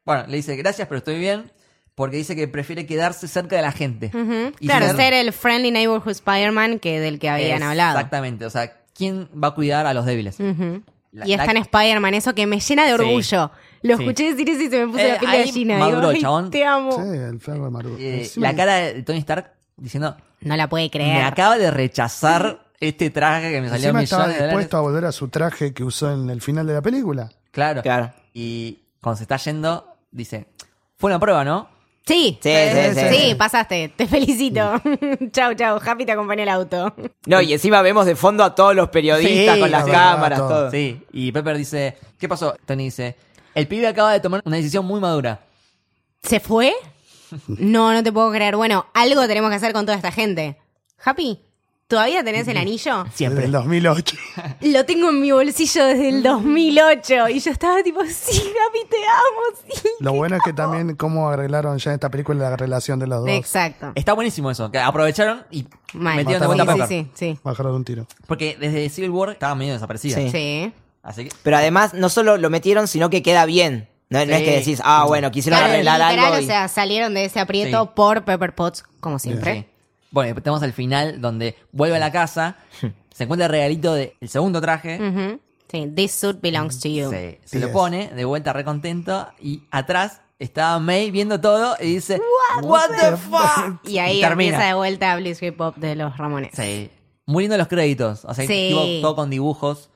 Bueno, le dice gracias, pero estoy bien. Porque dice que prefiere quedarse cerca de la gente. Ujú. Y Claro, ser el friendly neighborhood Spider-Man que del que habían hablado. Exactamente, o sea, ¿quién va a cuidar a los débiles? Ujú. La- y está la- en Spider-Man, eso que me llena de Sí. orgullo. Lo Sí. escuché decir eso y se me puso Eh, la piel ahí de gallina. maduró, Digo, "Ay, chabón". Te amo. Sí, el flaco de Maduro. Eh, Encima- la cara de Tony Stark diciendo, No la puede me creer. acaba de rechazar este traje que me salió Encima millones estaba de dólares. dispuesto a volver a su traje que usó en el final de la película. Claro. Claro. Y cuando se está yendo, dice, fue una prueba, ¿no? Sí. Sí, sí, sí. Sí, pasaste. Te felicito. chau, chau. Happy te acompañó el auto. No, y encima vemos de fondo a todos los periodistas Sí, con las sí. cámaras, Todo. todo. Sí, y Pepper dice, ¿qué pasó? Tony dice, el pibe acaba de tomar una decisión muy madura. ¿Se fue? No, no te puedo creer. Bueno, algo tenemos que hacer con toda esta gente. Happy, ¿todavía tenés el anillo? Desde Siempre. el 2008. Lo tengo en mi bolsillo desde el 2008. Y yo estaba tipo, sí, Happy, te amo, sí. Lo bueno es que también cómo arreglaron ya en esta película la relación de los dos. Exacto. Está buenísimo eso, que aprovecharon y Mal. metieron de vuelta a Sí, Pepper. sí, sí, Bajaron un tiro. Porque desde Civil War estaba medio desaparecida. sí. Sí. Sí. Así que Pero además, no solo lo metieron, sino que queda bien. No, no es Sí. que decís, ah, bueno, quisieron Claro, arreglar literal, algo. o y- sea, salieron de ese aprieto Sí. por Pepper Potts, como Sí. siempre. Bueno, y tenemos el final donde vuelve a la casa, se encuentra el regalito del segundo traje, Ujú. Sí, This suit belongs to you. se, se lo Yes. pone, de vuelta recontento, y atrás estaba May viendo todo y dice, What, the fuck? Y ahí termina. empieza de vuelta Bliss Hip Hop de los Ramones. Sí. Muy lindo los créditos, o sea, Sí. tipo, todo con dibujos.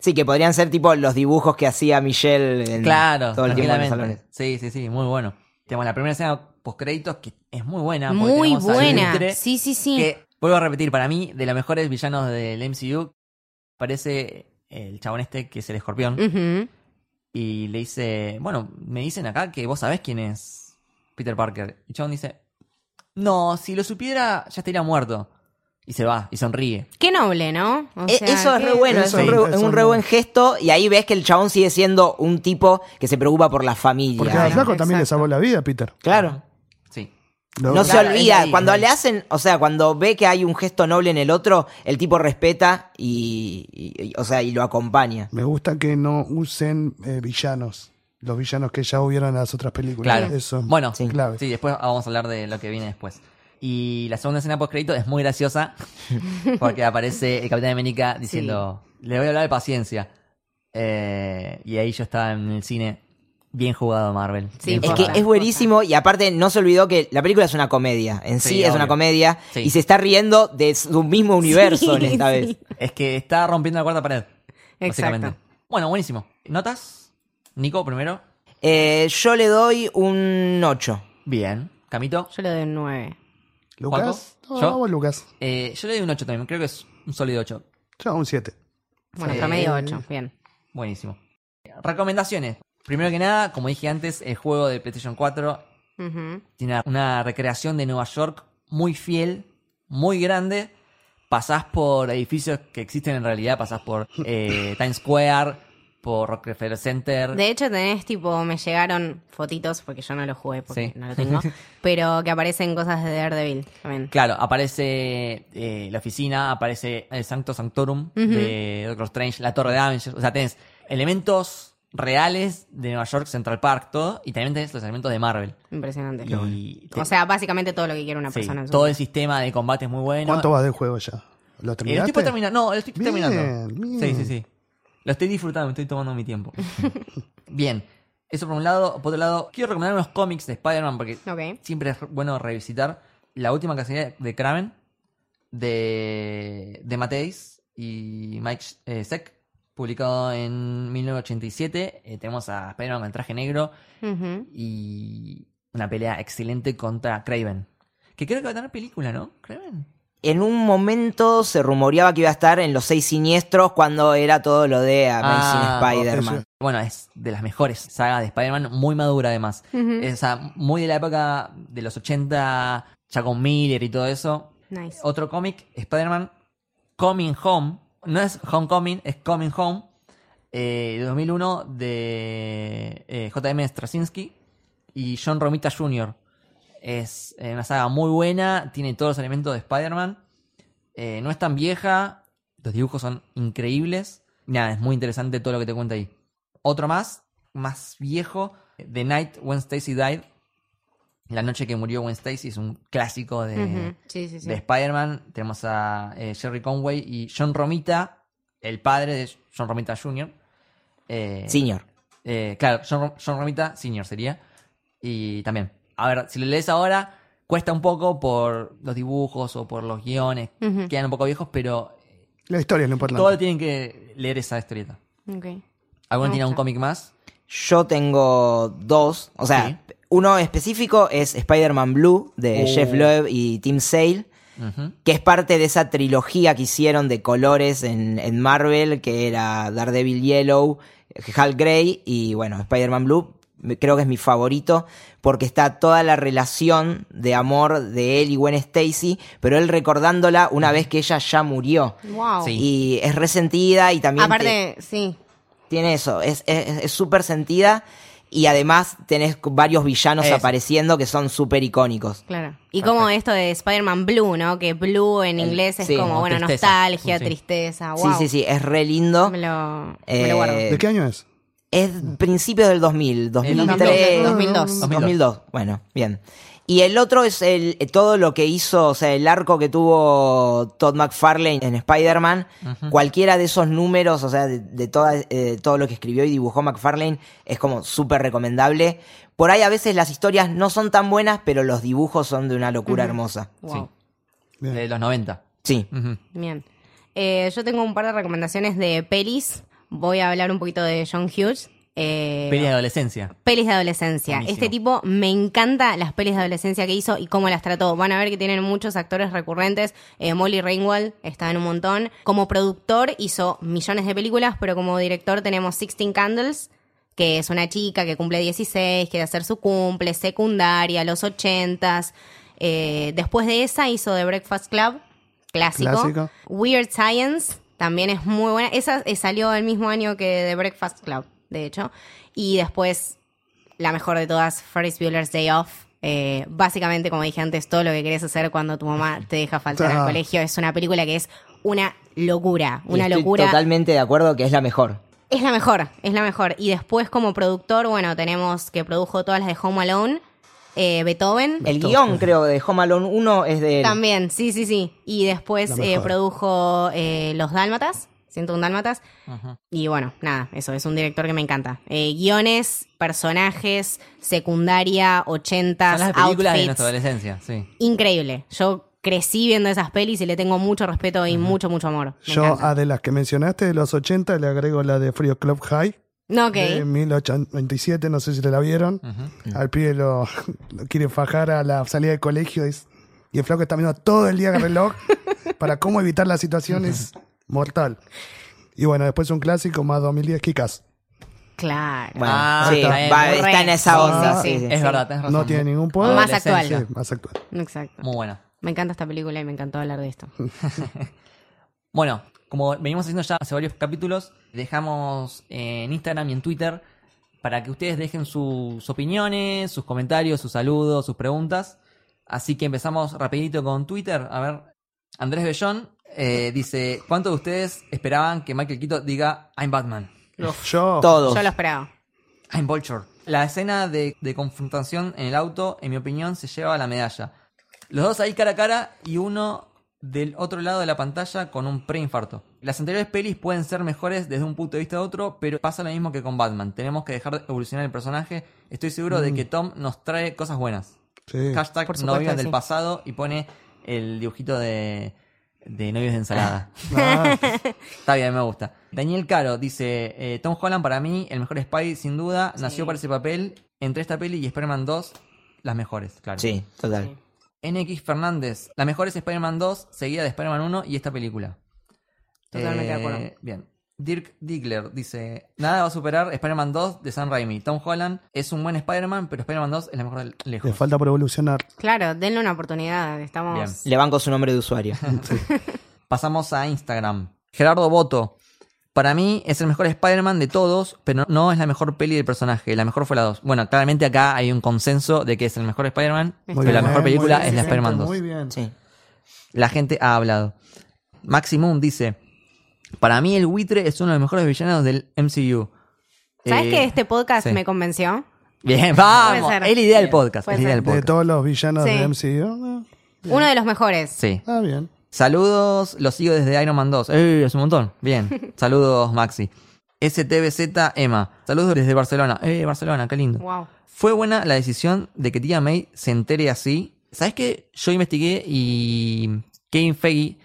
Sí, que podrían ser tipo los dibujos que hacía Michelle en Claro, todo el tiempo en los tranquilamente. Sí, salones. sí, sí, muy bueno. Tenemos la primera escena post créditos que es muy buena. porque Muy tenemos al buena. buitre Sí, sí, sí. Que, vuelvo a repetir, para mí, de los mejores villanos del MCU, parece el chabón este que es el escorpión. Ujú. Y le dice, bueno, me dicen acá que vos sabés quién es Peter Parker. Y John dice, no, si lo supiera ya estaría muerto. Y se va, y sonríe. Qué noble, ¿no? O E- sea, eso es qué- re bueno, Eso es un es- re, es eso un es re muy- buen gesto y ahí ves que el chabón sigue siendo un tipo que se preocupa por la Porque familia. a Claro, Flaco también le exacto. salvó la vida, Peter. Claro. Sí. Lo- No Claro, se es olvida, ahí, cuando es ahí. le hacen, o sea, cuando ve que hay un gesto noble en el otro, el tipo respeta y, y- y- o sea, y lo acompaña. Me gusta que no usen eh, villanos. Los villanos que ya hubieron en las otras películas. Claro. Pues Eso es bueno, sí. Sí. clave. después vamos a hablar de lo que viene después. Y la segunda escena post crédito es muy graciosa porque aparece el Capitán América diciendo, le voy a hablar de paciencia. Eh, y ahí yo estaba en el cine, bien jugado Marvel. Sí, Bien por Es jugado. que Claro. es buenísimo y aparte no se olvidó que la película es una comedia, en sí, Sí, es obvio. una comedia Sí. y se está riendo de su mismo universo en Sí, esta sí. vez. Es que está rompiendo la cuarta pared. Básicamente. Exacto. Bueno, buenísimo. ¿Notas? Nico, primero. Eh, yo le doy un 8. Bien. Camito. Yo le doy un 9. ¿Lucas? ¿Juanjo? No, ¿Yo? vos, Lucas. Eh, yo le doy un 8 también. Creo que es un sólido 8. Yo un 7. Bueno, Sí. promedio 8, bien. Buenísimo. Recomendaciones. Primero que nada, como dije antes, el juego de PlayStation 4 Ujú. tiene una recreación de Nueva York muy fiel, muy grande. Pasás por edificios que existen en realidad, pasás por eh, Times Square, por Rockefeller Center. De hecho, tenés tipo, me llegaron fotitos, porque yo no lo jugué, porque Sí. no lo tengo, pero que aparecen cosas de Daredevil también. Claro, aparece eh, la oficina, aparece el Sancto Sanctorum de Doctor Strange, la Torre de Avengers. O sea, tenés elementos reales de Nueva York, Central Park, todo, y también tenés los elementos de Marvel. Impresionante. Y te- O sea, básicamente todo lo que quiere una sí, persona. en su todo vida. el sistema de combate es muy bueno. ¿Cuánto va del juego ya? ¿Lo Eh, Lo terminaste? estoy por terminar. No, lo estoy Bien, terminando. bien. Sí, sí, sí. Lo estoy disfrutando, estoy tomando mi tiempo. bien. Eso por un lado. Por otro lado, quiero recomendar unos cómics de Spider-Man porque Ok. siempre es bueno revisitar. La última que sería de Kraven, de, de Mateis y Mike eh, Seck, publicado en 1987. Eh, tenemos a Spider-Man con el traje negro Ujú. y una pelea excelente contra Kraven. Que creo que va a tener película, ¿no? Kraven. En un momento se rumoreaba que iba a estar en los seis siniestros cuando era todo lo de Amazing Ah, Spider-Man. Bueno, es de las mejores sagas de Spider-Man, muy madura además. Es, o sea, muy de la época de los 80, ya con Miller y todo eso. Nice. Otro cómic, Spider-Man Coming Home. No es Homecoming, es Coming Home. eh, de 2001 de eh, J.M. Straczynski y John Romita Jr. Es eh, una saga muy buena, tiene todos los elementos de Spider-Man. eh, no es tan vieja, los dibujos son increíbles. Nada, es muy interesante todo lo que te cuenta ahí. Otro más, más viejo, The Night When Stacy Died. La noche que murió Gwen Stacy es un clásico de, Ujú. Sí, sí, sí. de Spider-Man. Tenemos a eh, Jerry Conway y John Romita, el padre de John Romita Jr. Eh, Senior. eh, claro, John, Rom- John Romita Senior sería. Y también, a ver, si lo lees ahora, cuesta un poco por los dibujos o por los guiones, Ujú. quedan un poco viejos, pero La historia es lo importante. todos tienen que leer esa historieta. Ok. ¿Alguno Me tiene un gusta. cómic más? Yo tengo dos, o sea, Sí. uno específico es Spider-Man Blue de Oh. Jeff Loeb y Tim Sale, Ujú. que es parte de esa trilogía que hicieron de colores en, en Marvel, que era Daredevil Yellow, Hulk Grey y bueno, Spider-Man Blue. Creo que es mi favorito porque está toda la relación de amor de él y Gwen Stacy, pero él recordándola una vez que ella ya murió. Wow. Sí. Y es resentida y también... te- Aparte, sí. tiene eso, es es- es súper sentida y además tenés varios villanos Eso. apareciendo que son súper icónicos. Claro. Y como esto de Spider-Man Blue, ¿no? Que Blue en El- inglés es sí, como, como bueno, tristeza. nostalgia, Sí. tristeza. Wow. Sí, sí, sí, es re lindo. Ah, Me lo, Eh, me lo guardo. ¿De qué año es? Es principios del 2000, 2003, 2002. 2002. Bueno, bien. Y el otro es el, todo lo que hizo, o sea, el arco que tuvo Todd McFarlane en Spider-Man. Cualquiera de esos números, o sea, de, de toda, eh, todo lo que escribió y dibujó McFarlane, es como súper recomendable. Por ahí a veces las historias no son tan buenas, pero los dibujos son de una locura hermosa. Wow. Bien. De los 90. Sí. Ujú. Bien. Eh, yo tengo un par de recomendaciones de pelis. Voy a hablar un poquito de John Hughes. Eh, Peli de adolescencia. Pelis de adolescencia. Buenísimo. Este tipo me encanta las pelis de adolescencia que hizo y cómo las trató. Van a ver que tienen muchos actores recurrentes. Eh, Molly Ringwald está en un montón. Como productor hizo millones de películas, pero como director tenemos Sixteen Candles, que es una chica que cumple 16, quiere hacer su cumple, secundaria, los 80s. Eh, después de esa hizo The Breakfast Club, clásico. Clásico. Weird Science también es muy buena. Esa eh, salió el mismo año que The Breakfast Club, de hecho. Y después la mejor de todas, Ferris Bueller's Day Off. Eh, básicamente, como dije antes, todo lo que querés hacer cuando tu mamá te deja faltar Ah. al colegio es una película que es una locura, Y una estoy locura. Totalmente de acuerdo que es la mejor. Es la mejor, es la mejor. Y después, como productor, bueno, tenemos que produjo todas las de Home Alone, eh, Beethoven. El guión, creo, de Home Alone 1 es de él. También, sí, sí, sí. Y después La eh, mejor. produjo eh, Los Dálmatas, 101 Dálmatas. Ujú. Y bueno, nada, eso es un director que me encanta. Eh, guiones, personajes, secundaria, Son ochentas, las películas de nuestra outfits. adolescencia, sí. Increíble. Yo crecí viendo esas pelis y le tengo mucho respeto y mucho, mucho amor. Me Yo encanta. a de las que mencionaste de los 80 le agrego la de Frío Club High. No, ok. De 1827, no sé si te la vieron. Mm. Al pibe lo, lo quiere fajar a la salida del colegio es- y el flaco está mirando todo el día el reloj para cómo evitar la situación es mortal. Y bueno, después un clásico más 2010, Kikas. Claro. Bueno, Ah, sí, está bien. va- está en esa Sí, onda. sí, sí, sí. sí. Es verdad, tenés razón. No tiene ningún poder. Más actual. Sí, más actual. Exacto. Muy buena. Me encanta esta película y me encantó hablar de esto. Bueno, como venimos haciendo ya hace varios capítulos, dejamos eh, en Instagram y en Twitter para que ustedes dejen sus opiniones, sus comentarios, sus saludos, sus preguntas. Así que empezamos rapidito con Twitter. A ver, Andrés Bellón eh, dice, ¿cuántos de ustedes esperaban que Michael Quito diga I'm Batman? Yo. Todos. Yo lo esperaba. I'm Vulture. Ah, La escena de, de confrontación en el auto, en mi opinión, se lleva la medalla. Los dos ahí cara a cara y uno del otro lado de la pantalla con un preinfarto. Las anteriores pelis pueden ser mejores desde un punto de vista de otro, pero pasa lo mismo que con Batman. Tenemos que dejar de evolucionar el personaje. Estoy seguro de que Tom nos trae cosas buenas. Sí. Hashtag Por supuesto novios que del sí. pasado y pone el dibujito de, de novios de ensalada. Ah, Está bien, me gusta. Daniel Caro dice: eh, Tom Holland para mí, el mejor Spidey, sin duda. Nació para ese papel. Entre esta peli y Spider-Man 2, las mejores, claro. Sí, total. Sí. NX Fernández, la mejor es Spider-Man 2, seguida de Spider-Man 1 y esta película. Eh, Totalmente de acuerdo. Bien. Dirk Diggler dice: Nada va a superar Spider-Man 2 de Sam Raimi. Tom Holland es un buen Spider-Man, pero Spider-Man 2 es la mejor de le lejos. falta por evolucionar. Claro, denle una oportunidad. Estamos. Le banco su nombre de usuario. Pasamos a Instagram. Gerardo Boto. Para mí es el mejor Spider-Man de todos, pero no es la mejor peli del personaje. La mejor fue la 2. Bueno, claramente acá hay un consenso de que es el mejor Spider-man, pero Muy la bien, mejor eh, película muy es la bien, Spider-Man 2. Muy bien. Sí. La gente ha hablado. Maximum dice: Para mí el buitre es uno de los mejores villanos del MCU. ¿Sabes Eh, que este podcast sí. me convenció? Bien, vamos. Puede ser. Es la idea del podcast. Puede es la idea ser. del De podcast. todos los villanos Sí. de MCU. Uno de los mejores. Sí. Ah, bien. Saludos, los sigo desde Iron Man 2. ¡Eh! Es un montón. Bien. Saludos, Maxi. STBZ Emma. Saludos desde Barcelona. ¡Eh, Barcelona! ¡Qué lindo! Wow. Fue buena la decisión de que tía May se entere así. ¿Sabes qué? Yo investigué y Kevin Feige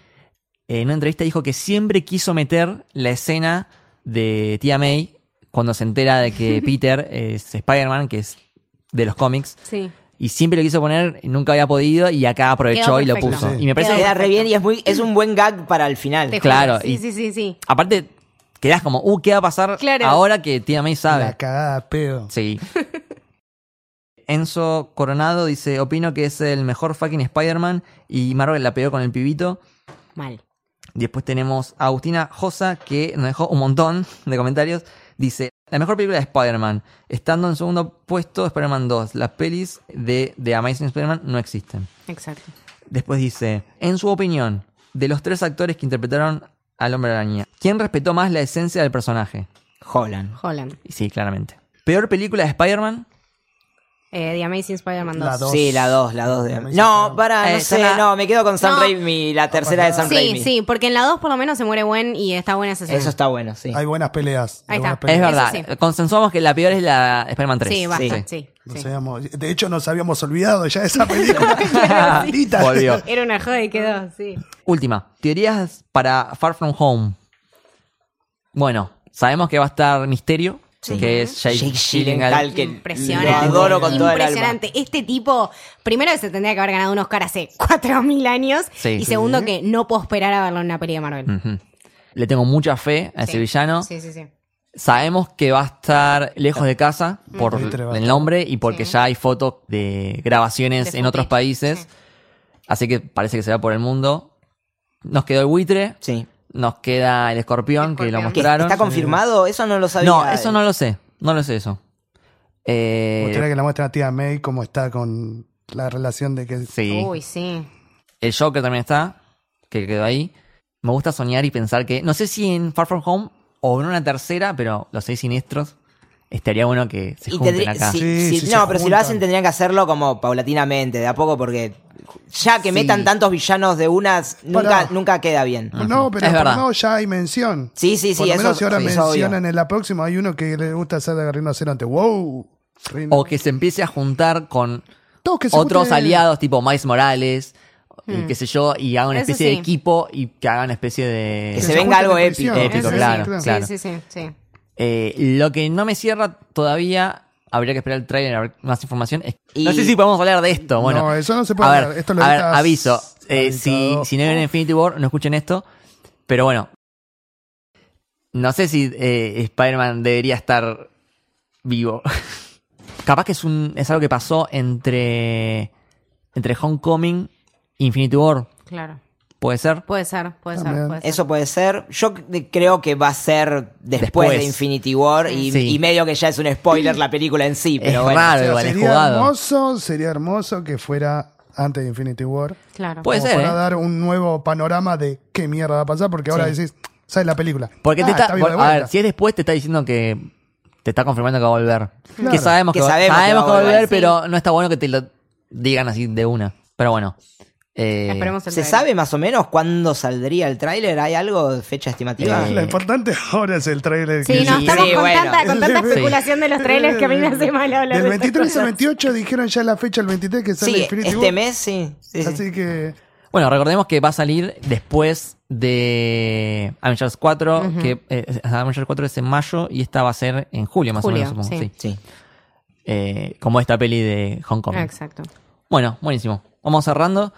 eh, en una entrevista dijo que siempre quiso meter la escena de tía May cuando se entera de que Peter es Spider-Man, que es de los cómics. Sí. Y siempre lo quiso poner, y nunca había podido y acá aprovechó Quedó y lo perfecto. puso. Sí. Y me parece que Quedó Queda re bien y es, muy, es un buen gag para el final. Te juro. Claro, Sí, y- sí, sí, sí. Aparte, quedás como, uh, ¿qué va a pasar Claro. ahora que Tía May sabe? La cagada de pedo. Sí. Enzo Coronado dice, opino que es el mejor fucking Spider-Man y Marvel la pegó con el pibito. Mal. Después tenemos a Agustina Josa que nos dejó un montón de comentarios. Dice, la mejor película de Spider-Man, estando en segundo puesto Spider-Man 2. Las pelis de, de Amazing Spider-Man no existen. Exacto. Después dice, en su opinión, de los tres actores que interpretaron al hombre araña, ¿quién respetó más la esencia del personaje? Holland. Holland. Y Sí, claramente. Peor película de Spider-Man. Eh, The Amazing Spider-Man 2. La dos. Sí, la 2, la 2 de... Me hizo No, acordar. para, no Eh, sé, Sara- no, me quedo con Sam No. Raimi, la tercera de Sam Sí, Raimi. sí, porque en la 2 por lo menos se muere Gwen y está buena esa escena. Eso está bueno, sí. Hay buenas peleas. Ahí hay buenas Es está. peleas. Eso verdad. sí. Consensuamos que la peor es la Spider-Man 3. Sí, basta, sí. Nos sí. habíamos- de hecho, nos habíamos olvidado ya de esa película. Maldita. Volvió. Era una joda y quedó, sí. Última. Teorías para Far From Home. Bueno, sabemos que va a estar Misterio, que es Jake, Jake Gyllenhaal. Gyllenhaal, que Impresionante. lo adoro con todo el alma. Impresionante. Este tipo, primero se tendría que haber ganado un Oscar hace 4.000 años. Sí. y Sí. segundo que no puedo esperar a verlo en una peli de Marvel. Mm. Ujú. Le tengo mucha fe a ese Sí. villano. Sí, sí, sí. Sabemos que va a estar lejos de casa Mm. por Sí, te va. el nombre y porque Sí. ya hay fotos de grabaciones De en otros footage, países. sí. Así que parece que se va por el mundo. Nos quedó el buitre. Sí. Nos queda el escorpión, que lo Escorpión. Que mostraron. ¿Está confirmado? Eso no lo sabía. No, eso no lo sé. No lo sé eso. Eh, Gustaría que la muestra a tía May cómo está con la relación de que. sí. Uy, sí. El Joker también está, que quedó ahí. Me gusta soñar y pensar que, no sé si en Far From Home o en una tercera, pero los seis siniestros, estaría bueno que se Y junten tendrí- acá. si- Sí, si- si se no, pero si lo juntan. hacen tendrían que hacerlo como paulatinamente, de a poco, porque ya que metan tantos villanos de unas, nunca, Pará. Ah, nunca queda bien. No, pero Es por verdad. no, ya hay mención. Sí, sí, sí, Por lo eso- menos si ahora sí, es obvio. mencionan en la próxima, hay uno que le gusta hacer de rinoceronte. ¡Wow! Rin- O que se empiece a juntar con Todos que se otros junten- aliados tipo Miles Morales, y qué sé yo, y hagan una Hmm. Eso especie de sí. equipo y que hagan una especie de... Que se se venga junten algo en épico. prisión. Épico, Eso sí, claro, claro. claro. Sí, sí, sí, sí. Eh, lo que no me cierra todavía, habría que esperar el trailer a ver más información. es- Y- No sé si podemos hablar de esto. Bueno, No, eso no se puede a hablar. ver, Esto lo a ver, dejas aviso. Eh, si, habitado. si no ven Infinity War, no escuchen esto. Pero bueno, no sé si eh, Spider-Man debería estar vivo. Capaz que es, un, es algo que pasó entre, entre Homecoming e Infinity War. Claro. ¿Puede ser? Puede ser, puede ser, También. puede ser. Eso puede ser. Yo c- creo que va a ser después, Después. de Infinity War y, Sí. y medio que ya es un spoiler la película en sí, pero es bueno. raro, O sea, igual, es sería jugado. hermoso, sería hermoso que fuera antes de Infinity War. Claro. Puede como ser, para ¿eh? dar un nuevo panorama de qué mierda va a pasar, porque ahora Sí. decís, ¿sabes la película? Porque Ah, te está, vivo de a ver, vuelta. si es después te está diciendo que te está confirmando que va a volver. Claro. Que sabemos que, Que va- sabemos que va a que va a volver, volver, pero no está bueno que te lo digan así de una. Pero bueno. eh, Esperemos el ¿Se trailer. sabe más o menos cuándo saldría el tráiler? ¿Hay algo de fecha estimativa? Eh, Lo importante ahora es el trailer. Sí, no, Sí, estamos con, bueno. tanta, con tanta Sí. especulación de los trailers que a mí me hace mal hablar. Del de estas 23 al cosas. 28 dijeron ya la fecha, el 23 que sale sí, Infinity este War. mes sí. sí, sí. Así que Bueno, recordemos que va a salir después de Avengers 4, que eh, Avengers 4 es en mayo y esta va a ser en julio más Julio, o menos, supongo. sí. Sí. Sí. Eh, como esta peli de Hong Kong. Ah, Exacto. Bueno, buenísimo. Vamos cerrando.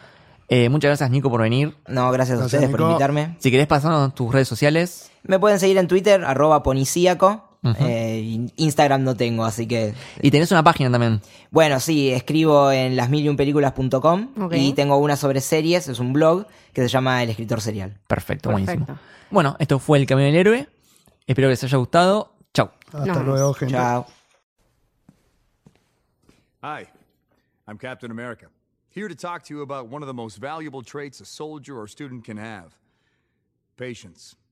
Eh, muchas gracias Nico por venir. No, gracias a Gracias, ustedes por Nico. invitarme. Si querés pasarnos tus redes sociales. Me pueden seguir en Twitter, arroba ponicíaco. Eh, in- Instagram no tengo, así que... Y tenés una página también. Bueno, sí, escribo en lasmiliunpelículas.com Ok. y tengo una sobre series, es un blog que se llama El Escritor Serial. Perfecto, buenísimo. Perfecto. Bueno, esto fue El Camino del Héroe. Espero que les haya gustado. Chau. hasta No. luego, gente. Chao. Hi, I'm Captain America, here to talk to you about one of the most valuable traits a soldier or student can have patience.